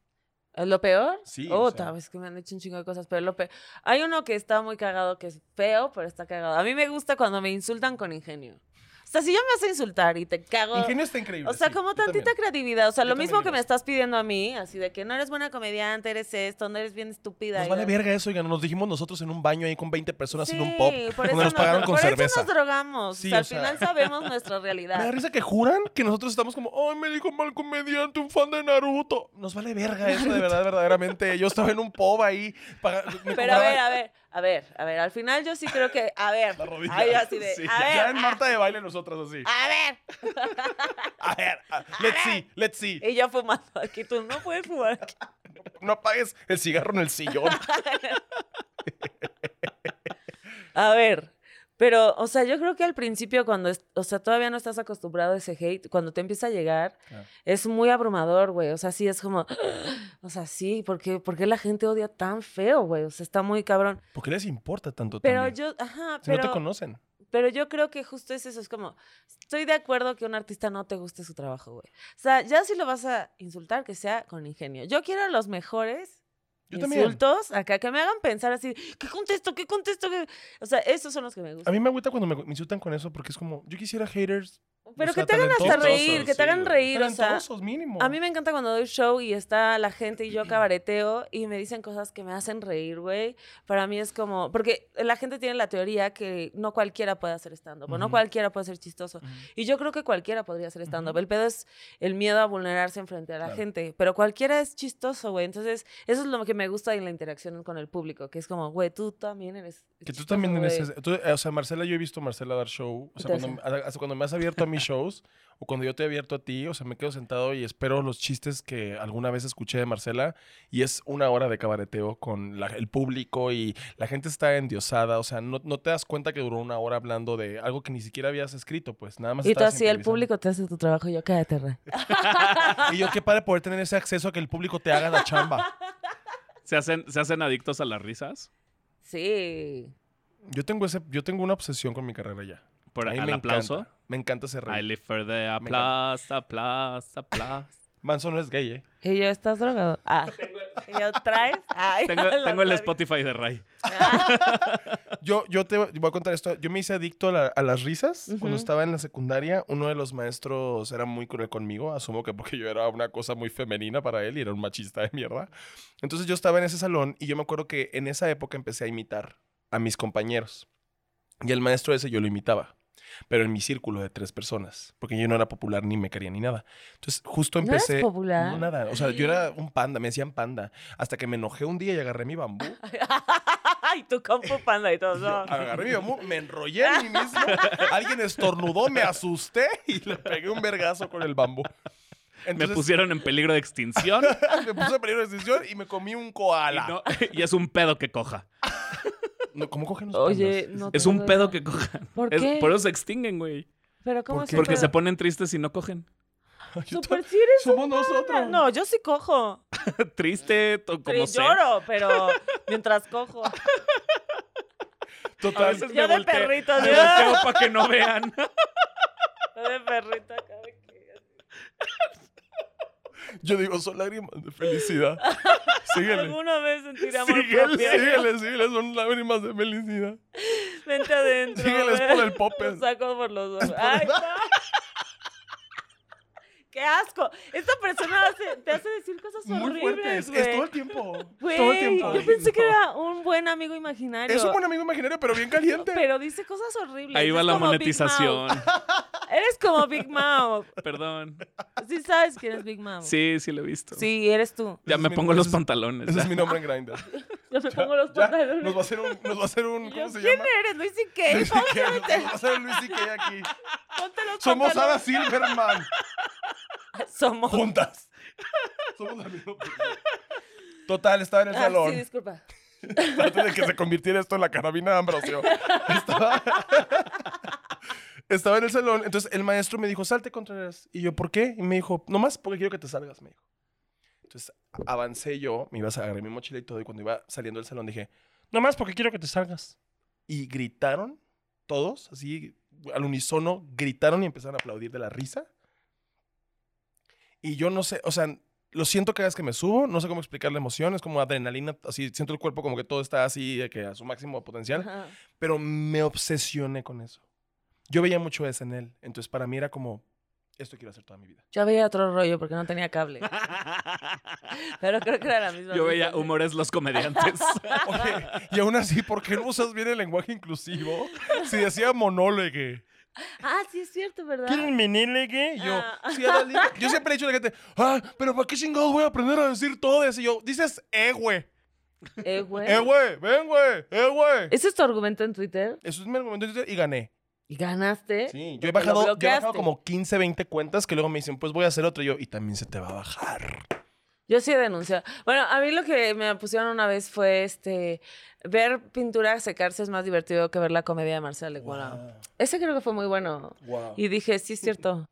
[SPEAKER 2] ¿Lo peor?
[SPEAKER 1] Sí, o
[SPEAKER 2] Oh,
[SPEAKER 1] sea.
[SPEAKER 2] es que me han hecho un chingo de cosas, pero lo peor. Hay uno que está muy cagado, que es feo, pero está cagado. A mí me gusta cuando me insultan con ingenio. O sea, si yo me hace insultar y te cago.
[SPEAKER 1] Ingenio está increíble.
[SPEAKER 2] Ah, O sea,
[SPEAKER 1] sí,
[SPEAKER 2] como
[SPEAKER 1] yo
[SPEAKER 2] tantita
[SPEAKER 1] también.
[SPEAKER 2] creatividad. O sea,
[SPEAKER 1] Yo
[SPEAKER 2] lo
[SPEAKER 1] también
[SPEAKER 2] mismo que
[SPEAKER 1] digo
[SPEAKER 2] me
[SPEAKER 1] eso.
[SPEAKER 2] estás pidiendo a mí, así de que no eres buena comediante, eres esto, no eres bien estúpida.
[SPEAKER 1] Nos
[SPEAKER 2] y
[SPEAKER 1] vale
[SPEAKER 2] yo-
[SPEAKER 1] verga eso, oigan. Nos dijimos nosotros en un baño ahí con 20 personas en un pop.
[SPEAKER 2] ¿eh? Sí, por
[SPEAKER 1] Donde
[SPEAKER 2] eso
[SPEAKER 1] nos pagaron con
[SPEAKER 2] por eso
[SPEAKER 1] cerveza.
[SPEAKER 2] nos drogamos.
[SPEAKER 1] Sí,
[SPEAKER 2] o sea,
[SPEAKER 1] o
[SPEAKER 2] al
[SPEAKER 1] sea.
[SPEAKER 2] final sabemos nuestra
[SPEAKER 1] Me da
[SPEAKER 2] realidad.
[SPEAKER 1] risa que juran que nosotros estamos como, ay, me dijo mal comediante, un fan de Naruto. Nos vale verga eso, de verdad, verdaderamente. Yo estaba en un pop ahí. paga- me
[SPEAKER 2] Pero a
[SPEAKER 1] cobraba-
[SPEAKER 2] ver, a ver, a ver, a ver, al final yo sí creo que, a ver,
[SPEAKER 1] La rodilla.
[SPEAKER 2] ay, así de,
[SPEAKER 1] Sí,
[SPEAKER 2] a
[SPEAKER 1] Ya
[SPEAKER 2] ver,
[SPEAKER 1] en Marta de baile nosotras así.
[SPEAKER 2] a ver,
[SPEAKER 1] A ver, a- let's see, let's see.
[SPEAKER 2] y yo fumando aquí, tú no puedes fumar aquí.
[SPEAKER 1] No apagues el cigarro en el sillón.
[SPEAKER 2] A ver, pero, o sea, yo creo que al principio cuando, es- o sea, todavía no estás acostumbrado a ese hate, cuando te empieza a llegar,
[SPEAKER 1] Claro.
[SPEAKER 2] es muy abrumador, güey, o sea, sí, es como, o sea, sí, ¿por qué, por qué la gente odia tan feo, güey? O sea, está muy cabrón.
[SPEAKER 1] ¿Por qué les importa tanto
[SPEAKER 2] Pero
[SPEAKER 1] también?
[SPEAKER 2] yo, ajá,
[SPEAKER 1] Si
[SPEAKER 2] pero...
[SPEAKER 1] no te conocen.
[SPEAKER 2] Pero yo creo que justo es eso, es como, estoy de acuerdo que un artista no te guste su trabajo, güey. O sea, ya si lo vas a insultar, que sea con ingenio. Yo quiero a los mejores
[SPEAKER 1] Yo también.
[SPEAKER 2] insultos acá, que me hagan pensar así, ¿qué contesto? ¿Qué contesto? ¿Qué-?" O sea, esos son los que me
[SPEAKER 1] A
[SPEAKER 2] gustan.
[SPEAKER 1] mí me agüita cuando me, me insultan con eso porque es como, yo quisiera haters
[SPEAKER 2] Pero
[SPEAKER 1] O
[SPEAKER 2] que
[SPEAKER 1] sea,
[SPEAKER 2] te hagan hasta
[SPEAKER 1] talentosos,
[SPEAKER 2] reír, que
[SPEAKER 3] sí,
[SPEAKER 2] te hagan
[SPEAKER 3] güey.
[SPEAKER 2] reír, o sea.
[SPEAKER 4] Talentosos, mínimo.
[SPEAKER 2] A mí me encanta cuando doy show y está la gente y yo cabareteo y me dicen cosas que me hacen reír, güey. Para mí es como, porque la gente tiene la teoría que no cualquiera puede hacer stand-up, o no
[SPEAKER 4] Ujú.
[SPEAKER 2] cualquiera puede ser chistoso. Y yo creo que cualquiera podría hacer stand-up. El pedo es el miedo a vulnerarse enfrente a la
[SPEAKER 1] Claro.
[SPEAKER 2] gente, pero cualquiera es chistoso, güey. Entonces, eso es lo que me gusta en la interacción con el público, que es como, güey, tú también eres...
[SPEAKER 1] Que tú
[SPEAKER 2] chistoso,
[SPEAKER 1] también en
[SPEAKER 2] güey".
[SPEAKER 1] ese... tú- eh, o sea, Marcela, yo he visto a Marcela dar show. O sea,
[SPEAKER 2] Entonces-
[SPEAKER 1] cuando, a- hasta cuando me has abierto a mis shows o cuando yo te he abierto a ti, o sea, me quedo sentado y espero los chistes que alguna vez escuché de Marcela y es una hora de cabareteo con la- el público y la gente está endiosada. O sea, no, no te das cuenta que duró una hora hablando de algo que ni siquiera habías escrito, pues nada más
[SPEAKER 2] Y tú
[SPEAKER 1] estabas
[SPEAKER 2] así, el
[SPEAKER 1] improvisando.
[SPEAKER 2] público te hace tu trabajo, y yo cállate, re.
[SPEAKER 1] Y yo qué padre poder tener ese acceso a que el público te haga la chamba.
[SPEAKER 3] ¿Se hacen, ¿Se hacen adictos a las risas?
[SPEAKER 2] Sí.
[SPEAKER 1] Yo tengo, ese, yo tengo una obsesión con mi carrera ya.
[SPEAKER 3] ¿Por
[SPEAKER 1] A mí
[SPEAKER 3] el
[SPEAKER 1] me
[SPEAKER 3] aplauso?
[SPEAKER 1] Encanta. Me encanta ese
[SPEAKER 3] I
[SPEAKER 1] rey.
[SPEAKER 3] live for the
[SPEAKER 1] Me encanta.
[SPEAKER 3] applause, applause, applause.
[SPEAKER 1] Manson no es gay, ¿eh?
[SPEAKER 2] Y yo, ¿estás drogado? Ah. Y yo, ¿traes? Ay,
[SPEAKER 3] Tengo,
[SPEAKER 2] la Ah.
[SPEAKER 3] tengo el
[SPEAKER 2] madre.
[SPEAKER 3] Spotify de Ray.
[SPEAKER 1] Yo, yo te voy a contar esto. Yo me hice adicto a, la- a las risas.
[SPEAKER 2] Ujú.
[SPEAKER 1] Cuando estaba en la secundaria, uno de los maestros era muy cruel conmigo. Asumo que porque yo era una cosa muy femenina para él y era un machista de mierda. Entonces yo estaba en ese salón y yo me acuerdo que en esa época empecé a imitar a mis compañeros. Y el maestro ese yo lo imitaba. Pero en mi círculo de tres personas. Porque yo no era popular ni me quería ni nada. Entonces justo
[SPEAKER 2] ¿No eres
[SPEAKER 1] empecé...
[SPEAKER 2] popular?
[SPEAKER 1] No, nada. O sea, yo era un panda. Me decían panda. Hasta que me enojé un día y agarré mi bambú.
[SPEAKER 2] y tu compu panda y todo.
[SPEAKER 1] Y yo
[SPEAKER 2] ¿no?
[SPEAKER 1] agarré mi bambú, me enrollé en mí mismo. Alguien estornudó, me asusté y le pegué un vergazo con el bambú.
[SPEAKER 3] me
[SPEAKER 1] Entonces,
[SPEAKER 3] pusieron en peligro de extinción
[SPEAKER 1] me puse a peligro de extinción y me comí un
[SPEAKER 3] y,
[SPEAKER 1] koala.
[SPEAKER 3] no- y es un pedo que coja.
[SPEAKER 1] No, ¿Cómo cogen los
[SPEAKER 2] Oye,
[SPEAKER 1] pandas?
[SPEAKER 2] no
[SPEAKER 3] Es
[SPEAKER 2] te
[SPEAKER 3] un
[SPEAKER 2] doy-
[SPEAKER 3] pedo que coja.
[SPEAKER 2] ¿Por
[SPEAKER 3] Es-
[SPEAKER 2] qué?
[SPEAKER 3] por eso se extinguen, güey.
[SPEAKER 2] ¿Pero cómo
[SPEAKER 1] ¿Por
[SPEAKER 2] es
[SPEAKER 1] qué?
[SPEAKER 2] un
[SPEAKER 3] Porque
[SPEAKER 2] pedo?
[SPEAKER 3] se ponen tristes y no cogen.
[SPEAKER 1] Yo
[SPEAKER 2] Super,
[SPEAKER 1] to-
[SPEAKER 2] sí eres un
[SPEAKER 1] Somos nosotros. Ah,
[SPEAKER 2] panda. No, yo sí cojo.
[SPEAKER 3] Triste, to- como
[SPEAKER 2] Sí,
[SPEAKER 3] sé.
[SPEAKER 2] lloro, pero mientras cojo.
[SPEAKER 3] A
[SPEAKER 1] Total.
[SPEAKER 3] veces
[SPEAKER 2] Yo
[SPEAKER 3] me
[SPEAKER 2] de
[SPEAKER 3] volteo-
[SPEAKER 2] perrito,
[SPEAKER 3] me
[SPEAKER 2] ¿sí?
[SPEAKER 3] volteo para que no vean.
[SPEAKER 2] Yo de perrito acá de que-
[SPEAKER 1] Yo digo, son lágrimas de felicidad. Síguele.
[SPEAKER 2] Alguna vez sentiré amor
[SPEAKER 1] Síguele,
[SPEAKER 2] propio.
[SPEAKER 1] síguele, síguele, son lágrimas de felicidad.
[SPEAKER 2] Vente adentro.
[SPEAKER 1] Síguele, es
[SPEAKER 2] güey.
[SPEAKER 1] por el
[SPEAKER 2] Lo
[SPEAKER 1] popper.
[SPEAKER 2] saco por los ojos. Ay, no. ¡Qué asco! Esta persona hace- te hace decir cosas
[SPEAKER 1] Muy fuerte,
[SPEAKER 2] horribles,
[SPEAKER 1] es,
[SPEAKER 2] güey.
[SPEAKER 1] es todo el tiempo. todo el
[SPEAKER 2] Güey,
[SPEAKER 1] tiempo.
[SPEAKER 2] yo pensé que era un buen amigo imaginario.
[SPEAKER 1] Es un buen amigo imaginario, pero bien caliente.
[SPEAKER 2] Pero dice cosas horribles.
[SPEAKER 3] Ahí va
[SPEAKER 2] es
[SPEAKER 3] la
[SPEAKER 2] como Big
[SPEAKER 3] monetización.
[SPEAKER 2] Mouth. Eres como Big Mouth.
[SPEAKER 3] Perdón.
[SPEAKER 2] Sí sabes quién es Big Mouth.
[SPEAKER 3] Sí, sí lo he visto.
[SPEAKER 2] Sí, eres tú.
[SPEAKER 3] Ya
[SPEAKER 1] Ese
[SPEAKER 3] me
[SPEAKER 1] es mi-
[SPEAKER 3] pongo los
[SPEAKER 1] ese es-
[SPEAKER 3] pantalones.
[SPEAKER 1] Ese
[SPEAKER 3] ya.
[SPEAKER 1] es mi nombre en Grindr.
[SPEAKER 2] Yo me pongo los
[SPEAKER 1] Ya,
[SPEAKER 2] pantalones.
[SPEAKER 1] Nos va a hacer un, nos va a hacer un
[SPEAKER 2] Y yo,
[SPEAKER 1] ¿cómo se
[SPEAKER 2] ¿Quién
[SPEAKER 1] llama?
[SPEAKER 2] eres? Luis y Kay.
[SPEAKER 1] Luis y Kay, nos va a hacer un Luis y Kay aquí.
[SPEAKER 2] Ponte los
[SPEAKER 1] Somos Ada
[SPEAKER 2] pantalones.
[SPEAKER 1] Silverman,
[SPEAKER 2] Somos.
[SPEAKER 1] juntas. Somos la misma persona. Total, estaba en el
[SPEAKER 2] Ah, sí,
[SPEAKER 1] salón.
[SPEAKER 2] disculpa.
[SPEAKER 1] Antes de que se convirtiera esto en la carabina de Ambrosio. Estaba... estaba en el salón. Entonces el maestro me dijo, salte Contreras. Y yo, ¿por qué? Y me dijo, nomás porque quiero que te salgas, me dijo. Entonces avancé yo, me iba a agarrar mi mochila y todo. Y cuando iba saliendo del salón dije, nomás porque quiero que te salgas. Y gritaron todos, así al unísono, gritaron y empezaron a aplaudir de la risa. Y yo no sé, o sea, lo siento cada vez que me subo, no sé cómo explicar la emoción, es como adrenalina, así siento el cuerpo como que todo está así, de que a su máximo potencial,
[SPEAKER 2] Ajá.
[SPEAKER 1] pero me obsesioné con eso. Yo veía mucho eso en él, entonces para mí era como, esto quiero hacer toda mi vida.
[SPEAKER 2] Yo veía otro rollo porque no tenía cable. Pero creo que era la misma.
[SPEAKER 3] Yo veía
[SPEAKER 2] sensación.
[SPEAKER 3] humores los comediantes.
[SPEAKER 1] Oye, y aún así, ¿por qué no usas bien el lenguaje inclusivo? Si decía monólogo.
[SPEAKER 2] Ah, sí, es cierto, ¿verdad?
[SPEAKER 1] ¿Quieren menélegue? Y Yo,
[SPEAKER 2] Ah.
[SPEAKER 1] sí, ahora digo- yo siempre he dicho a la gente, ah, pero ¿para qué chingados voy a aprender a decir todo eso? Y yo, dices, eh, güey,
[SPEAKER 2] Eh, güey.
[SPEAKER 1] eh, güey, ven, güey, eh, güey.
[SPEAKER 2] ¿Ese es tu argumento en Twitter?
[SPEAKER 1] Eso es mi argumento en Twitter y gané.
[SPEAKER 2] ¿Y ganaste?
[SPEAKER 1] Sí,
[SPEAKER 2] Porque
[SPEAKER 1] yo he,
[SPEAKER 2] lo
[SPEAKER 1] bajado, yo he bajado
[SPEAKER 2] bloqueaste.
[SPEAKER 1] como 15, 20 cuentas que luego me dicen, pues voy a hacer otro. Y yo, y también se te va a bajar.
[SPEAKER 2] Yo sí he denunciado. Bueno, a mí lo que me pusieron una vez fue este. Ver pintura secarse es más divertido que ver la comedia de Marcela Lecuona. Ese creo que fue muy bueno.
[SPEAKER 1] Wow.
[SPEAKER 2] Y dije, sí, es cierto.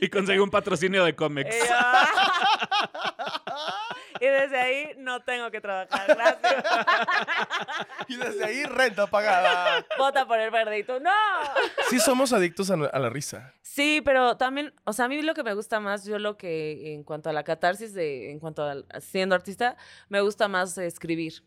[SPEAKER 3] y conseguí un patrocinio de
[SPEAKER 2] Y
[SPEAKER 3] cómics.
[SPEAKER 2] yo- y desde ahí no tengo que trabajar. Gracias.
[SPEAKER 1] Y desde ahí, renta pagada.
[SPEAKER 2] Vota por el verde y tú, ¡no!
[SPEAKER 1] Sí, somos adictos a, a la risa.
[SPEAKER 2] Sí, pero también, o sea, a mí lo que me gusta más, yo lo que en cuanto a la catarsis, de, en cuanto a siendo artista, me gusta más eh, escribir.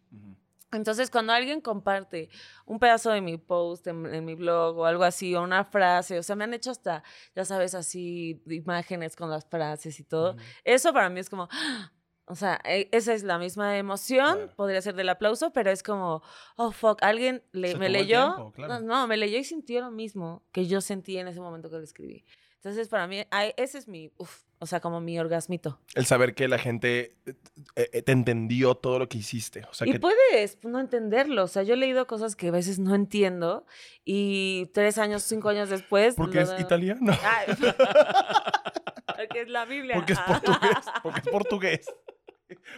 [SPEAKER 2] Entonces, cuando alguien comparte un pedazo de mi post en, en mi blog o algo así, o una frase, o sea, me han hecho hasta, ya sabes, así, imágenes con las frases y todo, eso para mí es como, ¡ah! o sea, e- esa es la misma emoción,
[SPEAKER 1] Claro.
[SPEAKER 2] podría ser del aplauso, pero es como, oh, fuck, alguien le-
[SPEAKER 1] Se tomó
[SPEAKER 2] me
[SPEAKER 1] el
[SPEAKER 2] leyó,
[SPEAKER 1] tiempo, claro.
[SPEAKER 2] no, no, me leyó y sintió lo mismo que yo sentí en ese momento que lo escribí. Entonces, para mí, ay, ese es mi, uf, o sea, como mi orgasmito.
[SPEAKER 1] El saber que la gente eh, eh, te entendió todo lo que hiciste. O sea,
[SPEAKER 2] Y pues,
[SPEAKER 1] que
[SPEAKER 2] puedes no entenderlo. O sea, yo he leído cosas que a veces no entiendo y tres años, cinco años después.
[SPEAKER 1] porque
[SPEAKER 2] lo
[SPEAKER 1] es
[SPEAKER 2] veo-
[SPEAKER 1] italiano,
[SPEAKER 2] Ay. porque es la Biblia.
[SPEAKER 1] porque es
[SPEAKER 2] Ah.
[SPEAKER 1] portugués, porque es portugués.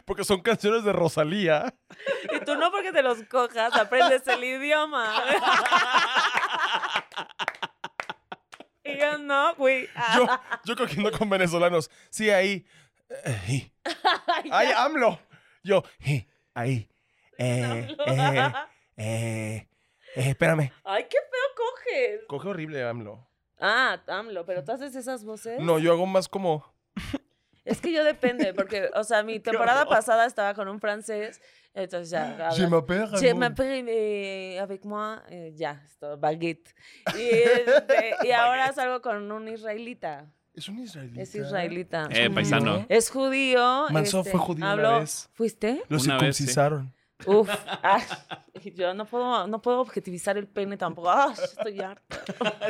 [SPEAKER 1] Porque son canciones de Rosalía.
[SPEAKER 2] Y tú no porque te los cojas, aprendes el idioma. y yo no, güey. Ah,
[SPEAKER 1] Yo, yo cogiendo con venezolanos. Sí, ahí. eh, ahí.
[SPEAKER 2] ya,
[SPEAKER 1] ¡Ay, AMLO! Yo, eh, ahí. Eh,
[SPEAKER 2] hablo.
[SPEAKER 1] eh, eh, eh, espérame.
[SPEAKER 2] Ay, qué feo coges.
[SPEAKER 1] Coge horrible AMLO.
[SPEAKER 2] Ah, AMLO, pero tú haces esas voces.
[SPEAKER 1] No, yo hago más como.
[SPEAKER 2] Es que yo depende, porque, o sea, mi temporada pasada estaba con un francés, entonces ya. hablas-
[SPEAKER 1] Je m'appelle
[SPEAKER 2] Je
[SPEAKER 1] Raymond.
[SPEAKER 2] m'appelle eh, avec moi, eh, ya, esto, baguette. Y, este, y ahora salgo con un israelita.
[SPEAKER 1] Es un israelita.
[SPEAKER 2] Es israelita.
[SPEAKER 3] Eh,
[SPEAKER 2] Ujú.
[SPEAKER 3] paisano.
[SPEAKER 2] Es judío.
[SPEAKER 1] Manso fue judío una
[SPEAKER 2] habló-
[SPEAKER 1] vez.
[SPEAKER 2] ¿Fuiste?
[SPEAKER 1] Lo
[SPEAKER 3] Una vez, sí.
[SPEAKER 1] circuncisaron.
[SPEAKER 2] Uf. ay, yo no puedo, no puedo objetivizar el pene tampoco. Ah, estoy harta.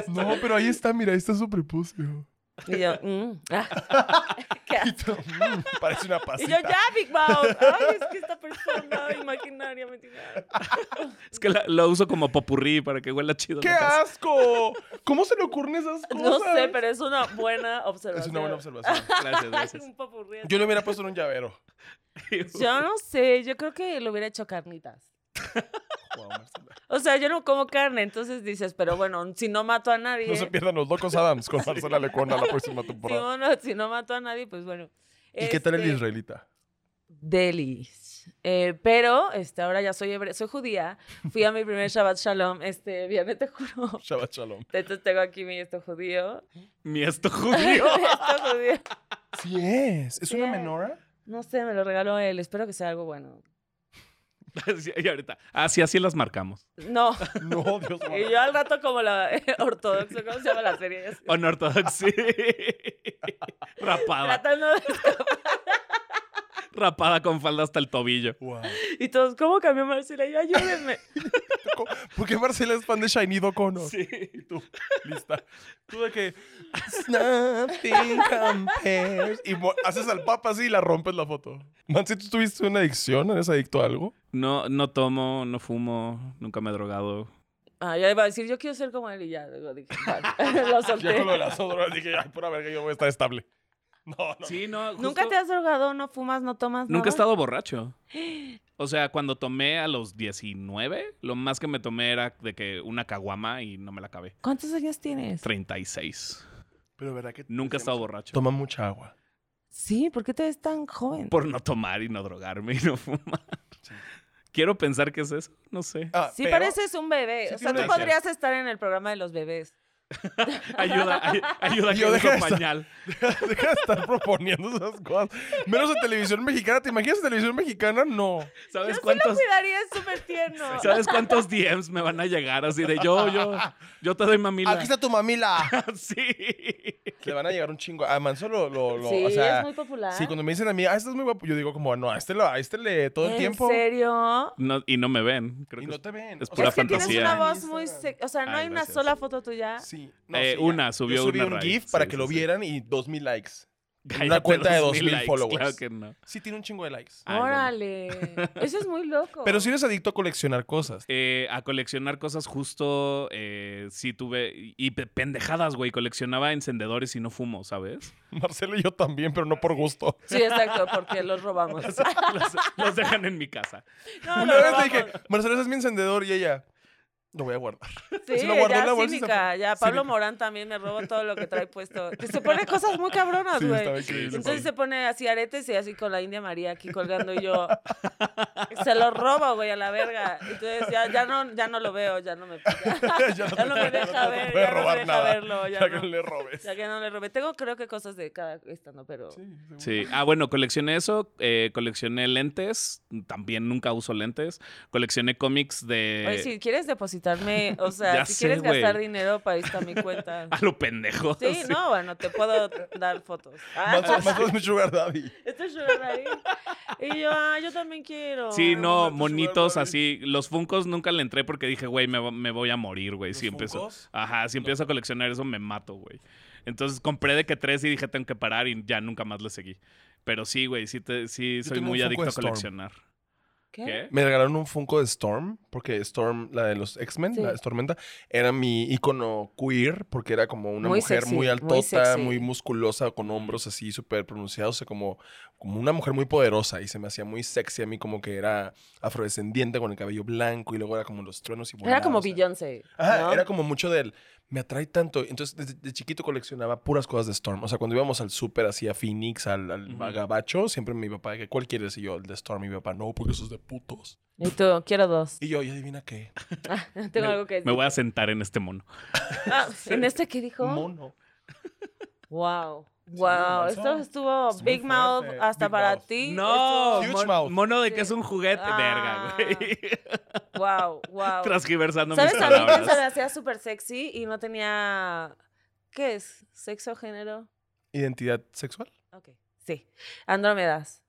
[SPEAKER 1] No, pero ahí está, mira, ahí está su prepucio.
[SPEAKER 2] Y yo, mm, ah. ¿Qué
[SPEAKER 1] Y tú, mm, parece una
[SPEAKER 2] Y
[SPEAKER 1] pasita.
[SPEAKER 2] yo, ya, Big Mouth. Ay, es que esta persona imaginaria me tiene.
[SPEAKER 3] Es que la- lo uso como popurrí para que huela chido.
[SPEAKER 1] ¡Qué
[SPEAKER 3] la casa.
[SPEAKER 1] asco! ¿Cómo se le ocurren esas cosas?
[SPEAKER 2] No sé, pero es una buena observación.
[SPEAKER 1] Es una buena observación.
[SPEAKER 3] Gracias,
[SPEAKER 2] Es
[SPEAKER 3] gracias.
[SPEAKER 2] un popurrí.
[SPEAKER 1] Yo le hubiera puesto en un llavero.
[SPEAKER 2] Yo no sé, yo creo que lo hubiera hecho carnitas.
[SPEAKER 1] Wow, Marcela.
[SPEAKER 2] O sea, yo no como carne, entonces dices, pero bueno, si no mato a nadie,
[SPEAKER 1] No se pierdan los locos Adams con Marcela Lecona la próxima
[SPEAKER 2] si,
[SPEAKER 1] temporada.
[SPEAKER 2] uno- si no mato a nadie, pues bueno.
[SPEAKER 1] ¿Y qué tal el
[SPEAKER 2] Este,
[SPEAKER 1] israelita?
[SPEAKER 2] Delis. Eh, pero este, ahora ya soy hebre- soy judía. Fui a mi primer Shabbat Shalom este viernes, te juro.
[SPEAKER 1] Shabbat shalom.
[SPEAKER 2] Entonces tengo aquí mi esto judío.
[SPEAKER 3] Mi esto judío.
[SPEAKER 2] Esto judío.
[SPEAKER 1] Sí es. ¿Es
[SPEAKER 2] una menora? No sé, me lo regaló él. Espero que sea algo bueno.
[SPEAKER 3] y ahorita. Así, así las marcamos.
[SPEAKER 2] No.
[SPEAKER 1] No, Dios
[SPEAKER 2] Y
[SPEAKER 1] mío.
[SPEAKER 2] yo al rato como la ortodoxa, ¿cómo se llama la serie? esa?
[SPEAKER 3] Unorthodoxy.
[SPEAKER 1] Ah,
[SPEAKER 3] rapada.
[SPEAKER 2] Tratando de...
[SPEAKER 3] Rapada con falda hasta el tobillo.
[SPEAKER 1] Wow.
[SPEAKER 2] Y todos, ¿cómo cambió Marcela? Y yo, ayúdenme.
[SPEAKER 1] ¿Por qué Marcela es fan de Shiny Docono?
[SPEAKER 3] Sí.
[SPEAKER 1] Y tú, lista. Tú de que. "It's Nothing compares. Y mo- haces al papa así y la rompes la foto. Mansi, ¿tú tuviste una adicción? ¿Eres adicto a algo?
[SPEAKER 3] No, no tomo, no fumo, nunca me he drogado.
[SPEAKER 2] Ah, ya iba a decir, yo quiero ser como él y ya. Lo dije, vale. lo
[SPEAKER 1] Ya
[SPEAKER 2] solté.
[SPEAKER 1] con lo de las drogas dije, ay, pura verga, yo voy a estar estable. No, no.
[SPEAKER 3] Sí, no. justo-
[SPEAKER 2] ¿Nunca te has drogado? ¿No fumas? ¿No tomas
[SPEAKER 3] Nunca he
[SPEAKER 2] nada?
[SPEAKER 3] estado borracho. O sea, cuando tomé a los 19, lo más que me tomé era de que una caguama y no me la acabé.
[SPEAKER 2] ¿Cuántos años tienes?
[SPEAKER 3] 36.
[SPEAKER 1] Pero verdad que.
[SPEAKER 3] Nunca he estado borracho.
[SPEAKER 1] Toma mucha agua.
[SPEAKER 2] Sí, ¿por qué te ves tan joven?
[SPEAKER 3] Por no tomar y no drogarme y no fumar. Quiero pensar que es eso. No sé.
[SPEAKER 1] Ah,
[SPEAKER 2] Sí,
[SPEAKER 1] pero-
[SPEAKER 2] pareces un bebé.
[SPEAKER 1] Sí
[SPEAKER 2] o sea, tú
[SPEAKER 1] tiene
[SPEAKER 3] una-
[SPEAKER 2] podrías estar en el programa de los bebés.
[SPEAKER 3] Ayuda, ay- ayuda que
[SPEAKER 1] Yo
[SPEAKER 3] uso
[SPEAKER 1] deja esa-
[SPEAKER 3] pañal.
[SPEAKER 1] Deja de estar proponiendo esas cosas. Menos en televisión mexicana. ¿Te imaginas en televisión mexicana? No.
[SPEAKER 3] ¿Sabes
[SPEAKER 2] Lo
[SPEAKER 3] cuántos?
[SPEAKER 2] cuidaría, es súper tierno.
[SPEAKER 3] ¿Sabes cuántos DMs me van a llegar así de yo, yo, yo te doy mamila?
[SPEAKER 1] tu mamila.
[SPEAKER 3] Sí.
[SPEAKER 1] Le van a llegar un chingo. A Manso lo. lo, lo-
[SPEAKER 2] Sí,
[SPEAKER 1] o sea,
[SPEAKER 2] es muy popular.
[SPEAKER 1] Sí, cuando me dicen a mí, ah, este es muy guapo, yo digo como, no, a este, lo, a este le todo el
[SPEAKER 2] ¿En
[SPEAKER 1] tiempo.
[SPEAKER 2] serio?
[SPEAKER 3] No, y no me ven. Creo
[SPEAKER 1] Y
[SPEAKER 3] que
[SPEAKER 1] no te ven.
[SPEAKER 3] es
[SPEAKER 1] O sea,
[SPEAKER 3] pura
[SPEAKER 2] es que tienes
[SPEAKER 3] fantasía.
[SPEAKER 2] una voz muy... sec- O sea, no
[SPEAKER 3] Ay,
[SPEAKER 2] hay una
[SPEAKER 3] gracias.
[SPEAKER 2] sola foto tuya.
[SPEAKER 1] Sí.
[SPEAKER 3] Eh,
[SPEAKER 1] ya.
[SPEAKER 3] una, subió
[SPEAKER 1] Yo subí
[SPEAKER 3] una
[SPEAKER 1] un
[SPEAKER 3] raíz.
[SPEAKER 1] GIF para
[SPEAKER 3] Sí,
[SPEAKER 1] que
[SPEAKER 3] sí,
[SPEAKER 1] lo
[SPEAKER 3] sí.
[SPEAKER 1] vieran y dos mil likes.
[SPEAKER 3] Cállate,
[SPEAKER 1] una cuenta de
[SPEAKER 3] 2000
[SPEAKER 1] 2000
[SPEAKER 3] likes,
[SPEAKER 1] followers.
[SPEAKER 3] Claro que no.
[SPEAKER 1] Sí, tiene un chingo de likes.
[SPEAKER 3] Ay, bueno.
[SPEAKER 2] Órale. Eso es muy loco.
[SPEAKER 1] Pero si eres adicto a coleccionar cosas.
[SPEAKER 3] Eh, a coleccionar cosas justo, eh, sí tuve, y y pe- pendejadas, güey, coleccionaba encendedores y no fumo, ¿sabes?
[SPEAKER 1] Marcelo y yo también, pero no por gusto.
[SPEAKER 2] Sí, exacto, porque los robamos.
[SPEAKER 3] Los, los dejan en mi casa.
[SPEAKER 2] No,
[SPEAKER 1] una
[SPEAKER 2] los
[SPEAKER 1] vez le
[SPEAKER 2] robamos.
[SPEAKER 1] dije, Marcelo, ese es mi encendedor y ella. Lo voy a guardar.
[SPEAKER 2] Sí,
[SPEAKER 1] lo guardé en
[SPEAKER 2] ya
[SPEAKER 1] la bolsa y se
[SPEAKER 2] cínica, ya. Pablo
[SPEAKER 1] Cínica.
[SPEAKER 2] Morán también me robo todo lo que trae puesto. Que Se pone cosas muy cabronas,
[SPEAKER 1] Sí,
[SPEAKER 2] Ah, güey.
[SPEAKER 1] estaba increíble.
[SPEAKER 2] Entonces se
[SPEAKER 1] Pablo.
[SPEAKER 2] pone así aretes y así con la India María aquí colgando y yo se lo robo, güey, a la verga. Entonces ya, ya, no, ya no lo veo, ya no me pica.
[SPEAKER 1] ya no,
[SPEAKER 2] Ya no
[SPEAKER 1] te-
[SPEAKER 2] me
[SPEAKER 1] ya
[SPEAKER 2] deja
[SPEAKER 1] no te
[SPEAKER 2] ver,
[SPEAKER 1] puede
[SPEAKER 2] ya no me
[SPEAKER 1] robar
[SPEAKER 2] deja
[SPEAKER 1] nada.
[SPEAKER 2] verlo, ya
[SPEAKER 1] Ya
[SPEAKER 2] no.
[SPEAKER 1] que le robes.
[SPEAKER 2] Ya que no le robé. Tengo creo que cosas de cada estando, pero...
[SPEAKER 1] Sí, seguro.
[SPEAKER 3] Sí. Ah, bueno, coleccioné eso. eh, coleccioné lentes. También nunca uso lentes. Coleccioné cómics de.
[SPEAKER 2] Oye, si quieres depositarme, o sea,
[SPEAKER 3] Eh, Ya
[SPEAKER 2] si
[SPEAKER 3] sé,
[SPEAKER 2] quieres gastar
[SPEAKER 3] güey. Ah,
[SPEAKER 2] dinero, para está mi cuenta.
[SPEAKER 3] A lo pendejo.
[SPEAKER 2] Sí,
[SPEAKER 3] así.
[SPEAKER 2] no, bueno, te puedo dar fotos. Ah,
[SPEAKER 1] Más, más es mi sugar daddy.
[SPEAKER 2] esto es sugar daddy. Y yo, ah, yo también quiero.
[SPEAKER 3] Sí,
[SPEAKER 1] no,
[SPEAKER 3] no,
[SPEAKER 1] tu
[SPEAKER 3] monitos
[SPEAKER 1] sugar
[SPEAKER 3] así. Los Funcos nunca le entré porque dije, güey, me, va- me voy a morir, güey.
[SPEAKER 1] ¿Los
[SPEAKER 3] Si empiezo.
[SPEAKER 1] Funkos?
[SPEAKER 3] Ajá, si empiezo a coleccionar eso, me mato, güey. Entonces compré de que tres y dije, tengo que parar y ya nunca más le seguí. Pero sí, güey, sí, te- sí
[SPEAKER 1] Yo
[SPEAKER 3] soy
[SPEAKER 1] tengo un
[SPEAKER 3] muy
[SPEAKER 1] Funko
[SPEAKER 3] adicto
[SPEAKER 1] de
[SPEAKER 3] a
[SPEAKER 1] Storm.
[SPEAKER 3] coleccionar. ¿Qué?
[SPEAKER 1] Me regalaron un Funko de Storm, porque Storm, la de los X-Men,
[SPEAKER 2] Sí.
[SPEAKER 1] la de Tormenta, era mi icono queer, porque era como una
[SPEAKER 2] Muy
[SPEAKER 1] mujer
[SPEAKER 2] sexy,
[SPEAKER 1] muy
[SPEAKER 2] muy
[SPEAKER 1] altota,
[SPEAKER 2] sexy.
[SPEAKER 1] muy, musculosa, con hombros así súper pronunciados, o sea, como, como una mujer muy poderosa y se me hacía muy sexy a mí, como que era afrodescendiente con el cabello blanco y luego era como los truenos y
[SPEAKER 2] Era
[SPEAKER 1] volaba,
[SPEAKER 2] como
[SPEAKER 1] o sea.
[SPEAKER 2] Beyoncé.
[SPEAKER 1] Ajá,
[SPEAKER 2] ¿no?
[SPEAKER 1] era como mucho del, me atrae tanto. Entonces, desde de chiquito coleccionaba puras cosas de Storm. O sea, cuando íbamos al súper, así a Phoenix, al, al
[SPEAKER 3] Ujú.
[SPEAKER 1] a Gabacho, siempre mi papá, que ¿cuál quieres? Y yo, el de Storm. Y mi papá, no, porque eso es de putos.
[SPEAKER 2] Y tú, quiero dos.
[SPEAKER 1] Y yo, ¿y adivina qué?
[SPEAKER 2] Tengo
[SPEAKER 3] me-
[SPEAKER 2] algo que decir.
[SPEAKER 3] Me voy a sentar en este mono.
[SPEAKER 2] Ah, ¿En este que dijo?
[SPEAKER 1] Mono.
[SPEAKER 2] Wow.
[SPEAKER 1] Sí,
[SPEAKER 2] Wow.
[SPEAKER 1] lanzó.
[SPEAKER 2] Esto estuvo
[SPEAKER 1] Es muy
[SPEAKER 2] Big Mouth
[SPEAKER 1] fuerte.
[SPEAKER 2] hasta
[SPEAKER 1] Big
[SPEAKER 2] para
[SPEAKER 1] Mouth.
[SPEAKER 2] ti.
[SPEAKER 3] No,
[SPEAKER 1] Huge
[SPEAKER 3] mon-
[SPEAKER 1] mouth.
[SPEAKER 3] mono de que
[SPEAKER 2] Sí.
[SPEAKER 3] es un juguete,
[SPEAKER 2] Ah.
[SPEAKER 3] verga, güey.
[SPEAKER 2] Wow, wow.
[SPEAKER 3] Transgiversando mis
[SPEAKER 2] ¿Sabes a mí que se me
[SPEAKER 3] palabras.
[SPEAKER 2] hacía súper sexy y no tenía. ¿Qué es? ¿Sexo, género?
[SPEAKER 1] ¿Identidad sexual?
[SPEAKER 2] Ok. Sí. Andrómedas.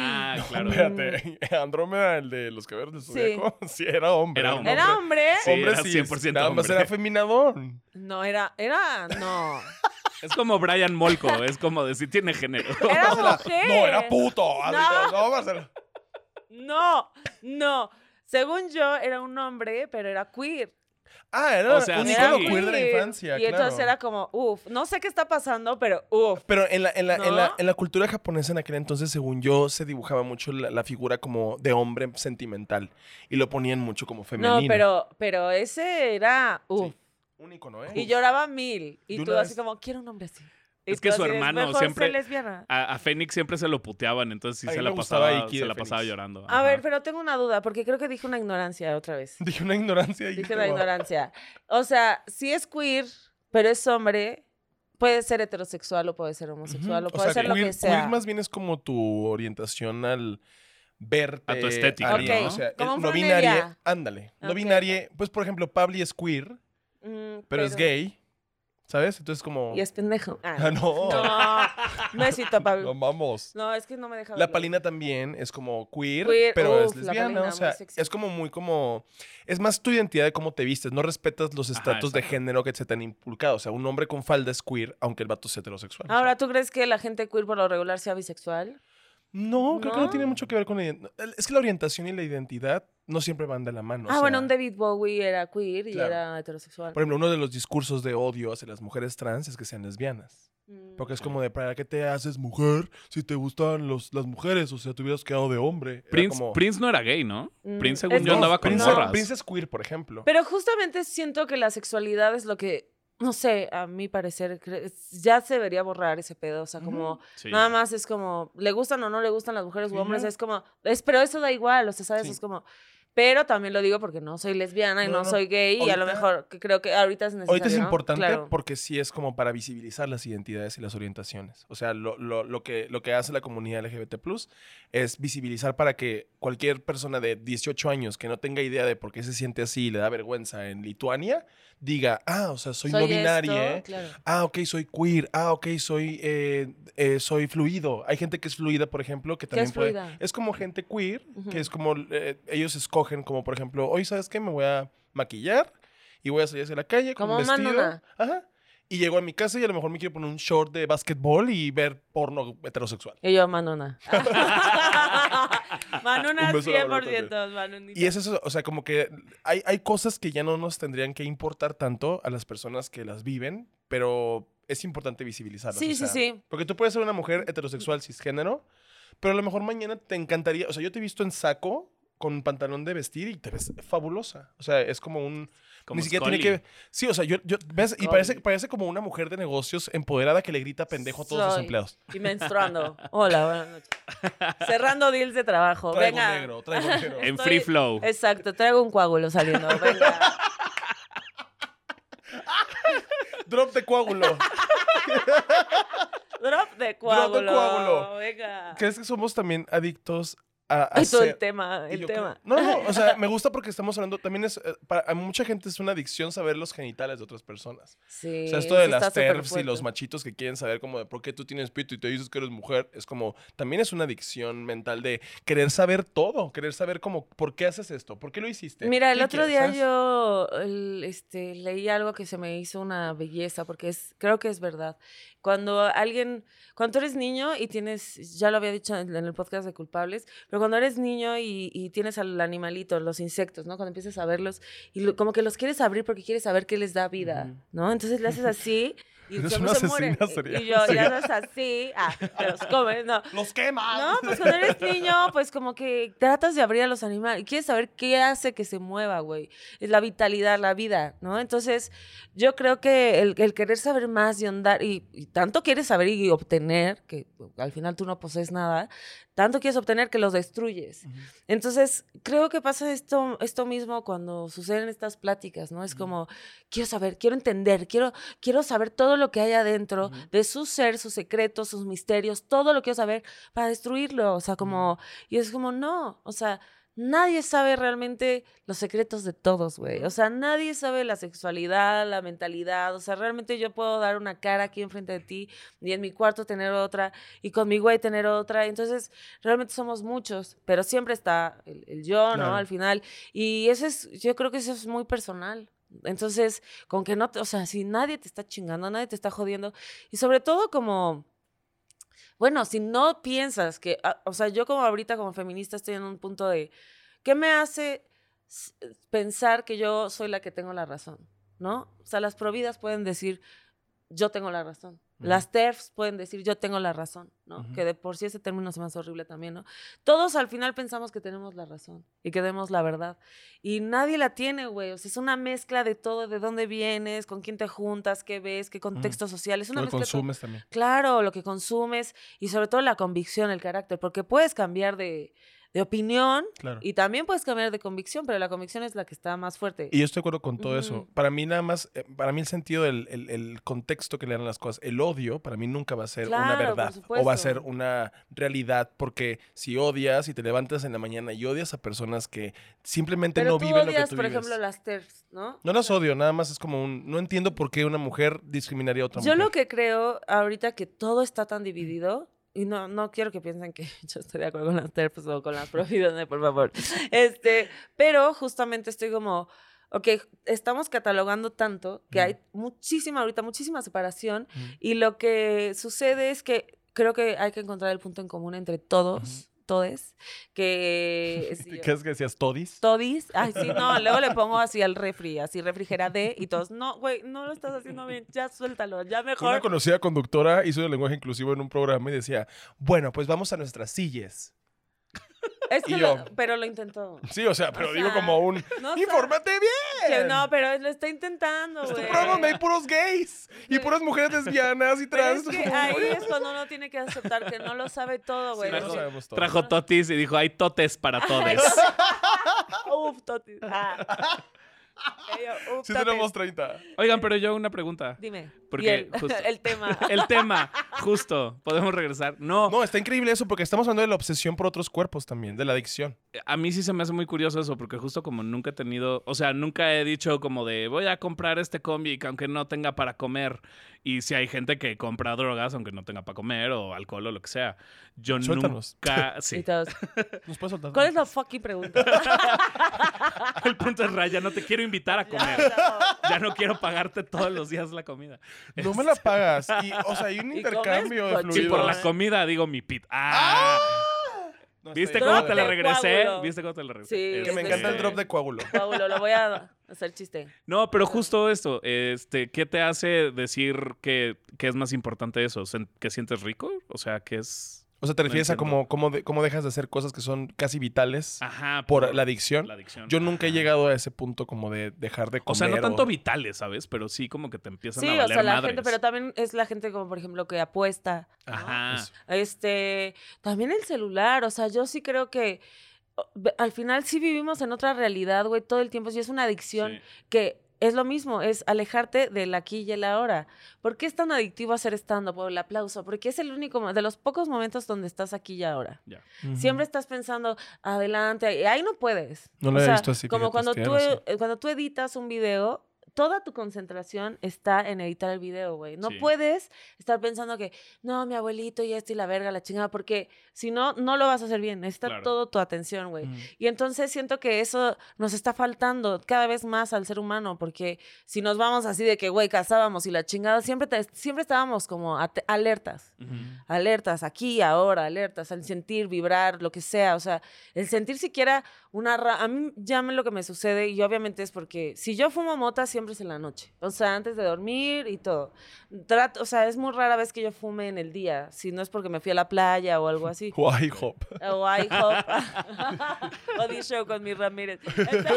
[SPEAKER 3] Ah, claro.
[SPEAKER 1] Espérate, Andrómeda, el de los caballeros del
[SPEAKER 2] Sí.
[SPEAKER 1] zodiaco, sí. era hombre.
[SPEAKER 3] Era hombre.
[SPEAKER 2] ¿Era hombre?
[SPEAKER 3] Sí,
[SPEAKER 1] Hombre
[SPEAKER 3] era
[SPEAKER 1] cis,
[SPEAKER 3] 100%
[SPEAKER 1] Nada más
[SPEAKER 3] hombre.
[SPEAKER 1] era feminadón.
[SPEAKER 2] No, era. Era. No.
[SPEAKER 3] Es como Brian Molko, es como decir, tiene género.
[SPEAKER 2] Era mujer.
[SPEAKER 1] No, era puto. así
[SPEAKER 2] No.
[SPEAKER 1] todo, no, Marcela.
[SPEAKER 2] No, no. Según yo, era un hombre, pero era queer.
[SPEAKER 1] Ah, era
[SPEAKER 3] O sea,
[SPEAKER 1] un
[SPEAKER 3] sí.
[SPEAKER 2] Era
[SPEAKER 1] icono queer de la infancia,
[SPEAKER 2] Y entonces
[SPEAKER 1] claro.
[SPEAKER 2] era como, uff, no sé qué está pasando, pero uff.
[SPEAKER 1] Pero en la, en, la, en, la,
[SPEAKER 2] ¿No?
[SPEAKER 1] en la cultura japonesa en aquel entonces, según yo, se dibujaba mucho la, la figura como de hombre sentimental. Y lo ponían mucho como femenino.
[SPEAKER 2] No, pero, pero ese era uff.
[SPEAKER 1] Un icono, ¿eh?
[SPEAKER 2] Y lloraba mil. Y
[SPEAKER 1] Yo
[SPEAKER 2] tú
[SPEAKER 1] una
[SPEAKER 2] así
[SPEAKER 1] vez-
[SPEAKER 2] como, quiero un hombre así. Y
[SPEAKER 3] Es que
[SPEAKER 2] tú
[SPEAKER 3] su
[SPEAKER 2] así de,
[SPEAKER 3] hermano
[SPEAKER 2] "Mejor
[SPEAKER 3] siempre-
[SPEAKER 2] ser lesbiana.
[SPEAKER 3] A, a Fénix siempre se lo puteaban, entonces sí
[SPEAKER 1] A
[SPEAKER 3] se
[SPEAKER 1] mí
[SPEAKER 3] la,
[SPEAKER 1] me gustaba
[SPEAKER 3] pasaba,
[SPEAKER 1] Iki
[SPEAKER 3] se
[SPEAKER 1] de
[SPEAKER 3] la pasaba
[SPEAKER 1] Fénix.
[SPEAKER 3] llorando.
[SPEAKER 2] A
[SPEAKER 3] Ah, ajá.
[SPEAKER 2] ver, pero tengo una duda, porque creo que dije una ignorancia otra vez.
[SPEAKER 1] Dije una ignorancia. y "Ah".
[SPEAKER 2] Dije
[SPEAKER 1] te
[SPEAKER 2] una
[SPEAKER 1] va.
[SPEAKER 2] ignorancia. O sea, si es queer, pero es hombre, puede ser heterosexual o puede ser homosexual o
[SPEAKER 1] O
[SPEAKER 2] puede
[SPEAKER 1] sea,
[SPEAKER 2] ser
[SPEAKER 1] queer,
[SPEAKER 2] lo que sea.
[SPEAKER 1] queer más bien es como tu orientación al verte.
[SPEAKER 3] A tu estética,
[SPEAKER 1] alguien,
[SPEAKER 2] ¿no?
[SPEAKER 1] O sea,
[SPEAKER 2] Como
[SPEAKER 1] el
[SPEAKER 2] un
[SPEAKER 1] no
[SPEAKER 2] promedio.
[SPEAKER 1] binaria. Ándale. No
[SPEAKER 2] Ok.
[SPEAKER 1] binaria. Pues, por ejemplo, Pabli es queer, pero,
[SPEAKER 2] Mm,
[SPEAKER 1] es gay. ¿Sabes? Entonces, como.
[SPEAKER 2] Y es pendejo. Ah,
[SPEAKER 1] Ah, no.
[SPEAKER 2] No, no es cierto,
[SPEAKER 1] No,
[SPEAKER 2] Pablo.
[SPEAKER 1] vamos.
[SPEAKER 2] No, es que no me deja
[SPEAKER 1] La
[SPEAKER 2] verlo.
[SPEAKER 1] palina también es como queer,
[SPEAKER 2] Queer,
[SPEAKER 1] pero
[SPEAKER 2] uf,
[SPEAKER 1] es
[SPEAKER 2] la
[SPEAKER 1] lesbiana, o
[SPEAKER 2] Palina,
[SPEAKER 1] sea,
[SPEAKER 2] muy sexy.
[SPEAKER 1] es como muy como... Es más tu identidad de cómo te vistes, no respetas los
[SPEAKER 3] Ajá,
[SPEAKER 1] estatus de
[SPEAKER 3] exacto.
[SPEAKER 1] género que se te han inculcado. O sea, un hombre con falda es queer, aunque el vato sea heterosexual. o sea.
[SPEAKER 2] Ahora, ¿tú crees que la gente queer por lo regular sea bisexual?
[SPEAKER 1] no, creo que no
[SPEAKER 2] ¿no?
[SPEAKER 1] tiene mucho que ver con la ident- Es que la orientación y la identidad no siempre van de la mano. o
[SPEAKER 2] ah,
[SPEAKER 1] sea,
[SPEAKER 2] bueno, un David Bowie era queer y
[SPEAKER 1] Claro.
[SPEAKER 2] era heterosexual.
[SPEAKER 1] Por ejemplo, uno de los discursos de odio hacia las mujeres trans es que sean lesbianas.
[SPEAKER 2] Mm.
[SPEAKER 1] Porque es como de, ¿para qué te haces mujer si te gustan los, las mujeres? O sea, te hubieras quedado de hombre. Era
[SPEAKER 3] Prince,
[SPEAKER 1] como-
[SPEAKER 3] Prince no era gay, ¿no?
[SPEAKER 2] Mm,
[SPEAKER 3] Prince,
[SPEAKER 2] es
[SPEAKER 3] según yo,
[SPEAKER 2] que-
[SPEAKER 3] andaba con
[SPEAKER 1] Prince-
[SPEAKER 3] morras.
[SPEAKER 1] Prince es queer, por ejemplo.
[SPEAKER 2] Pero justamente siento que la sexualidad es lo que, no sé, a mi parecer, cre- ya se debería borrar ese pedo. O sea, como
[SPEAKER 3] Sí.
[SPEAKER 2] nada más es como, le gustan o no le gustan las mujeres u
[SPEAKER 1] Sí,
[SPEAKER 2] hombres,
[SPEAKER 1] ya.
[SPEAKER 2] es como, es, pero eso da igual, o sea, sabes,
[SPEAKER 1] Sí.
[SPEAKER 2] es como, pero también lo digo porque no soy lesbiana y
[SPEAKER 1] No,
[SPEAKER 2] no,
[SPEAKER 1] no, no.
[SPEAKER 2] soy gay y a lo
[SPEAKER 1] Ahorita-
[SPEAKER 2] mejor que creo que ahorita es necesario.
[SPEAKER 1] Ahorita es
[SPEAKER 2] ¿no?
[SPEAKER 1] importante
[SPEAKER 2] Claro.
[SPEAKER 1] porque sí es como para visibilizar las identidades y las orientaciones. O sea, lo, lo- lo que, lo que hace la comunidad LGBT es visibilizar para que cualquier persona de 18 años que no tenga idea de por qué se siente así y le da vergüenza en Lituania, diga, ah, o sea, soy, no binaria.
[SPEAKER 2] esto, claro.
[SPEAKER 1] Ah, ok, soy queer. Ah, ok, soy, eh, eh, soy fluido. Hay gente que es fluida, por ejemplo, que
[SPEAKER 2] ¿Qué
[SPEAKER 1] también
[SPEAKER 2] es
[SPEAKER 1] puede...
[SPEAKER 2] fluida?
[SPEAKER 1] Es como gente queer,
[SPEAKER 2] Ujú.
[SPEAKER 1] que es como eh, ellos escogen, como por ejemplo, hoy sabes qué, me voy a maquillar y voy a salir hacia la calle con
[SPEAKER 2] Como
[SPEAKER 1] un vestido.
[SPEAKER 2] Madonna.
[SPEAKER 1] Ajá. Y llego a mi casa y a lo mejor me quiero poner un short de básquetbol y ver porno heterosexual.
[SPEAKER 2] Y yo, Manona. Manona
[SPEAKER 1] Un beso a la
[SPEAKER 2] 100%, Manonita.
[SPEAKER 1] Y es eso, o sea, como que hay, hay cosas que ya no nos tendrían que importar tanto a las personas que las viven, pero es importante visibilizarlas.
[SPEAKER 2] Sí,
[SPEAKER 1] o
[SPEAKER 2] sí,
[SPEAKER 1] sea,
[SPEAKER 2] sí.
[SPEAKER 1] Porque tú puedes ser una mujer heterosexual cisgénero, pero a lo mejor mañana te encantaría, o sea, yo te he visto en saco con pantalón de vestir y te ves fabulosa. O sea, es como un...
[SPEAKER 3] Como
[SPEAKER 1] ni siquiera
[SPEAKER 3] Scully.
[SPEAKER 1] tiene que... Sí, o sea, yo... yo- ¿ves? Y
[SPEAKER 2] Scully.
[SPEAKER 1] parece, parece como una mujer de negocios empoderada que le grita pendejo a todos sus
[SPEAKER 2] Soy.
[SPEAKER 1] empleados.
[SPEAKER 2] Y menstruando. Hola, buenas noches. Cerrando deals de trabajo.
[SPEAKER 1] Traigo
[SPEAKER 2] Venga.
[SPEAKER 1] negro, traigo negro.
[SPEAKER 3] En
[SPEAKER 2] Estoy-
[SPEAKER 3] Free Flow.
[SPEAKER 2] Exacto, traigo un coágulo saliendo. Venga.
[SPEAKER 1] Drop de coágulo.
[SPEAKER 2] Drop de coágulo.
[SPEAKER 1] coágulo.
[SPEAKER 2] Venga.
[SPEAKER 1] ¿Crees que somos también adictos a, a
[SPEAKER 2] Eso
[SPEAKER 1] ser-
[SPEAKER 2] el tema,
[SPEAKER 1] Y
[SPEAKER 2] el
[SPEAKER 1] yo creo-
[SPEAKER 2] tema.
[SPEAKER 1] no, no, o sea, me gusta porque estamos hablando, también es, eh, para a mucha gente es una adicción saber los genitales de otras personas.
[SPEAKER 2] Sí.
[SPEAKER 1] o sea, esto de
[SPEAKER 2] sí
[SPEAKER 1] las
[SPEAKER 2] está súper
[SPEAKER 1] TERFs y los
[SPEAKER 2] fuerte.
[SPEAKER 1] machitos que quieren saber como de por qué tú tienes pito y te dices que eres mujer, es como, también es una adicción mental de querer saber todo, querer saber como, ¿por qué haces esto? ¿Por qué lo hiciste?
[SPEAKER 2] Mira, el
[SPEAKER 1] ¿Qué
[SPEAKER 2] otro
[SPEAKER 1] quieres?
[SPEAKER 2] día
[SPEAKER 1] ¿Sabes?
[SPEAKER 2] yo el- este, leí algo que se me hizo una belleza, porque es, creo que es verdad. Cuando alguien, cuando tú eres niño y tienes, ya lo había dicho en en el podcast de culpables, pero cuando eres niño y, y tienes al animalito, los insectos, ¿no? Cuando empiezas a verlos y lo- como que los quieres abrir porque quieres saber qué les da vida,
[SPEAKER 1] Ujú.
[SPEAKER 2] ¿no? Entonces le haces así y
[SPEAKER 1] Eres
[SPEAKER 2] ya
[SPEAKER 1] una
[SPEAKER 2] no se mueren.
[SPEAKER 1] asesina serial.
[SPEAKER 2] Y yo, ya no es así, ah, te los comes, no.
[SPEAKER 4] ¡Los quema!
[SPEAKER 2] No, pues cuando eres niño, pues como que tratas de abrir a los animales. Quieres saber qué hace que se mueva, güey. Es la vitalidad, la vida, ¿no? Entonces, yo creo que el, el querer saber más y andar, y, y tanto quieres saber y obtener, que al final tú no posees nada, tanto quieres obtener que los destruyes.
[SPEAKER 1] Ujú.
[SPEAKER 2] Entonces, creo que pasa esto, esto mismo cuando suceden estas pláticas, ¿no? Es como, quiero saber, quiero entender, quiero, quiero saber todo lo que hay adentro de su ser, sus secretos, sus misterios, todo lo quiero saber para destruirlo. O sea, como, y es como, no, o sea, nadie sabe realmente los secretos de todos, güey. O sea, nadie sabe la sexualidad, la mentalidad. O sea, realmente yo puedo dar una cara aquí enfrente de ti y en mi cuarto tener otra y con mi güey tener otra. Entonces, realmente somos muchos, pero siempre está el, el yo,
[SPEAKER 1] Claro.
[SPEAKER 2] ¿no? Al final. Y eso es, yo creo que eso es muy personal. Entonces, con que no, te- o sea, si nadie te está chingando, nadie te está jodiendo. Y sobre todo como, bueno, si no piensas que, ah, o sea, yo como ahorita como feminista estoy en un punto de, ¿qué me hace s- eh, pensar que yo soy la que tengo la razón? ¿No? O sea, las providas pueden decir, yo tengo la razón.
[SPEAKER 1] Ujú.
[SPEAKER 2] Las TERFs pueden decir, yo tengo la razón, ¿no?
[SPEAKER 1] Ujú.
[SPEAKER 2] Que de por sí ese término se me hace horrible también, ¿no? Todos al final pensamos que tenemos la razón y que demos la verdad. Y nadie la tiene, güey. O sea, es una mezcla de todo, de dónde vienes, con quién te juntas, qué ves, qué contexto social. Es
[SPEAKER 1] Tú
[SPEAKER 2] una
[SPEAKER 1] lo
[SPEAKER 2] mezcla de todo.
[SPEAKER 1] consumes también.
[SPEAKER 2] Claro, lo que consumes y sobre todo la convicción, el carácter, porque puedes cambiar de, de opinión
[SPEAKER 1] Claro.
[SPEAKER 2] y también puedes cambiar de convicción, pero la convicción es la que está más fuerte.
[SPEAKER 1] Y yo estoy de acuerdo con todo eso.
[SPEAKER 2] Ujú.
[SPEAKER 1] Para mí nada más, eh, para mí el sentido, del el, el contexto que le dan las cosas, el odio, para mí nunca va a ser una
[SPEAKER 2] Claro, por
[SPEAKER 1] verdad o va a
[SPEAKER 2] supuesto.
[SPEAKER 1] ser una realidad, porque si odias y te levantas en la mañana y odias a personas que simplemente
[SPEAKER 2] pero
[SPEAKER 1] no
[SPEAKER 2] tú
[SPEAKER 1] viven lo que
[SPEAKER 2] odias,
[SPEAKER 1] tú
[SPEAKER 2] por
[SPEAKER 1] vives.
[SPEAKER 2] ejemplo, las TERFs, ¿no?
[SPEAKER 1] No las odio, nada más es como un, no entiendo por qué una mujer discriminaría a otra
[SPEAKER 2] Yo
[SPEAKER 1] mujer.
[SPEAKER 2] lo que creo ahorita que todo está tan dividido, y no, no quiero que piensen que yo estoy de acuerdo con las TERFs o con las profesiones, por favor. Este, pero justamente estoy como, ok, estamos catalogando tanto que hay muchísima ahorita, muchísima separación
[SPEAKER 1] Ujú.
[SPEAKER 2] Y lo que sucede es que creo que hay que encontrar el punto en común entre todos, todes, que sí, yo-
[SPEAKER 1] ¿Qué es que decías? ¿Todis?
[SPEAKER 2] todis, ay sí, no, luego le pongo así al refri, así refrigera de y todos, no, güey, no lo estás haciendo bien, ya suéltalo, ya
[SPEAKER 1] Una
[SPEAKER 2] mejor.
[SPEAKER 1] conocida conductora hizo el lenguaje inclusivo en un programa y decía, bueno, pues vamos a nuestras sillas.
[SPEAKER 2] Es
[SPEAKER 1] y
[SPEAKER 2] que lo-
[SPEAKER 1] yo.
[SPEAKER 2] pero lo intentó.
[SPEAKER 1] Sí, o sea, pero
[SPEAKER 2] O
[SPEAKER 1] digo
[SPEAKER 2] sea,
[SPEAKER 1] como un,
[SPEAKER 2] No, sé,
[SPEAKER 1] ¡infórmate
[SPEAKER 2] que
[SPEAKER 1] bien!
[SPEAKER 2] no, pero lo está intentando,
[SPEAKER 1] Este
[SPEAKER 2] güey.
[SPEAKER 1] programa donde hay puros gays y
[SPEAKER 2] Sí.
[SPEAKER 1] puras mujeres lesbianas y
[SPEAKER 2] Pero
[SPEAKER 1] trans.
[SPEAKER 2] es que ahí es cuando uno tiene que aceptar que no lo sabe todo, güey.
[SPEAKER 3] no
[SPEAKER 1] lo
[SPEAKER 3] lo
[SPEAKER 2] porque-
[SPEAKER 1] sabemos todo.
[SPEAKER 3] Trajo totis y dijo, hay totes para todes.
[SPEAKER 2] Uf, totis. Ah. Ello, uf,
[SPEAKER 1] Sí
[SPEAKER 2] totis.
[SPEAKER 1] tenemos 30.
[SPEAKER 3] Oigan, pero yo una pregunta.
[SPEAKER 2] Dime.
[SPEAKER 3] Porque
[SPEAKER 2] y el,
[SPEAKER 3] justo-
[SPEAKER 2] el tema.
[SPEAKER 3] El tema, justo, podemos regresar. No,
[SPEAKER 1] No, está increíble eso porque estamos hablando de la obsesión por otros cuerpos también, de la adicción.
[SPEAKER 3] a mí sí se me hace muy curioso eso, porque justo como nunca he tenido, o sea, nunca he dicho como de voy a comprar este combi que aunque no tenga para comer. Y si hay gente que compra drogas aunque no tenga para comer o alcohol o lo que sea. Yo
[SPEAKER 1] Suéltanos.
[SPEAKER 3] nunca.
[SPEAKER 2] Y
[SPEAKER 3] Sí.
[SPEAKER 2] todos,
[SPEAKER 1] ¿Nos puedes soltar?
[SPEAKER 2] ¿Cuál es la fucking pregunta?
[SPEAKER 3] El punto es Raya, no te quiero invitar a comer. Ya no quiero pagarte todos los días la comida.
[SPEAKER 1] No me la pagas. Y, o sea, hay un
[SPEAKER 2] Y
[SPEAKER 1] intercambio de
[SPEAKER 2] comes
[SPEAKER 1] fluidos.
[SPEAKER 3] Sí, por la
[SPEAKER 2] ¿eh?
[SPEAKER 3] comida digo mi pit. Ah,
[SPEAKER 1] No, está
[SPEAKER 3] ¿Viste
[SPEAKER 1] bien.
[SPEAKER 3] cómo
[SPEAKER 2] Drop
[SPEAKER 3] te la
[SPEAKER 2] de
[SPEAKER 3] regresé?
[SPEAKER 2] coágulo.
[SPEAKER 3] ¿Viste cómo te la regresé? Este,
[SPEAKER 2] Sí,
[SPEAKER 1] Que me
[SPEAKER 2] Sí,
[SPEAKER 1] encanta
[SPEAKER 2] sí.
[SPEAKER 1] el drop de coágulo.
[SPEAKER 2] Paulo, lo voy a hacer chiste.
[SPEAKER 3] No, pero justo esto, este, ¿qué te hace decir que, que es más importante eso? ¿Sen- ¿Que sientes rico? O sea, que es
[SPEAKER 1] O sea, ¿te refieres a
[SPEAKER 3] entiendo.
[SPEAKER 1] cómo, cómo, de- cómo dejas de hacer cosas que son casi vitales
[SPEAKER 3] Ajá.
[SPEAKER 1] por Ah, la adicción?
[SPEAKER 3] la adicción.
[SPEAKER 1] Yo nunca he
[SPEAKER 3] Ajá.
[SPEAKER 1] llegado a ese punto como de dejar de comer.
[SPEAKER 3] O sea, no tanto
[SPEAKER 1] o-
[SPEAKER 3] vitales, ¿sabes? Pero sí como que te empiezan
[SPEAKER 2] Sí,
[SPEAKER 3] a
[SPEAKER 2] o
[SPEAKER 3] valer
[SPEAKER 2] sea, la
[SPEAKER 3] madres.
[SPEAKER 2] gente, pero también es la gente como, por ejemplo, que apuesta.
[SPEAKER 3] Ajá.
[SPEAKER 2] Ah,
[SPEAKER 1] eso.
[SPEAKER 2] Este, también el celular, o sea, yo sí creo que o, ve- al final sí vivimos en otra realidad, güey, todo el tiempo. Sí, es una adicción
[SPEAKER 3] Sí.
[SPEAKER 2] que es lo mismo, es alejarte del aquí y el ahora. ¿Por qué es tan adictivo hacer stand-up o el aplauso? Porque es el único, mo- de los pocos momentos donde estás aquí y ahora.
[SPEAKER 1] Ujú.
[SPEAKER 2] Siempre estás pensando, adelante, y ahí no puedes.
[SPEAKER 1] No lo
[SPEAKER 2] O
[SPEAKER 1] había
[SPEAKER 2] sea,
[SPEAKER 1] visto así,
[SPEAKER 2] Como
[SPEAKER 1] fíjate,
[SPEAKER 2] cuando
[SPEAKER 1] tienes
[SPEAKER 2] tú,
[SPEAKER 1] razón.
[SPEAKER 2] eh, cuando tú editas un video, toda tu concentración está en editar el video, güey. No
[SPEAKER 3] Sí.
[SPEAKER 2] puedes estar pensando que, no, mi abuelito y esto y la verga, la chingada, porque si no, no lo vas a hacer bien. Está
[SPEAKER 3] Claro.
[SPEAKER 2] todo tu atención, güey.
[SPEAKER 1] Mm.
[SPEAKER 2] Y entonces siento que eso nos está faltando cada vez más al ser humano, porque si nos vamos así de que, güey, casábamos y la chingada, siempre, te- siempre estábamos como ate- alertas
[SPEAKER 3] Ujú.
[SPEAKER 2] alertas aquí, ahora, alertas al sentir, vibrar, lo que sea. O sea, el sentir siquiera una... ra- a mí llame lo que me sucede y obviamente es porque si yo fumo mota siempre es en la noche. O sea, antes de dormir y todo. Trato, o sea, es muy rara vez que yo fume en el día, si no es porque me fui a la playa o algo así.
[SPEAKER 1] Guay, hop.
[SPEAKER 2] O IHOP. o di show con mi Ramírez.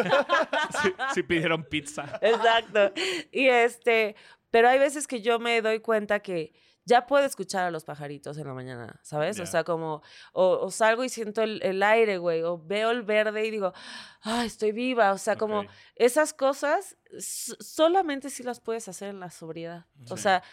[SPEAKER 3] Sí, sí pidieron pizza.
[SPEAKER 2] Exacto. Y este, pero hay veces que yo me doy cuenta que ya puedo escuchar a los pajaritos en la mañana, ¿sabes?
[SPEAKER 3] Ya.
[SPEAKER 2] O sea, como, o, o salgo y siento el, el aire, güey, o veo el verde y digo, ah, estoy viva. O sea, como
[SPEAKER 3] Ok.
[SPEAKER 2] esas cosas s- solamente si las puedes hacer en la sobriedad. O
[SPEAKER 3] Sí.
[SPEAKER 2] sea,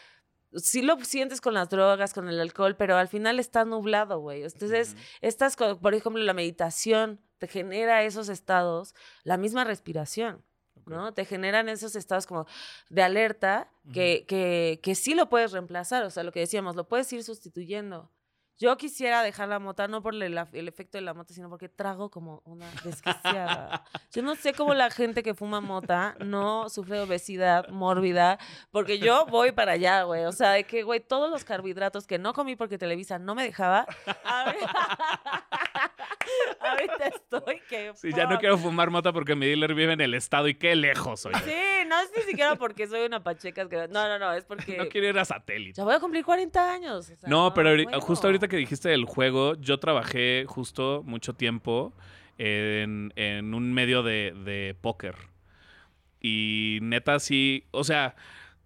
[SPEAKER 2] sí lo sientes con las drogas, con el alcohol, pero al final está nublado, güey. Entonces,
[SPEAKER 3] Ujú.
[SPEAKER 2] estas, co- por ejemplo, la meditación te genera esos estados, la misma respiración,
[SPEAKER 3] Ok.
[SPEAKER 2] ¿no? Te generan esos estados como de alerta que, que, que sí lo puedes reemplazar, o sea, lo que decíamos, lo puedes ir sustituyendo. Yo quisiera dejar la mota, no por el, el efecto de la mota, sino porque trago como una desquiciada. Yo no sé cómo la gente que fuma mota no sufre obesidad mórbida, porque yo voy para allá, güey. O sea, de que, güey, todos los carbohidratos que no comí porque Televisa no me dejaba, ahorita, ahorita estoy que...
[SPEAKER 3] Sí, ya no
[SPEAKER 2] fuck.
[SPEAKER 3] quiero fumar mota porque mi dealer vive en el estado y qué lejos soy.
[SPEAKER 2] Sí, no es ni siquiera porque soy una pacheca. que- No, no, no, es porque...
[SPEAKER 3] No quiero ir a satélite.
[SPEAKER 2] Ya voy a cumplir 40 años. o sea,
[SPEAKER 3] No, pero ahori-
[SPEAKER 2] bueno.
[SPEAKER 3] justo ahorita que dijiste del juego, yo trabajé justo mucho tiempo en, en un medio de, de póker. Y neta, sí, o sea,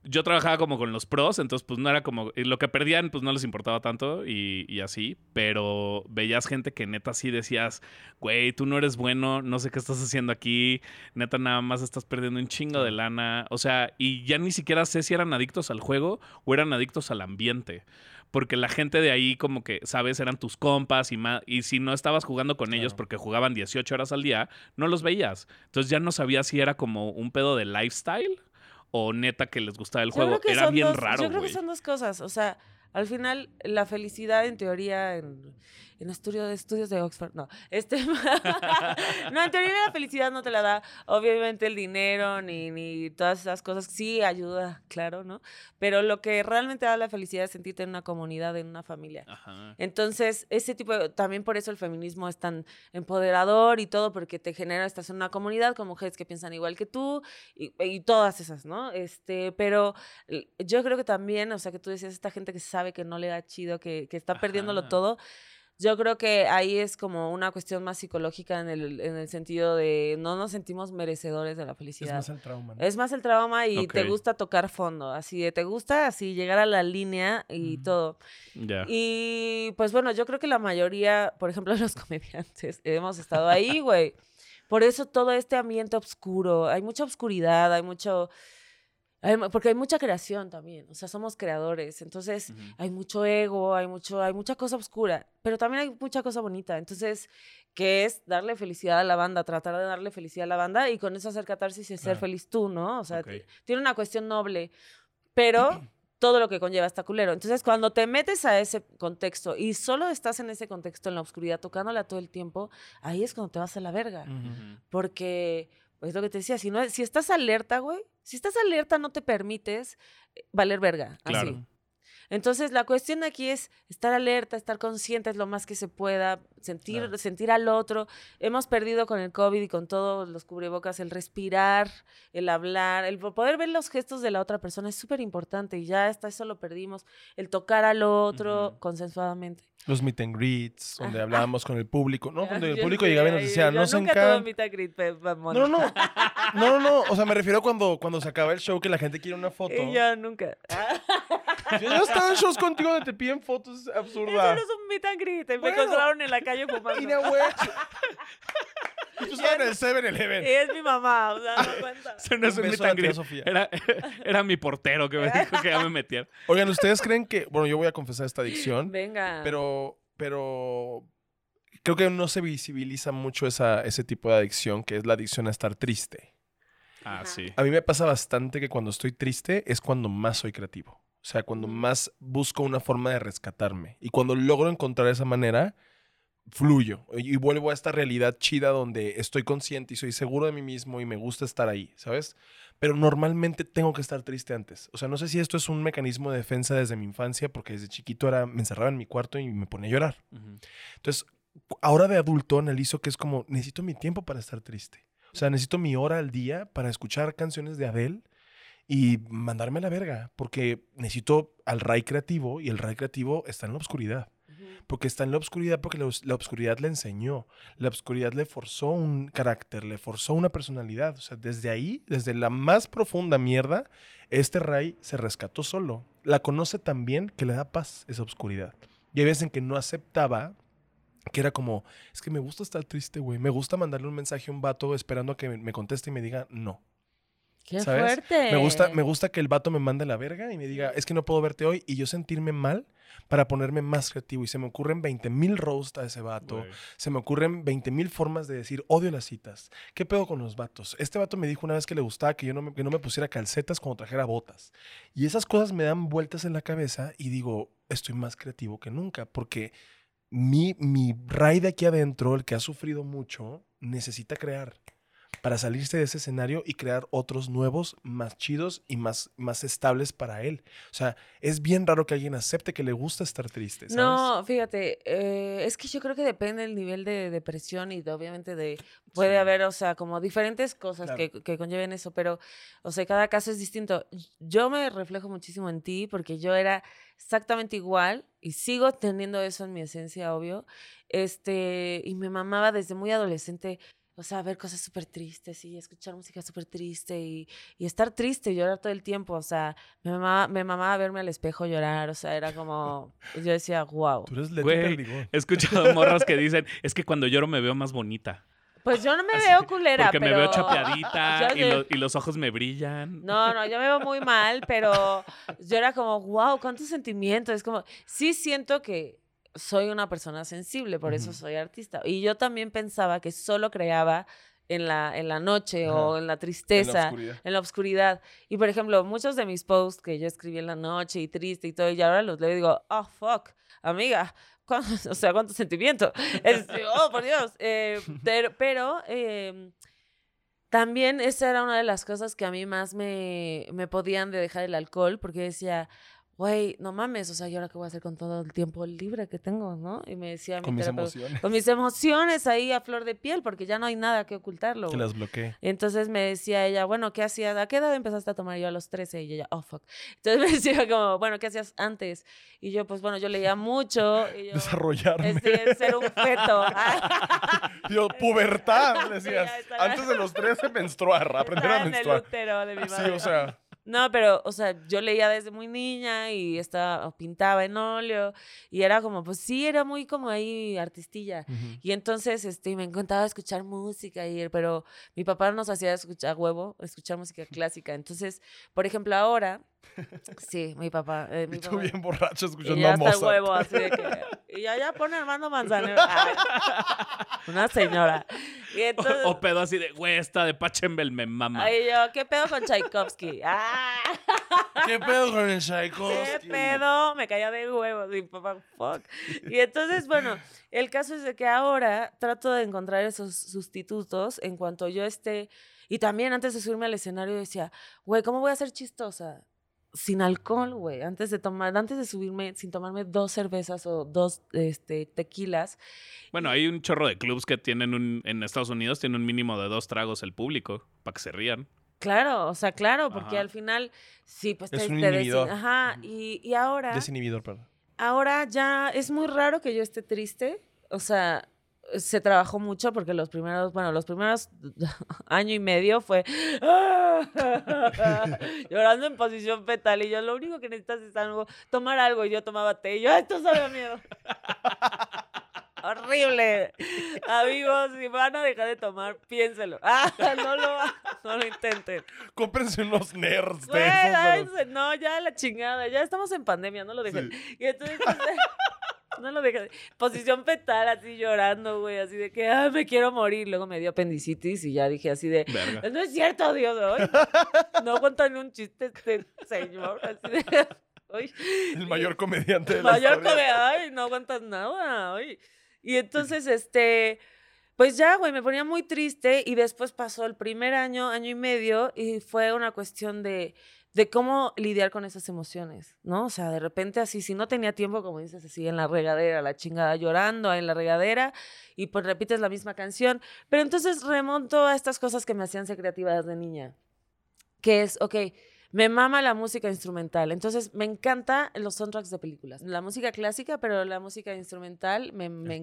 [SPEAKER 3] yo trabajaba como con los pros, entonces pues no era como, y lo que perdían pues no les importaba tanto y, y así, pero veías gente que neta sí decías, güey, tú no eres bueno, no sé qué estás haciendo aquí, neta nada más estás perdiendo un chingo de lana, o sea, y ya ni siquiera sé si eran adictos al juego o eran adictos al ambiente. Porque la gente de ahí, como que, ¿sabes? Eran tus compas y, ma- y si no estabas jugando con ellos
[SPEAKER 1] Claro.
[SPEAKER 3] porque jugaban 18 horas al día, no los veías. Entonces ya no sabías si era como un pedo de lifestyle o neta que les gustaba el
[SPEAKER 2] Yo
[SPEAKER 3] juego.
[SPEAKER 2] creo que
[SPEAKER 3] Era
[SPEAKER 2] son
[SPEAKER 3] bien
[SPEAKER 2] dos-
[SPEAKER 3] raro,
[SPEAKER 2] Yo creo
[SPEAKER 3] güey.
[SPEAKER 2] que son dos cosas. O sea, al final, la felicidad en teoría, en, en estudio de estudios de Oxford, no. Este, no, en teoría la felicidad no te la da, obviamente, el dinero ni, ni todas esas cosas. Sí, ayuda, claro, ¿no? Pero lo que realmente da la felicidad es sentirte en una comunidad, en una familia.
[SPEAKER 3] Ajá.
[SPEAKER 2] Entonces, ese tipo, de- también por eso el feminismo es tan empoderador y todo, porque te genera, estás en una comunidad con mujeres que piensan igual que tú y, y todas esas, ¿no? Este, pero l- yo creo que también, o sea, que tú decías, esta gente que sabe que no le da chido, que, que está perdiéndolo
[SPEAKER 3] Ajá.
[SPEAKER 2] todo, yo creo que ahí es como una cuestión más psicológica en el, en el sentido de no nos sentimos merecedores de la
[SPEAKER 4] Es
[SPEAKER 2] felicidad.
[SPEAKER 4] más el trauma. ¿no?
[SPEAKER 2] Es más el trauma y
[SPEAKER 3] Ok.
[SPEAKER 2] te gusta tocar fondo, así de te gusta así llegar a la línea y
[SPEAKER 4] Ujú.
[SPEAKER 2] todo.
[SPEAKER 3] Ya.
[SPEAKER 2] Y pues bueno, yo creo que la mayoría, por ejemplo, los comediantes, hemos estado ahí, güey. Por eso todo este ambiente oscuro, hay mucha oscuridad, hay mucho... hay mu- porque hay mucha creación también, o sea, somos creadores, entonces
[SPEAKER 3] Ujú.
[SPEAKER 2] hay mucho ego, hay, mucho, hay mucha cosa oscura, pero también hay mucha cosa bonita, entonces, que es darle felicidad a la banda, tratar de darle felicidad a la banda y con eso hacer catarsis y ser
[SPEAKER 1] Claro.
[SPEAKER 2] feliz tú, ¿no? O sea,
[SPEAKER 3] Ok.
[SPEAKER 2] ti- tiene una cuestión noble, pero todo lo que conlleva está culero. Entonces, cuando te metes a ese contexto y solo estás en ese contexto, en la oscuridad, tocándola todo el tiempo, ahí es cuando te vas a la verga.
[SPEAKER 3] Mm.
[SPEAKER 4] Ujú.
[SPEAKER 3] Ujú.
[SPEAKER 2] Porque, pues lo que te decía, si, no, si estás alerta, güey, si estás alerta no te permites eh, valer verga.
[SPEAKER 3] Claro.
[SPEAKER 2] Así. Entonces, la cuestión aquí es estar alerta, estar conscientes lo más que se pueda, sentir,
[SPEAKER 1] Claro.
[SPEAKER 2] sentir al otro. Hemos perdido con el COVID y con todos los cubrebocas el respirar, el hablar, el poder ver los gestos de la otra persona es súper importante y ya está, eso lo perdimos. El tocar al otro
[SPEAKER 3] Ujú.
[SPEAKER 2] consensuadamente.
[SPEAKER 1] Los meet and greets, donde hablábamos con el público. No, cuando el
[SPEAKER 2] Yo
[SPEAKER 1] público
[SPEAKER 2] sé,
[SPEAKER 1] llegaba y nos
[SPEAKER 2] yo-
[SPEAKER 1] decía,
[SPEAKER 2] yo
[SPEAKER 1] no se
[SPEAKER 2] nunca tuve
[SPEAKER 1] encanta.
[SPEAKER 2] meet and greet, pe- mamona.
[SPEAKER 1] No, no, no. No, no, no. O sea, me refiero cuando, cuando se acaba el show que la gente quiere una foto.
[SPEAKER 2] Y
[SPEAKER 1] Yo
[SPEAKER 2] yo nunca.
[SPEAKER 1] yo he estado en shows contigo donde te piden fotos, es
[SPEAKER 2] Eso
[SPEAKER 1] absurda.
[SPEAKER 2] no es un meet and greet. eh, Me
[SPEAKER 1] Bueno.
[SPEAKER 2] encontraron en la calle fumando.
[SPEAKER 1] Ina Wech. Y Tú estabas en el 7-Eleven.
[SPEAKER 2] Y es mi mamá, o sea, no cuenta.
[SPEAKER 3] Ese no es
[SPEAKER 1] Un
[SPEAKER 3] un
[SPEAKER 1] beso
[SPEAKER 3] meet and
[SPEAKER 1] a la tía
[SPEAKER 3] greet.
[SPEAKER 1] Sofía.
[SPEAKER 3] Era, era mi portero que me dijo que ya me metiera.
[SPEAKER 1] Oigan, ¿ustedes creen que.? Bueno, yo voy a confesar esta adicción,
[SPEAKER 2] Venga.
[SPEAKER 1] pero. Pero. Creo que no se visibiliza mucho esa, ese tipo de adicción, que es la adicción a estar triste.
[SPEAKER 3] Ah, sí.
[SPEAKER 1] A mí me pasa bastante que cuando estoy triste es cuando más soy creativo. O sea, cuando
[SPEAKER 2] Ujú.
[SPEAKER 1] más busco una forma de rescatarme. Y cuando logro encontrar esa manera, fluyo. Y y vuelvo a esta realidad chida donde estoy consciente y soy seguro de mí mismo y me gusta estar ahí, ¿sabes? Pero normalmente tengo que estar triste antes. O sea, no sé si esto es un mecanismo de defensa desde mi infancia, porque desde chiquito era, me encerraba en mi cuarto y me ponía a llorar.
[SPEAKER 3] Ujú.
[SPEAKER 1] Entonces, ahora de adulto analizo que es como, necesito mi tiempo para estar triste. O sea, necesito mi hora al día para escuchar canciones de Adele y mandarme a la verga, porque necesito al Ray creativo y el Ray creativo está en la oscuridad.
[SPEAKER 2] Ujú.
[SPEAKER 1] Porque está en la obscuridad porque la, os- la obscuridad le enseñó, la obscuridad le forzó un carácter, le forzó una personalidad. O sea, desde ahí, desde la más profunda mierda, este Ray se rescató solo. La conoce tan bien que le da paz esa obscuridad. Y hay veces en que no aceptaba que era como, es que me gusta estar triste, güey. Me gusta mandarle un mensaje a un vato esperando a que me- me conteste y me diga no.
[SPEAKER 2] Qué
[SPEAKER 1] ¿sabes?
[SPEAKER 2] fuerte.
[SPEAKER 1] Me gusta, me gusta que el vato me mande la verga y me diga, es que no puedo verte hoy y yo sentirme mal para ponerme más creativo. Y se me ocurren 20 mil roast a ese vato.
[SPEAKER 3] Güey.
[SPEAKER 1] Se me ocurren 20 mil formas de decir, odio las citas. ¿Qué pedo con los vatos? Este vato me dijo una vez que le gustaba que yo no me, que no me pusiera calcetas cuando trajera botas. Y esas cosas me dan vueltas en la cabeza y digo, estoy más creativo que nunca porque mi, mi Ray de aquí adentro, el que ha sufrido mucho, necesita crear para salirse de ese escenario y crear otros nuevos, más chidos y más, más estables para él. O sea, es bien raro que alguien acepte que le gusta estar triste. ¿sabes?
[SPEAKER 2] No, fíjate, eh, es que yo creo que depende del nivel de depresión y de- obviamente de puede
[SPEAKER 3] Sí.
[SPEAKER 2] haber, o sea, como diferentes cosas
[SPEAKER 1] Claro.
[SPEAKER 2] que, que conlleven eso, pero, o sea, cada caso es distinto. Yo me reflejo muchísimo en ti porque yo era exactamente igual y sigo teniendo eso en mi esencia, obvio, este, y me mamaba desde muy adolescente. O sea, ver cosas súper tristes y escuchar música súper triste y, y estar triste y llorar todo el tiempo. O sea, me mamaba, me mamaba verme al espejo llorar. O sea, era como. pues, Yo decía, wow.
[SPEAKER 1] Tú eres Leti
[SPEAKER 3] Güey.
[SPEAKER 1] Perdigón.
[SPEAKER 3] He escuchado morras que dicen, es que cuando lloro me veo más bonita.
[SPEAKER 2] Pues yo no me
[SPEAKER 3] Así,
[SPEAKER 2] veo culera,
[SPEAKER 3] Porque me
[SPEAKER 2] pero...
[SPEAKER 3] veo chapeadita
[SPEAKER 2] Ya
[SPEAKER 3] y,
[SPEAKER 2] sé.
[SPEAKER 3] lo- y los ojos me brillan.
[SPEAKER 2] No, no, yo me veo muy mal, pero yo era como, wow, cuántos sentimientos. Es como, sí siento que soy una persona sensible, por eso
[SPEAKER 1] Ujú.
[SPEAKER 2] soy artista. Y yo también pensaba que solo creaba en la, en la noche
[SPEAKER 1] Ajá.
[SPEAKER 2] o en la
[SPEAKER 1] En la
[SPEAKER 2] tristeza.
[SPEAKER 1] oscuridad.
[SPEAKER 2] en la obscuridad. Y por ejemplo, muchos de mis posts que yo escribí en la noche y triste y todo, y ahora los leo y digo, oh, fuck, amiga, ¿cuán- o sea, cuánto sentimiento. Este, oh, por Dios. Eh, pero pero, eh, también esa era una de las cosas que a mí más me, me podían de dejar el alcohol, porque decía... Güey, no mames, o sea, ¿y ahora qué voy a hacer con todo el tiempo libre que tengo, no? Y me decía mi
[SPEAKER 1] Con mis
[SPEAKER 2] terapeuta,
[SPEAKER 1] emociones.
[SPEAKER 2] con mis emociones ahí a flor de piel, porque ya no hay nada que ocultarlo.
[SPEAKER 1] Que
[SPEAKER 2] güey.
[SPEAKER 1] las bloqueé.
[SPEAKER 2] Entonces me decía ella, bueno, ¿qué hacías? ¿A qué edad empezaste a tomar? Y Yo a los 13 y ella, oh, fuck. Entonces me decía como, bueno, ¿qué hacías antes? Y yo, pues bueno, yo leía mucho. Y yo,
[SPEAKER 1] Desarrollarme.
[SPEAKER 2] este, ser un feto.
[SPEAKER 1] Yo, pubertad, le decías.
[SPEAKER 2] Ya estaba-
[SPEAKER 1] Antes de los 13, menstruar. Aprender
[SPEAKER 2] Estaba
[SPEAKER 1] a
[SPEAKER 2] Ah, en el
[SPEAKER 1] menstruar.
[SPEAKER 2] útero de mi
[SPEAKER 1] Sí,
[SPEAKER 2] madre.
[SPEAKER 1] o sea,
[SPEAKER 2] No, pero, o sea, yo leía desde muy niña y estaba, pintaba en óleo. Y era como, pues sí, era muy como ahí artistilla. Y entonces, este, me encantaba escuchar música, y, pero mi papá nos hacía escuchar a huevo, escuchar música clásica. Entonces, por ejemplo, ahora, sí, mi papá. eh, mi
[SPEAKER 1] y tú
[SPEAKER 2] papá-
[SPEAKER 1] bien borracho
[SPEAKER 2] y
[SPEAKER 1] escuchando
[SPEAKER 2] ya
[SPEAKER 1] a
[SPEAKER 2] está el
[SPEAKER 1] Mozart.
[SPEAKER 2] huevo, así de que. Y ya, ya pone Armando Manzanero. Ay, una señora. Y
[SPEAKER 3] O,
[SPEAKER 2] entonces.
[SPEAKER 3] o pedo así de, güey, esta de Pachembel me mama.
[SPEAKER 2] ay, yo, ¿qué pedo con Tchaikovsky? ¡Ah!
[SPEAKER 1] ¿Qué pedo con el
[SPEAKER 2] ¿Qué
[SPEAKER 1] Tchaikovsky?
[SPEAKER 2] pedo? Me caía de huevos. Y papá, fuck. Y entonces, bueno, el caso es de que ahora trato de encontrar esos sustitutos en cuanto yo esté. Y también antes de subirme al escenario decía, güey, ¿cómo voy a ser chistosa? sin alcohol, güey. Antes de tomar, antes de subirme, sin tomarme dos cervezas o dos este, tequilas.
[SPEAKER 3] Bueno, hay un chorro de clubs que tienen un, en Estados Unidos, tienen un mínimo de dos tragos el público, para que se rían.
[SPEAKER 2] Claro, o sea, claro, porque
[SPEAKER 3] Ajá.
[SPEAKER 2] al final, sí, pues
[SPEAKER 1] Es
[SPEAKER 2] te,
[SPEAKER 1] un
[SPEAKER 2] te desin-
[SPEAKER 1] inhibidor.
[SPEAKER 2] Ajá, y, y ahora,
[SPEAKER 1] Desinhibidor, perdón.
[SPEAKER 2] ahora ya es muy raro que yo esté triste. O sea, se trabajó mucho porque los primeros, bueno, los primeros año y medio fue llorando en posición fetal. Y yo, lo único que necesitas es algo, tomar algo. Y yo tomaba té. Y yo, "Ay, esto sabe a miedo. Horrible. Amigos, si van a dejar de tomar, piénselo. Ah, no lo, no lo intenten.
[SPEAKER 1] Cómprense unos nerds de
[SPEAKER 2] Güey,
[SPEAKER 1] esos,
[SPEAKER 2] ay,
[SPEAKER 1] pero-
[SPEAKER 2] se- no, ya la chingada, ya estamos en pandemia, no lo dejen. Y entonces, pues, no lo dejen. Posición fetal, así llorando, güey, así de que, ay, me quiero morir. Luego me dio apendicitis y ya dije así de, "Pues
[SPEAKER 3] Verga.
[SPEAKER 2] no es cierto, Dios, hoy. No cuentan un chiste este señor, así de, "Ay,
[SPEAKER 1] El mayor comediante de la
[SPEAKER 2] mayor
[SPEAKER 1] historia.
[SPEAKER 2] come- ay, no aguantas nada, ay. Y entonces, este, pues ya, güey, me ponía muy triste y después pasó el primer año, año y medio, y fue una cuestión de, de cómo lidiar con esas emociones, ¿no? O sea, de repente así, si no tenía tiempo, como dices, así en la regadera, la chingada llorando ahí en la regadera, y pues repites la misma canción. Pero entonces remonto a estas cosas que me hacían ser creativa desde niña, que es, ok, me mama la música instrumental, entonces me encanta los soundtracks de películas. La música clásica, pero la música instrumental, me... me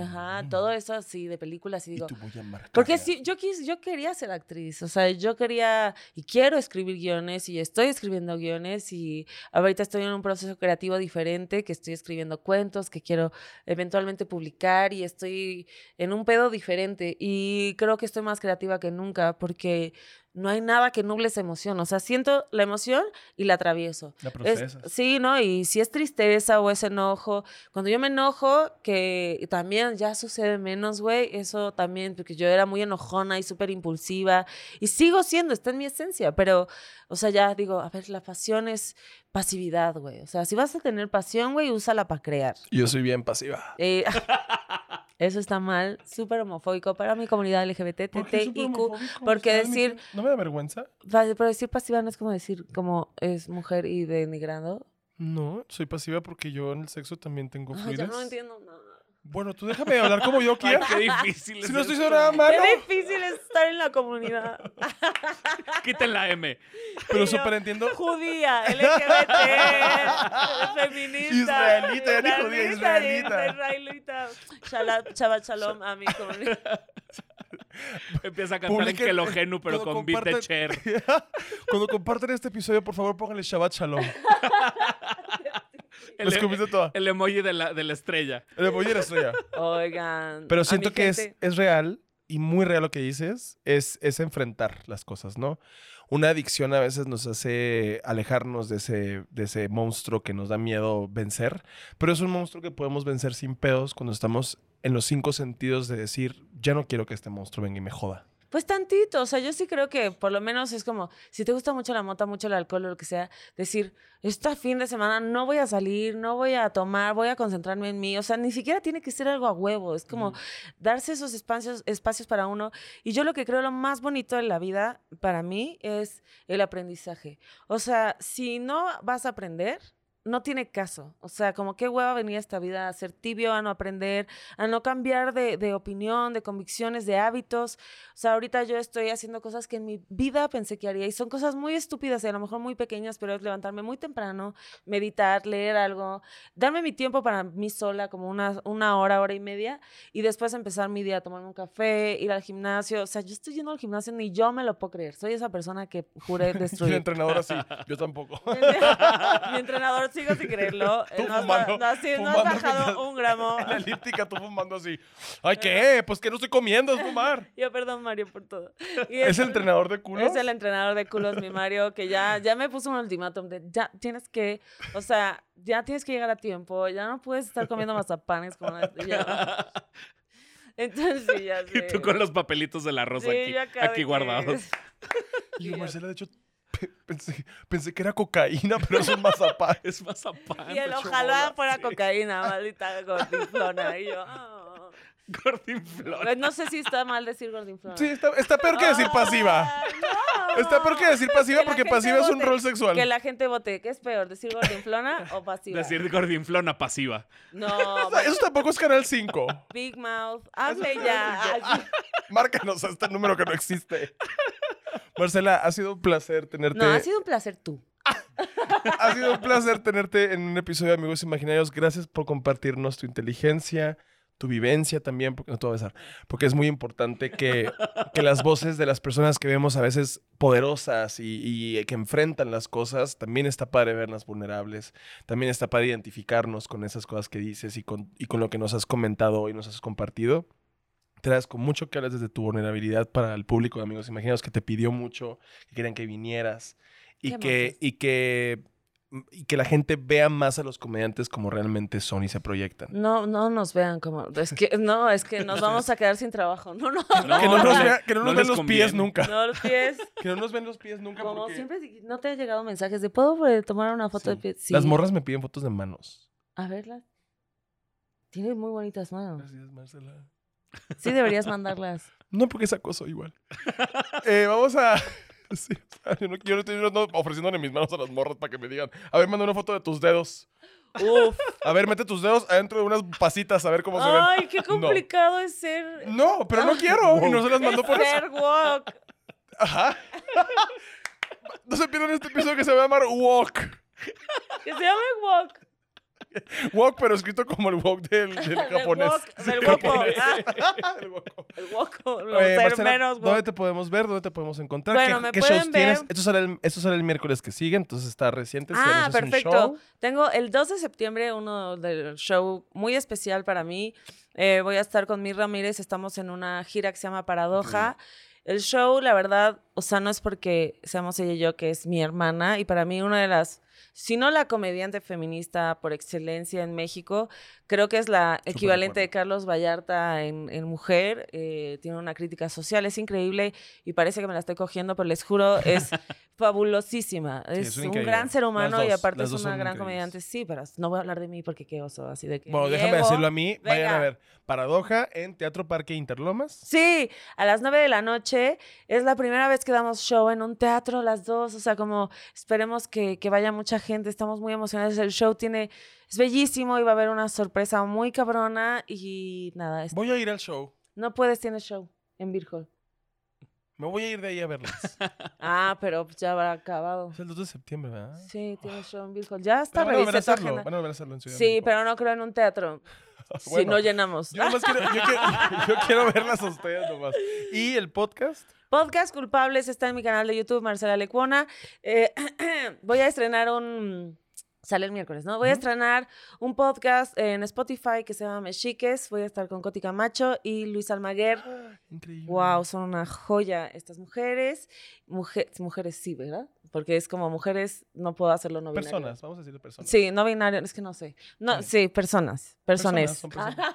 [SPEAKER 2] ajá, todo eso así de películas y digo...
[SPEAKER 1] Te voy a marcar.
[SPEAKER 2] Porque sí, yo, quis- yo quería ser actriz, o sea, yo quería y quiero escribir guiones y estoy escribiendo guiones y ahorita estoy en un proceso creativo diferente, que estoy escribiendo cuentos, que quiero eventualmente publicar y estoy en un pedo diferente y creo que estoy más creativa que nunca porque no hay nada que nuble esa emoción, o sea, siento la emoción y la atravieso.
[SPEAKER 1] La
[SPEAKER 2] Es-
[SPEAKER 1] procesas.
[SPEAKER 2] sí, ¿no? Y si es tristeza o es enojo, cuando yo me enojo, que también ya sucede menos, güey, eso también, porque yo era muy enojona y súper impulsiva, y sigo siendo, está en mi esencia, pero, o sea, ya digo, a ver, la pasión es pasividad, güey, o sea, si vas a tener pasión, güey, úsala para crear.
[SPEAKER 1] Yo soy bien pasiva.
[SPEAKER 2] Eh, eso está mal, súper homofóbico para mi comunidad LGBT, TTIQ, porque decir-
[SPEAKER 1] ¿No me da vergüenza?
[SPEAKER 2] pa- pero decir pasiva no es como decir, como es mujer y denigrando.
[SPEAKER 1] No, soy pasiva porque yo en el sexo también tengo
[SPEAKER 2] Ay,
[SPEAKER 1] fluides.
[SPEAKER 2] yo no entiendo nada.
[SPEAKER 1] Bueno, tú déjame hablar como yo
[SPEAKER 3] Ay,
[SPEAKER 1] quiera.
[SPEAKER 3] qué difícil
[SPEAKER 1] si
[SPEAKER 3] es
[SPEAKER 1] no estoy
[SPEAKER 3] esto.
[SPEAKER 1] sobre nada malo.
[SPEAKER 2] Qué difícil es estar en la comunidad
[SPEAKER 3] Quiten la M.
[SPEAKER 1] Pero súper entiendo.
[SPEAKER 2] judía, LGBT, feminista.
[SPEAKER 1] Israelita, ya ni judía, israelita.
[SPEAKER 2] Israelita. Shala- Shabbat shalom a mi comunidad.
[SPEAKER 3] Empieza a cantar
[SPEAKER 1] Publiquen-
[SPEAKER 3] en Kelogenu, pero
[SPEAKER 1] cuando
[SPEAKER 3] con beat de
[SPEAKER 1] comparten-
[SPEAKER 3] Cher.
[SPEAKER 1] Cuando comparten este episodio, por favor, pónganle Shabbat Shalom.
[SPEAKER 3] El, e-
[SPEAKER 1] Los comiste toda.
[SPEAKER 3] el emoji de la, de la estrella.
[SPEAKER 1] Le voy a ir a estrella.
[SPEAKER 2] Oigan. a
[SPEAKER 1] Pero
[SPEAKER 2] mi
[SPEAKER 1] siento que es,
[SPEAKER 2] gente-
[SPEAKER 1] es real y muy real lo que dices, es, es enfrentar las cosas, ¿no? Una adicción a veces nos hace alejarnos de ese, de ese monstruo que nos da miedo vencer, pero es un monstruo que podemos vencer sin pedos cuando estamos en los cinco sentidos de decir, ya no quiero que este monstruo venga y me joda.
[SPEAKER 2] Pues tantito, o sea, yo sí creo que por lo menos es como, si te gusta mucho la mota, mucho el alcohol o lo que sea, decir, este fin de semana no voy a salir, no voy a tomar, voy a concentrarme en mí, o sea, ni siquiera tiene que ser algo a huevo, es como darse esos espacios, espacios para uno. Y yo lo que creo lo más bonito de la vida para mí es el aprendizaje. O sea, si no vas a aprender... No tiene caso. O sea, como qué hueva venir a esta vida a ser tibio, a no aprender, a no cambiar de, de opinión, de convicciones, de hábitos. O sea, ahorita yo estoy haciendo cosas que en mi vida pensé que haría y son cosas muy estúpidas y a lo mejor muy pequeñas, pero es levantarme muy temprano, meditar, leer algo, darme mi tiempo para mí sola, como una, una hora, hora y media, y después empezar mi día, tomarme un café, ir al gimnasio. O sea, yo estoy yendo al gimnasio ni yo me lo puedo creer. Soy esa persona que juré
[SPEAKER 1] Soy
[SPEAKER 2] destruir.
[SPEAKER 1] entrenador así, yo tampoco.
[SPEAKER 2] Mi entrenador sigo sin creerlo.
[SPEAKER 1] Tú
[SPEAKER 2] eh, No, has-
[SPEAKER 1] fumando,
[SPEAKER 2] no has- sí, no has
[SPEAKER 1] fumando mientras-
[SPEAKER 2] bajado un gramo.
[SPEAKER 1] En la elíptica tú fumando así. Ay, ¿qué? Pues que no estoy comiendo, es fumar.
[SPEAKER 2] Yo perdón, Mario, por todo. Y
[SPEAKER 1] ¿Es el
[SPEAKER 2] entonces-
[SPEAKER 1] entrenador de culo?
[SPEAKER 2] Es el entrenador de culos, mi Mario, que ya, ya me puso un ultimátum de ya tienes que, o sea, ya tienes que llegar a tiempo, ya no puedes estar comiendo mazapanes como una- ya. Entonces, sí, ya sé.
[SPEAKER 3] Y tú con los papelitos del arroz
[SPEAKER 2] Sí,
[SPEAKER 3] aquí,
[SPEAKER 2] yo acá de
[SPEAKER 3] aquí
[SPEAKER 2] que-
[SPEAKER 3] guardados.
[SPEAKER 1] Y yo,
[SPEAKER 2] Sí,
[SPEAKER 1] Marcela, de hecho, pe- pensé, pensé que era cocaína, pero es un mazapán.
[SPEAKER 3] Es mazapán.
[SPEAKER 2] Y el
[SPEAKER 3] pecho
[SPEAKER 2] ojalá
[SPEAKER 3] bola.
[SPEAKER 2] fuera
[SPEAKER 3] Sí.
[SPEAKER 2] cocaína, maldita gordiflona. Y yo, ah.
[SPEAKER 3] Gordon Flor.
[SPEAKER 2] Pues no sé si está mal decir gordinflón.
[SPEAKER 1] Sí, está, está peor que decir pasiva.
[SPEAKER 2] Ay, Ah, no.
[SPEAKER 1] Está peor que decir pasiva
[SPEAKER 2] Que la
[SPEAKER 1] porque
[SPEAKER 2] gente
[SPEAKER 1] pasiva es un
[SPEAKER 2] vote.
[SPEAKER 1] rol sexual.
[SPEAKER 2] Que la gente vote. ¿Qué es peor, decir gordinflona o pasiva?
[SPEAKER 3] Decir gordinflona pasiva.
[SPEAKER 2] No,
[SPEAKER 1] Eso- Eso tampoco es Canal 5.
[SPEAKER 2] Big Mouth. Hazle ya. Ay,
[SPEAKER 1] Márcanos a este número que no existe. Marcela, ha sido un placer tenerte.
[SPEAKER 2] No, ha sido un placer tú.
[SPEAKER 1] Ha sido un placer tenerte en un episodio de Amigos Imaginarios. Gracias por compartirnos tu inteligencia, tu vivencia también, porque no te voy a besar, porque es muy importante que, que las voces de las personas que vemos a veces poderosas y, y que enfrentan las cosas, también está padre verlas vulnerables, también está padre identificarnos con esas cosas que dices y con, y con lo que nos has comentado hoy, nos has compartido. Te agradezco mucho que hablas desde tu vulnerabilidad para el público de Amigos Imaginarios que te pidió mucho, que querían que vinieras y
[SPEAKER 2] Qué
[SPEAKER 1] que,
[SPEAKER 2] amables.
[SPEAKER 1] y que y que la gente vea más a los comediantes como realmente son y se proyectan.
[SPEAKER 2] No, no nos vean como. Es que no, es que nos vamos a quedar sin trabajo. No, no.
[SPEAKER 1] que no nos,
[SPEAKER 3] le-
[SPEAKER 1] vea- que no
[SPEAKER 3] no
[SPEAKER 1] nos ven
[SPEAKER 3] les
[SPEAKER 1] los
[SPEAKER 3] conviene.
[SPEAKER 1] pies nunca.
[SPEAKER 2] No los pies.
[SPEAKER 1] Que no nos ven los pies nunca
[SPEAKER 2] Como
[SPEAKER 1] porque-
[SPEAKER 2] siempre, si no te han llegado mensajes de ¿puedo eh, tomar una foto de
[SPEAKER 1] Sí.
[SPEAKER 2] pies?
[SPEAKER 1] Las morras me piden fotos de manos.
[SPEAKER 2] A verlas. Tienes muy bonitas manos.
[SPEAKER 1] Gracias, Marcela.
[SPEAKER 2] Sí, deberías mandarlas.
[SPEAKER 1] No, porque es acoso igual. Eh, vamos a... Sí, o sea, yo, no, yo no estoy yo no- ofreciéndole mis manos a las morras para que me digan, a ver, manda una foto de tus dedos.
[SPEAKER 2] Uf.
[SPEAKER 1] A ver, mete tus dedos adentro de unas pasitas a ver cómo se ven.
[SPEAKER 2] Ay, qué complicado es ser.
[SPEAKER 1] No, pero no quiero. Y no se las mandó por eso.
[SPEAKER 2] Ser woke.
[SPEAKER 1] Ajá. No se pierdan este episodio que se va a llamar Walk.
[SPEAKER 2] Que se llame woke.
[SPEAKER 1] Wok, pero escrito como el wok del, del
[SPEAKER 2] Del
[SPEAKER 1] japonés.
[SPEAKER 2] wok, del
[SPEAKER 1] Del
[SPEAKER 2] woko.
[SPEAKER 1] japonés.
[SPEAKER 2] Ah.
[SPEAKER 1] Del woko.
[SPEAKER 2] El woke. Los
[SPEAKER 1] Oye,
[SPEAKER 2] ser
[SPEAKER 1] Marcela,
[SPEAKER 2] menos
[SPEAKER 1] ¿Dónde
[SPEAKER 2] woke.
[SPEAKER 1] te podemos ver? ¿Dónde te podemos encontrar?
[SPEAKER 2] Bueno,
[SPEAKER 1] ¿Qué,
[SPEAKER 2] me
[SPEAKER 1] qué
[SPEAKER 2] pueden
[SPEAKER 1] shows tienes?
[SPEAKER 2] ver-
[SPEAKER 1] Esto sale, el, esto sale el miércoles que sigue, entonces está reciente. si
[SPEAKER 2] Ah,
[SPEAKER 1] anuncias un
[SPEAKER 2] perfecto.
[SPEAKER 1] show.
[SPEAKER 2] Tengo el 2 de septiembre uno del show muy especial para mí. Eh, voy a estar con Mir Ramírez. Estamos en una gira que se llama Paradoja. El show, la verdad, o sea, no es porque seamos ella y yo, que es mi hermana, y para mí una de las, si no la comediante feminista por excelencia en México, creo que es la equivalente de Carlos Vallarta en, en mujer. eh, tiene una crítica social, es increíble y parece que me la estoy cogiendo, pero les juro, es fabulosísima. Es,
[SPEAKER 1] es
[SPEAKER 2] un
[SPEAKER 1] increíble.
[SPEAKER 2] gran ser humano
[SPEAKER 1] Las
[SPEAKER 2] y
[SPEAKER 1] dos,
[SPEAKER 2] aparte
[SPEAKER 1] las
[SPEAKER 2] es
[SPEAKER 1] dos
[SPEAKER 2] una
[SPEAKER 1] son
[SPEAKER 2] gran
[SPEAKER 1] increíbles.
[SPEAKER 2] comediante. Sí, pero no voy a hablar de mí porque qué oso, así de que.
[SPEAKER 1] Bueno, déjame
[SPEAKER 2] llego.
[SPEAKER 1] decirlo a mí. Vayan
[SPEAKER 2] Venga.
[SPEAKER 1] a ver. Paradoja en Teatro Parque Interlomas.
[SPEAKER 2] Sí, a las 9 de la noche es la primera vez que damos show en un teatro, las dos, o sea, como esperemos que, que vaya mucha gente, estamos muy emocionados, el show tiene, es bellísimo y va a haber una sorpresa muy cabrona y nada, es-
[SPEAKER 1] Voy a ir al show.
[SPEAKER 2] no puedes, tiene show en Virgol.
[SPEAKER 1] Me voy a ir de ahí a verlas.
[SPEAKER 2] Ah, pero ya habrá acabado.
[SPEAKER 1] es el 2 de septiembre, ¿verdad?
[SPEAKER 2] Sí, tiene show en Virgol, ya
[SPEAKER 1] Pero
[SPEAKER 2] está,
[SPEAKER 1] van a volver a
[SPEAKER 2] revisé tu
[SPEAKER 1] hacerlo.
[SPEAKER 2] agenda.
[SPEAKER 1] Van a volver a hacerlo en Ciudad de
[SPEAKER 2] Sí,
[SPEAKER 1] México.
[SPEAKER 2] pero no creo en un teatro, si
[SPEAKER 1] Bueno.
[SPEAKER 2] no llenamos.
[SPEAKER 1] Yo nomás quiero, yo quiero, yo quiero verlas a ustedes nomás. ¿Y el podcast?
[SPEAKER 2] Podcast Culpables está en mi canal de YouTube, Marcela Lecuona. Eh, voy a estrenar un... Sale el miércoles, ¿no? Voy a
[SPEAKER 1] Ujú.
[SPEAKER 2] estrenar un podcast en Spotify que se llama Mexiques. Voy a estar con Coti Camacho y Luis Almaguer.
[SPEAKER 1] ah, Increíble.
[SPEAKER 2] Wow, son una joya estas mujeres. Muje- mujeres sí, ¿verdad? Porque es como mujeres, no puedo hacerlo no binario.
[SPEAKER 1] Personas, vamos a decirle personas.
[SPEAKER 2] Sí, no binario, es que no sé. No, sí, personas, personas.
[SPEAKER 1] Personas, son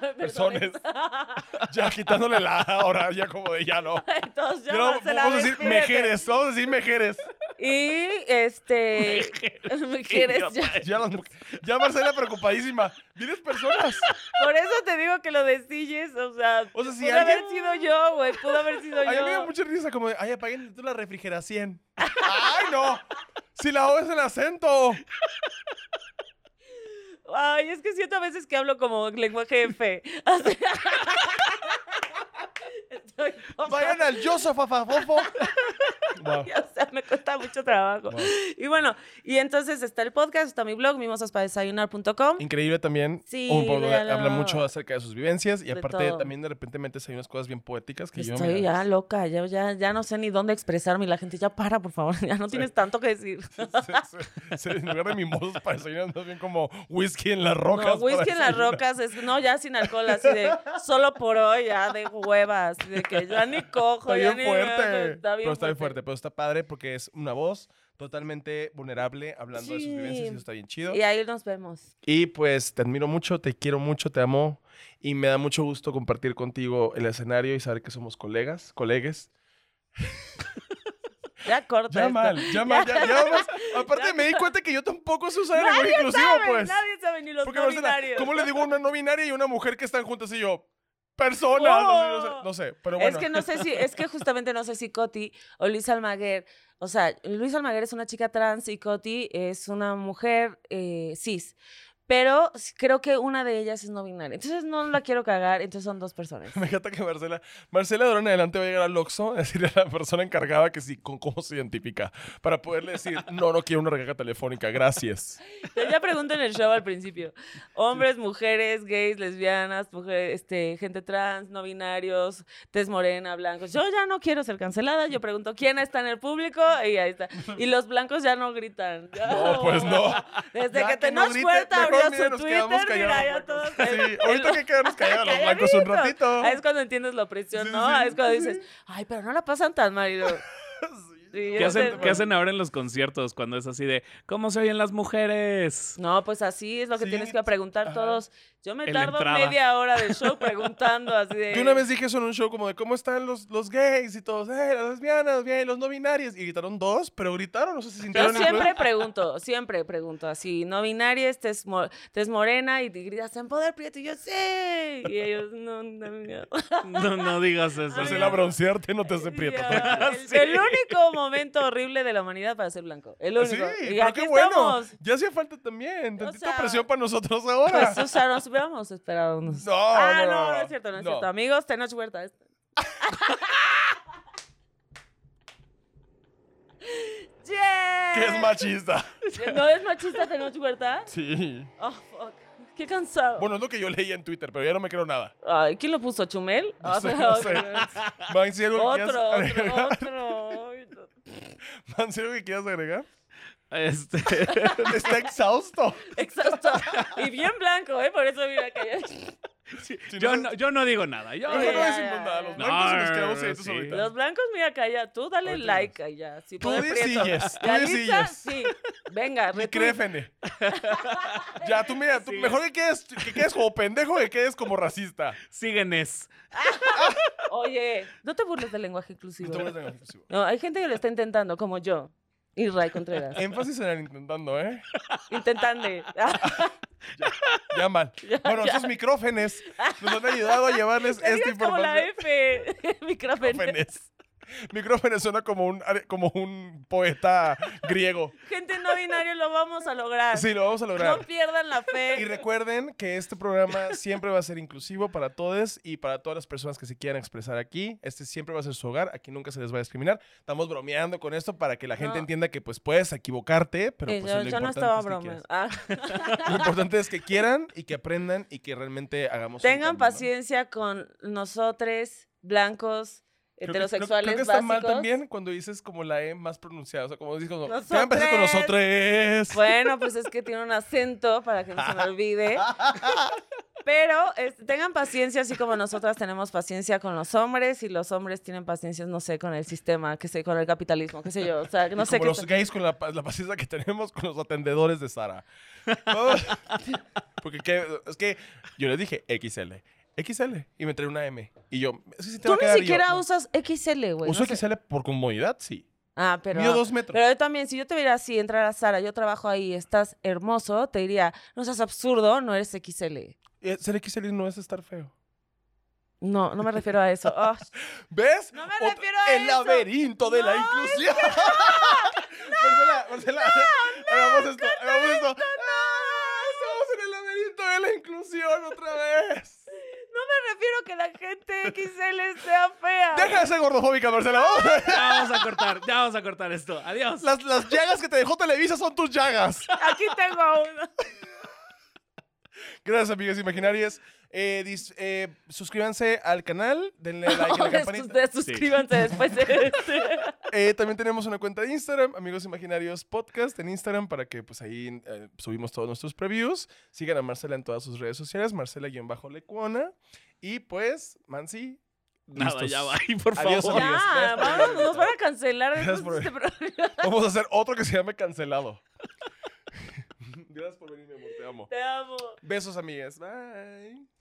[SPEAKER 1] personas.
[SPEAKER 2] Personas.
[SPEAKER 1] Ya quitándole la ahora, ya como de ya no.
[SPEAKER 2] Entonces ya
[SPEAKER 1] Ya no,
[SPEAKER 2] Marcela,
[SPEAKER 1] vamos a decir
[SPEAKER 2] despídete.
[SPEAKER 1] mujeres, vamos a decir mujeres.
[SPEAKER 2] Y este. Mujeres,
[SPEAKER 3] Idiota.
[SPEAKER 2] ya.
[SPEAKER 1] Ya, las mu- ya Marcela preocupadísima. Diles personas.
[SPEAKER 2] Por eso te digo que lo de silles, o sea.
[SPEAKER 1] O sea, si
[SPEAKER 2] pudo
[SPEAKER 1] alguien-
[SPEAKER 2] haber sido yo, güey. Pudo haber sido
[SPEAKER 1] Ay, a mí
[SPEAKER 2] yo.
[SPEAKER 1] me da mucha risa como de, ay, apaguen tú la refrigeración. Ay, no. Si la O es el acento.
[SPEAKER 2] Ay, es que siento a veces que hablo como lenguaje F. Así- Estoy como-
[SPEAKER 1] Vayan al Joseph Afafofo. Wow.
[SPEAKER 2] O sea, me cuesta mucho trabajo.
[SPEAKER 1] Wow.
[SPEAKER 2] Y bueno, y entonces está el podcast, está mi blog, mimosaspadesayunar.com.
[SPEAKER 1] Increíble también.
[SPEAKER 2] Sí,
[SPEAKER 1] un poco de-
[SPEAKER 2] véalo.
[SPEAKER 1] habla mucho acerca de sus vivencias y
[SPEAKER 2] De
[SPEAKER 1] aparte
[SPEAKER 2] todo.
[SPEAKER 1] también de repente metes ahí unas cosas bien poéticas que yo
[SPEAKER 2] Estoy ya loca, ya, ya, ya no sé ni dónde expresarme y la gente ya para, por favor, ya no tienes tanto que decir.
[SPEAKER 1] Se- se- se- en lugar de mimosas para desayunar, más bien como whisky en las rocas.
[SPEAKER 2] No, whisky
[SPEAKER 1] para
[SPEAKER 2] en las
[SPEAKER 1] desayunar.
[SPEAKER 2] rocas es, no, ya sin alcohol, así de, solo por hoy, ya de huevas, de que ya ni cojo,
[SPEAKER 1] Está
[SPEAKER 2] ya
[SPEAKER 1] bien
[SPEAKER 2] ni-
[SPEAKER 1] fuerte.
[SPEAKER 2] está bien
[SPEAKER 1] pero está bien fuerte, pero está padre porque es una voz totalmente vulnerable hablando de sus
[SPEAKER 2] Sí.
[SPEAKER 1] vivencias y eso está bien chido.
[SPEAKER 2] Y ahí nos vemos.
[SPEAKER 1] Y pues te admiro mucho, te quiero mucho, te amo y me da mucho gusto compartir contigo el escenario y saber que somos colegas, colegues.
[SPEAKER 2] Ya corta
[SPEAKER 1] Ya
[SPEAKER 2] esto.
[SPEAKER 1] mal, ya mal, ya, ya más. Aparte me di cuenta que yo tampoco sé usar el lenguaje inclusivo,
[SPEAKER 2] Ay,
[SPEAKER 1] pues.
[SPEAKER 2] Nadie sabe ni los
[SPEAKER 1] Porque
[SPEAKER 2] no
[SPEAKER 1] Marcela,
[SPEAKER 2] binarios.
[SPEAKER 1] ¿cómo le digo a una no binaria y una mujer que están juntas y yo? persona. No, sé, no
[SPEAKER 2] Wow.
[SPEAKER 1] sé, no sé, pero bueno.
[SPEAKER 2] Es que no sé si, es que justamente no sé si Coti o Luis Almaguer, o sea, Luis Almaguer es una chica trans y Coti es una mujer eh, cis. Pero s- creo que una de ellas es no binaria. Entonces no la quiero cagar, entonces son dos personas.
[SPEAKER 1] Me encanta que Marcela, Marcela de ahora en adelante va a llegar al Oxxo a decirle a la persona encargada que sí, con cómo se identifica, para poderle decir, no, no quiero una recarga telefónica, gracias.
[SPEAKER 2] Entonces, ya pregunto en el show al principio. Hombres, mujeres, gays, lesbianas, mujeres, este, gente trans, no binarios, tez morena, blancos. Yo ya no quiero ser cancelada. Yo pregunto quién está en el público y ahí está. Y los blancos ya no gritan.
[SPEAKER 1] No, pues no.
[SPEAKER 2] Desde
[SPEAKER 1] Ya
[SPEAKER 2] que
[SPEAKER 1] no
[SPEAKER 2] tenemos
[SPEAKER 1] grite,
[SPEAKER 2] puerta
[SPEAKER 1] mejor, mira,
[SPEAKER 2] abrió su
[SPEAKER 1] nos
[SPEAKER 2] Twitter,
[SPEAKER 1] quedamos
[SPEAKER 2] mira, ya todos.
[SPEAKER 1] callados, blancos. Sí, ahorita que quedarnos callados los blancos un
[SPEAKER 2] Calladitos.
[SPEAKER 1] ratito.
[SPEAKER 2] Ahí es cuando entiendes la opresión,
[SPEAKER 1] Sí,
[SPEAKER 2] ¿no?
[SPEAKER 1] sí,
[SPEAKER 2] Ahí es cuando
[SPEAKER 1] sí.
[SPEAKER 2] dices, ay, pero no la pasan tan mal. Y este, luego, sí,
[SPEAKER 3] ¿Qué
[SPEAKER 2] yo
[SPEAKER 3] hacen,
[SPEAKER 2] sé,
[SPEAKER 3] qué hacen ahora en los conciertos cuando es así de cómo se oyen las mujeres?
[SPEAKER 2] No, pues así es lo que
[SPEAKER 1] Sí,
[SPEAKER 2] tienes que preguntar
[SPEAKER 1] ajá.
[SPEAKER 2] todos. Yo me
[SPEAKER 3] En la
[SPEAKER 2] tardo
[SPEAKER 3] entrada.
[SPEAKER 2] media hora del show preguntando así de...
[SPEAKER 1] Yo una vez dije eso en un show como de cómo están los, los gays y todos, eh, las lesbianas, bien, los no binarios. Y gritaron dos, pero gritaron, no sé si se
[SPEAKER 2] Yo
[SPEAKER 1] sintieron
[SPEAKER 2] siempre
[SPEAKER 1] incluidos.
[SPEAKER 2] pregunto, siempre pregunto así, no binarias, te es, morena y te gritas en poder prieto y yo sé. Y ellos, no, no, no.
[SPEAKER 3] No, no digas eso.
[SPEAKER 1] Marcela, broncearte no te hace
[SPEAKER 2] Y
[SPEAKER 1] prieto.
[SPEAKER 2] Eh,
[SPEAKER 1] pues.
[SPEAKER 2] ya, el,
[SPEAKER 3] Sí.
[SPEAKER 2] el único momento horrible de la humanidad para ser blanco. El
[SPEAKER 1] Ah, Sí,
[SPEAKER 2] único. y
[SPEAKER 1] pero
[SPEAKER 2] aquí
[SPEAKER 1] qué bueno.
[SPEAKER 2] estamos.
[SPEAKER 1] Ya hacía falta también.
[SPEAKER 2] O
[SPEAKER 1] Tantita
[SPEAKER 2] sea,
[SPEAKER 1] presión para nosotros ahora.
[SPEAKER 2] Pues o sea, nos hubiéramos esperado unos.
[SPEAKER 1] No,
[SPEAKER 2] ah,
[SPEAKER 1] Oh, no,
[SPEAKER 2] no,
[SPEAKER 1] no,
[SPEAKER 2] no, es cierto, no es
[SPEAKER 1] no.
[SPEAKER 2] cierto. Amigos, Tenoch Huerta. este. es- ¡Yeah!
[SPEAKER 1] Que es machista.
[SPEAKER 2] ¿No es machista Tenoch Huerta?
[SPEAKER 1] Sí.
[SPEAKER 2] Oh, fuck. Qué cansado.
[SPEAKER 1] Bueno, es lo que yo leí en Twitter, pero ya no me creo nada.
[SPEAKER 2] Ay, ¿Quién lo puso? ¿Chumel?
[SPEAKER 1] No
[SPEAKER 2] Ah,
[SPEAKER 1] sé,
[SPEAKER 2] pero-
[SPEAKER 1] no sé. Man, si hay algo que
[SPEAKER 2] Otro,
[SPEAKER 1] quieras
[SPEAKER 2] otro,
[SPEAKER 1] agregar.
[SPEAKER 2] otro. Ay, no.
[SPEAKER 1] Man, si hay algo que quieras agregar.
[SPEAKER 3] Este,
[SPEAKER 1] Está exhausto.
[SPEAKER 2] Exhausto. Y bien blanco, ¿eh? Por eso mira que
[SPEAKER 1] Si
[SPEAKER 3] yo,
[SPEAKER 1] no-
[SPEAKER 3] no, yo no digo nada. Yo,
[SPEAKER 1] Mejor
[SPEAKER 2] Oye,
[SPEAKER 1] no
[SPEAKER 2] ya,
[SPEAKER 1] decimos
[SPEAKER 2] ya,
[SPEAKER 1] nada.
[SPEAKER 2] ya.
[SPEAKER 1] Los blancos nos quedamos
[SPEAKER 3] No,
[SPEAKER 1] seditos
[SPEAKER 3] sí.
[SPEAKER 1] ahorita.
[SPEAKER 2] Los blancos, mira, calla. Tú dale
[SPEAKER 1] Ahorita
[SPEAKER 2] like, allá. Si
[SPEAKER 1] Tú
[SPEAKER 2] poder prieto.
[SPEAKER 1] decides, tú
[SPEAKER 2] Yalitza,
[SPEAKER 1] decides.
[SPEAKER 2] sí. Venga,
[SPEAKER 1] Mi
[SPEAKER 2] retweet.
[SPEAKER 1] créfene. ya, tú mira, tú, mejor que quedes, que quedes como pendejo que quedes como racista.
[SPEAKER 3] Síguenes.
[SPEAKER 2] Oye, no te burles del lenguaje inclusivo.
[SPEAKER 1] No
[SPEAKER 2] ¿eh?
[SPEAKER 1] te vuelvas tan inclusivo.
[SPEAKER 2] No, hay gente que lo está intentando, como yo. Y Ray Contreras.
[SPEAKER 1] Énfasis en el intentando, ¿eh?
[SPEAKER 2] Intentando.
[SPEAKER 1] Ya mal. bueno, esos micrófenes nos han ayudado a llevarles esta
[SPEAKER 2] Es como la
[SPEAKER 1] información.
[SPEAKER 2] F. Micrófono.
[SPEAKER 1] Micrófenes. Micrófenes suena como un, are- como un poeta griego.
[SPEAKER 2] Gente no binaria, lo vamos a lograr.
[SPEAKER 1] Sí, lo vamos a
[SPEAKER 2] no
[SPEAKER 1] lograr.
[SPEAKER 2] pierdan la
[SPEAKER 1] Y
[SPEAKER 2] fe. Eh,
[SPEAKER 1] recuerden que este programa siempre va a ser inclusivo para todos y para todas las personas que se quieran expresar aquí. Este siempre va a ser su hogar, aquí nunca se les va a discriminar. Estamos bromeando con esto para que la gente
[SPEAKER 2] No.
[SPEAKER 1] entienda que pues puedes equivocarte, pero
[SPEAKER 2] Sí,
[SPEAKER 1] pues
[SPEAKER 2] yo
[SPEAKER 1] lo
[SPEAKER 2] yo no
[SPEAKER 1] importante
[SPEAKER 2] estaba
[SPEAKER 1] es que
[SPEAKER 2] broma.
[SPEAKER 1] quieras.
[SPEAKER 2] Ah.
[SPEAKER 1] Lo importante es que quieran y que aprendan y que realmente hagamos un
[SPEAKER 2] Tengan
[SPEAKER 1] cambio, ¿no?
[SPEAKER 2] paciencia con nosotros, blancos,
[SPEAKER 1] Creo que-
[SPEAKER 2] heterosexuales,
[SPEAKER 1] creo, creo que está mal
[SPEAKER 2] básicos.
[SPEAKER 1] también cuando dices como la E más pronunciada. O sea, como dices como,
[SPEAKER 2] Nosotres.
[SPEAKER 1] tengan paciencia con nosotros.
[SPEAKER 2] Bueno, pues es que tiene un acento para que no se me olvide. Pero este, tengan paciencia, así como nosotras tenemos paciencia con los hombres y los hombres tienen paciencia, no sé, con el sistema, que sé, con el capitalismo, qué sé yo. O sea, no
[SPEAKER 1] Y
[SPEAKER 2] sé
[SPEAKER 1] como
[SPEAKER 2] qué.
[SPEAKER 1] los gays con la, pa- la paciencia que tenemos con los atendedores de Sara. Oh, Porque que- es que yo les dije XL, XL, y me trae una M. Y yo, es que sí te va a
[SPEAKER 2] Tú ni
[SPEAKER 1] quedar, y yo,
[SPEAKER 2] siquiera
[SPEAKER 1] no.
[SPEAKER 2] usas XL, güey.
[SPEAKER 1] Uso
[SPEAKER 2] no sé.
[SPEAKER 1] XL por comodidad, sí.
[SPEAKER 2] Ah, pero.
[SPEAKER 1] Mío dos metros.
[SPEAKER 2] Pero yo también, si yo te viera así, entrar a Sara, yo trabajo ahí, estás hermoso, te diría, no seas absurdo, no eres XL.
[SPEAKER 1] Eh, Ser XL no es estar feo.
[SPEAKER 2] No, no me refiero a eso. Ah,
[SPEAKER 1] ¿Ves?
[SPEAKER 2] No me
[SPEAKER 1] Ot-
[SPEAKER 2] refiero a
[SPEAKER 1] El
[SPEAKER 2] eso.
[SPEAKER 1] laberinto de la inclusión. Marcela, Marcela, hagamos esto, hagamos esto. Ah, Estamos en el laberinto de la inclusión otra vez.
[SPEAKER 2] no me refiero a que la gente XL sea fea.
[SPEAKER 1] Deja de ser gordofóbica, Marcela. Vamos a-
[SPEAKER 3] Ya vamos a cortar, ya vamos a cortar esto. Adiós.
[SPEAKER 1] Las, las llagas que te dejó Televisa son tus llagas.
[SPEAKER 2] Aquí tengo a uno.
[SPEAKER 1] Gracias, amigas imaginarias. Eh, dis- eh, suscríbanse al canal, denle like a la
[SPEAKER 2] Ahora
[SPEAKER 1] campanita.
[SPEAKER 2] ustedes suscríbanse después de este.
[SPEAKER 1] Eh, también tenemos una cuenta de Instagram, Amigos Imaginarios Podcast en Instagram, para que pues ahí eh, subimos todos nuestros previews. Sigan a Marcela en todas sus redes sociales, Marcela-Lecuona. Y pues, Mansi,
[SPEAKER 3] Nada,
[SPEAKER 1] listos.
[SPEAKER 3] ya va. Y por
[SPEAKER 1] Adiós,
[SPEAKER 3] favor.
[SPEAKER 1] amigos. Gracias
[SPEAKER 2] Ya,
[SPEAKER 1] por
[SPEAKER 2] vamos,
[SPEAKER 1] venir.
[SPEAKER 2] nos van a cancelar
[SPEAKER 1] Gracias
[SPEAKER 2] después
[SPEAKER 1] por
[SPEAKER 2] de este programa.
[SPEAKER 1] vamos a hacer otro que se llame Cancelado. Gracias por venir, mi amor, te amo.
[SPEAKER 2] Te amo.
[SPEAKER 1] Besos, amigas. Bye.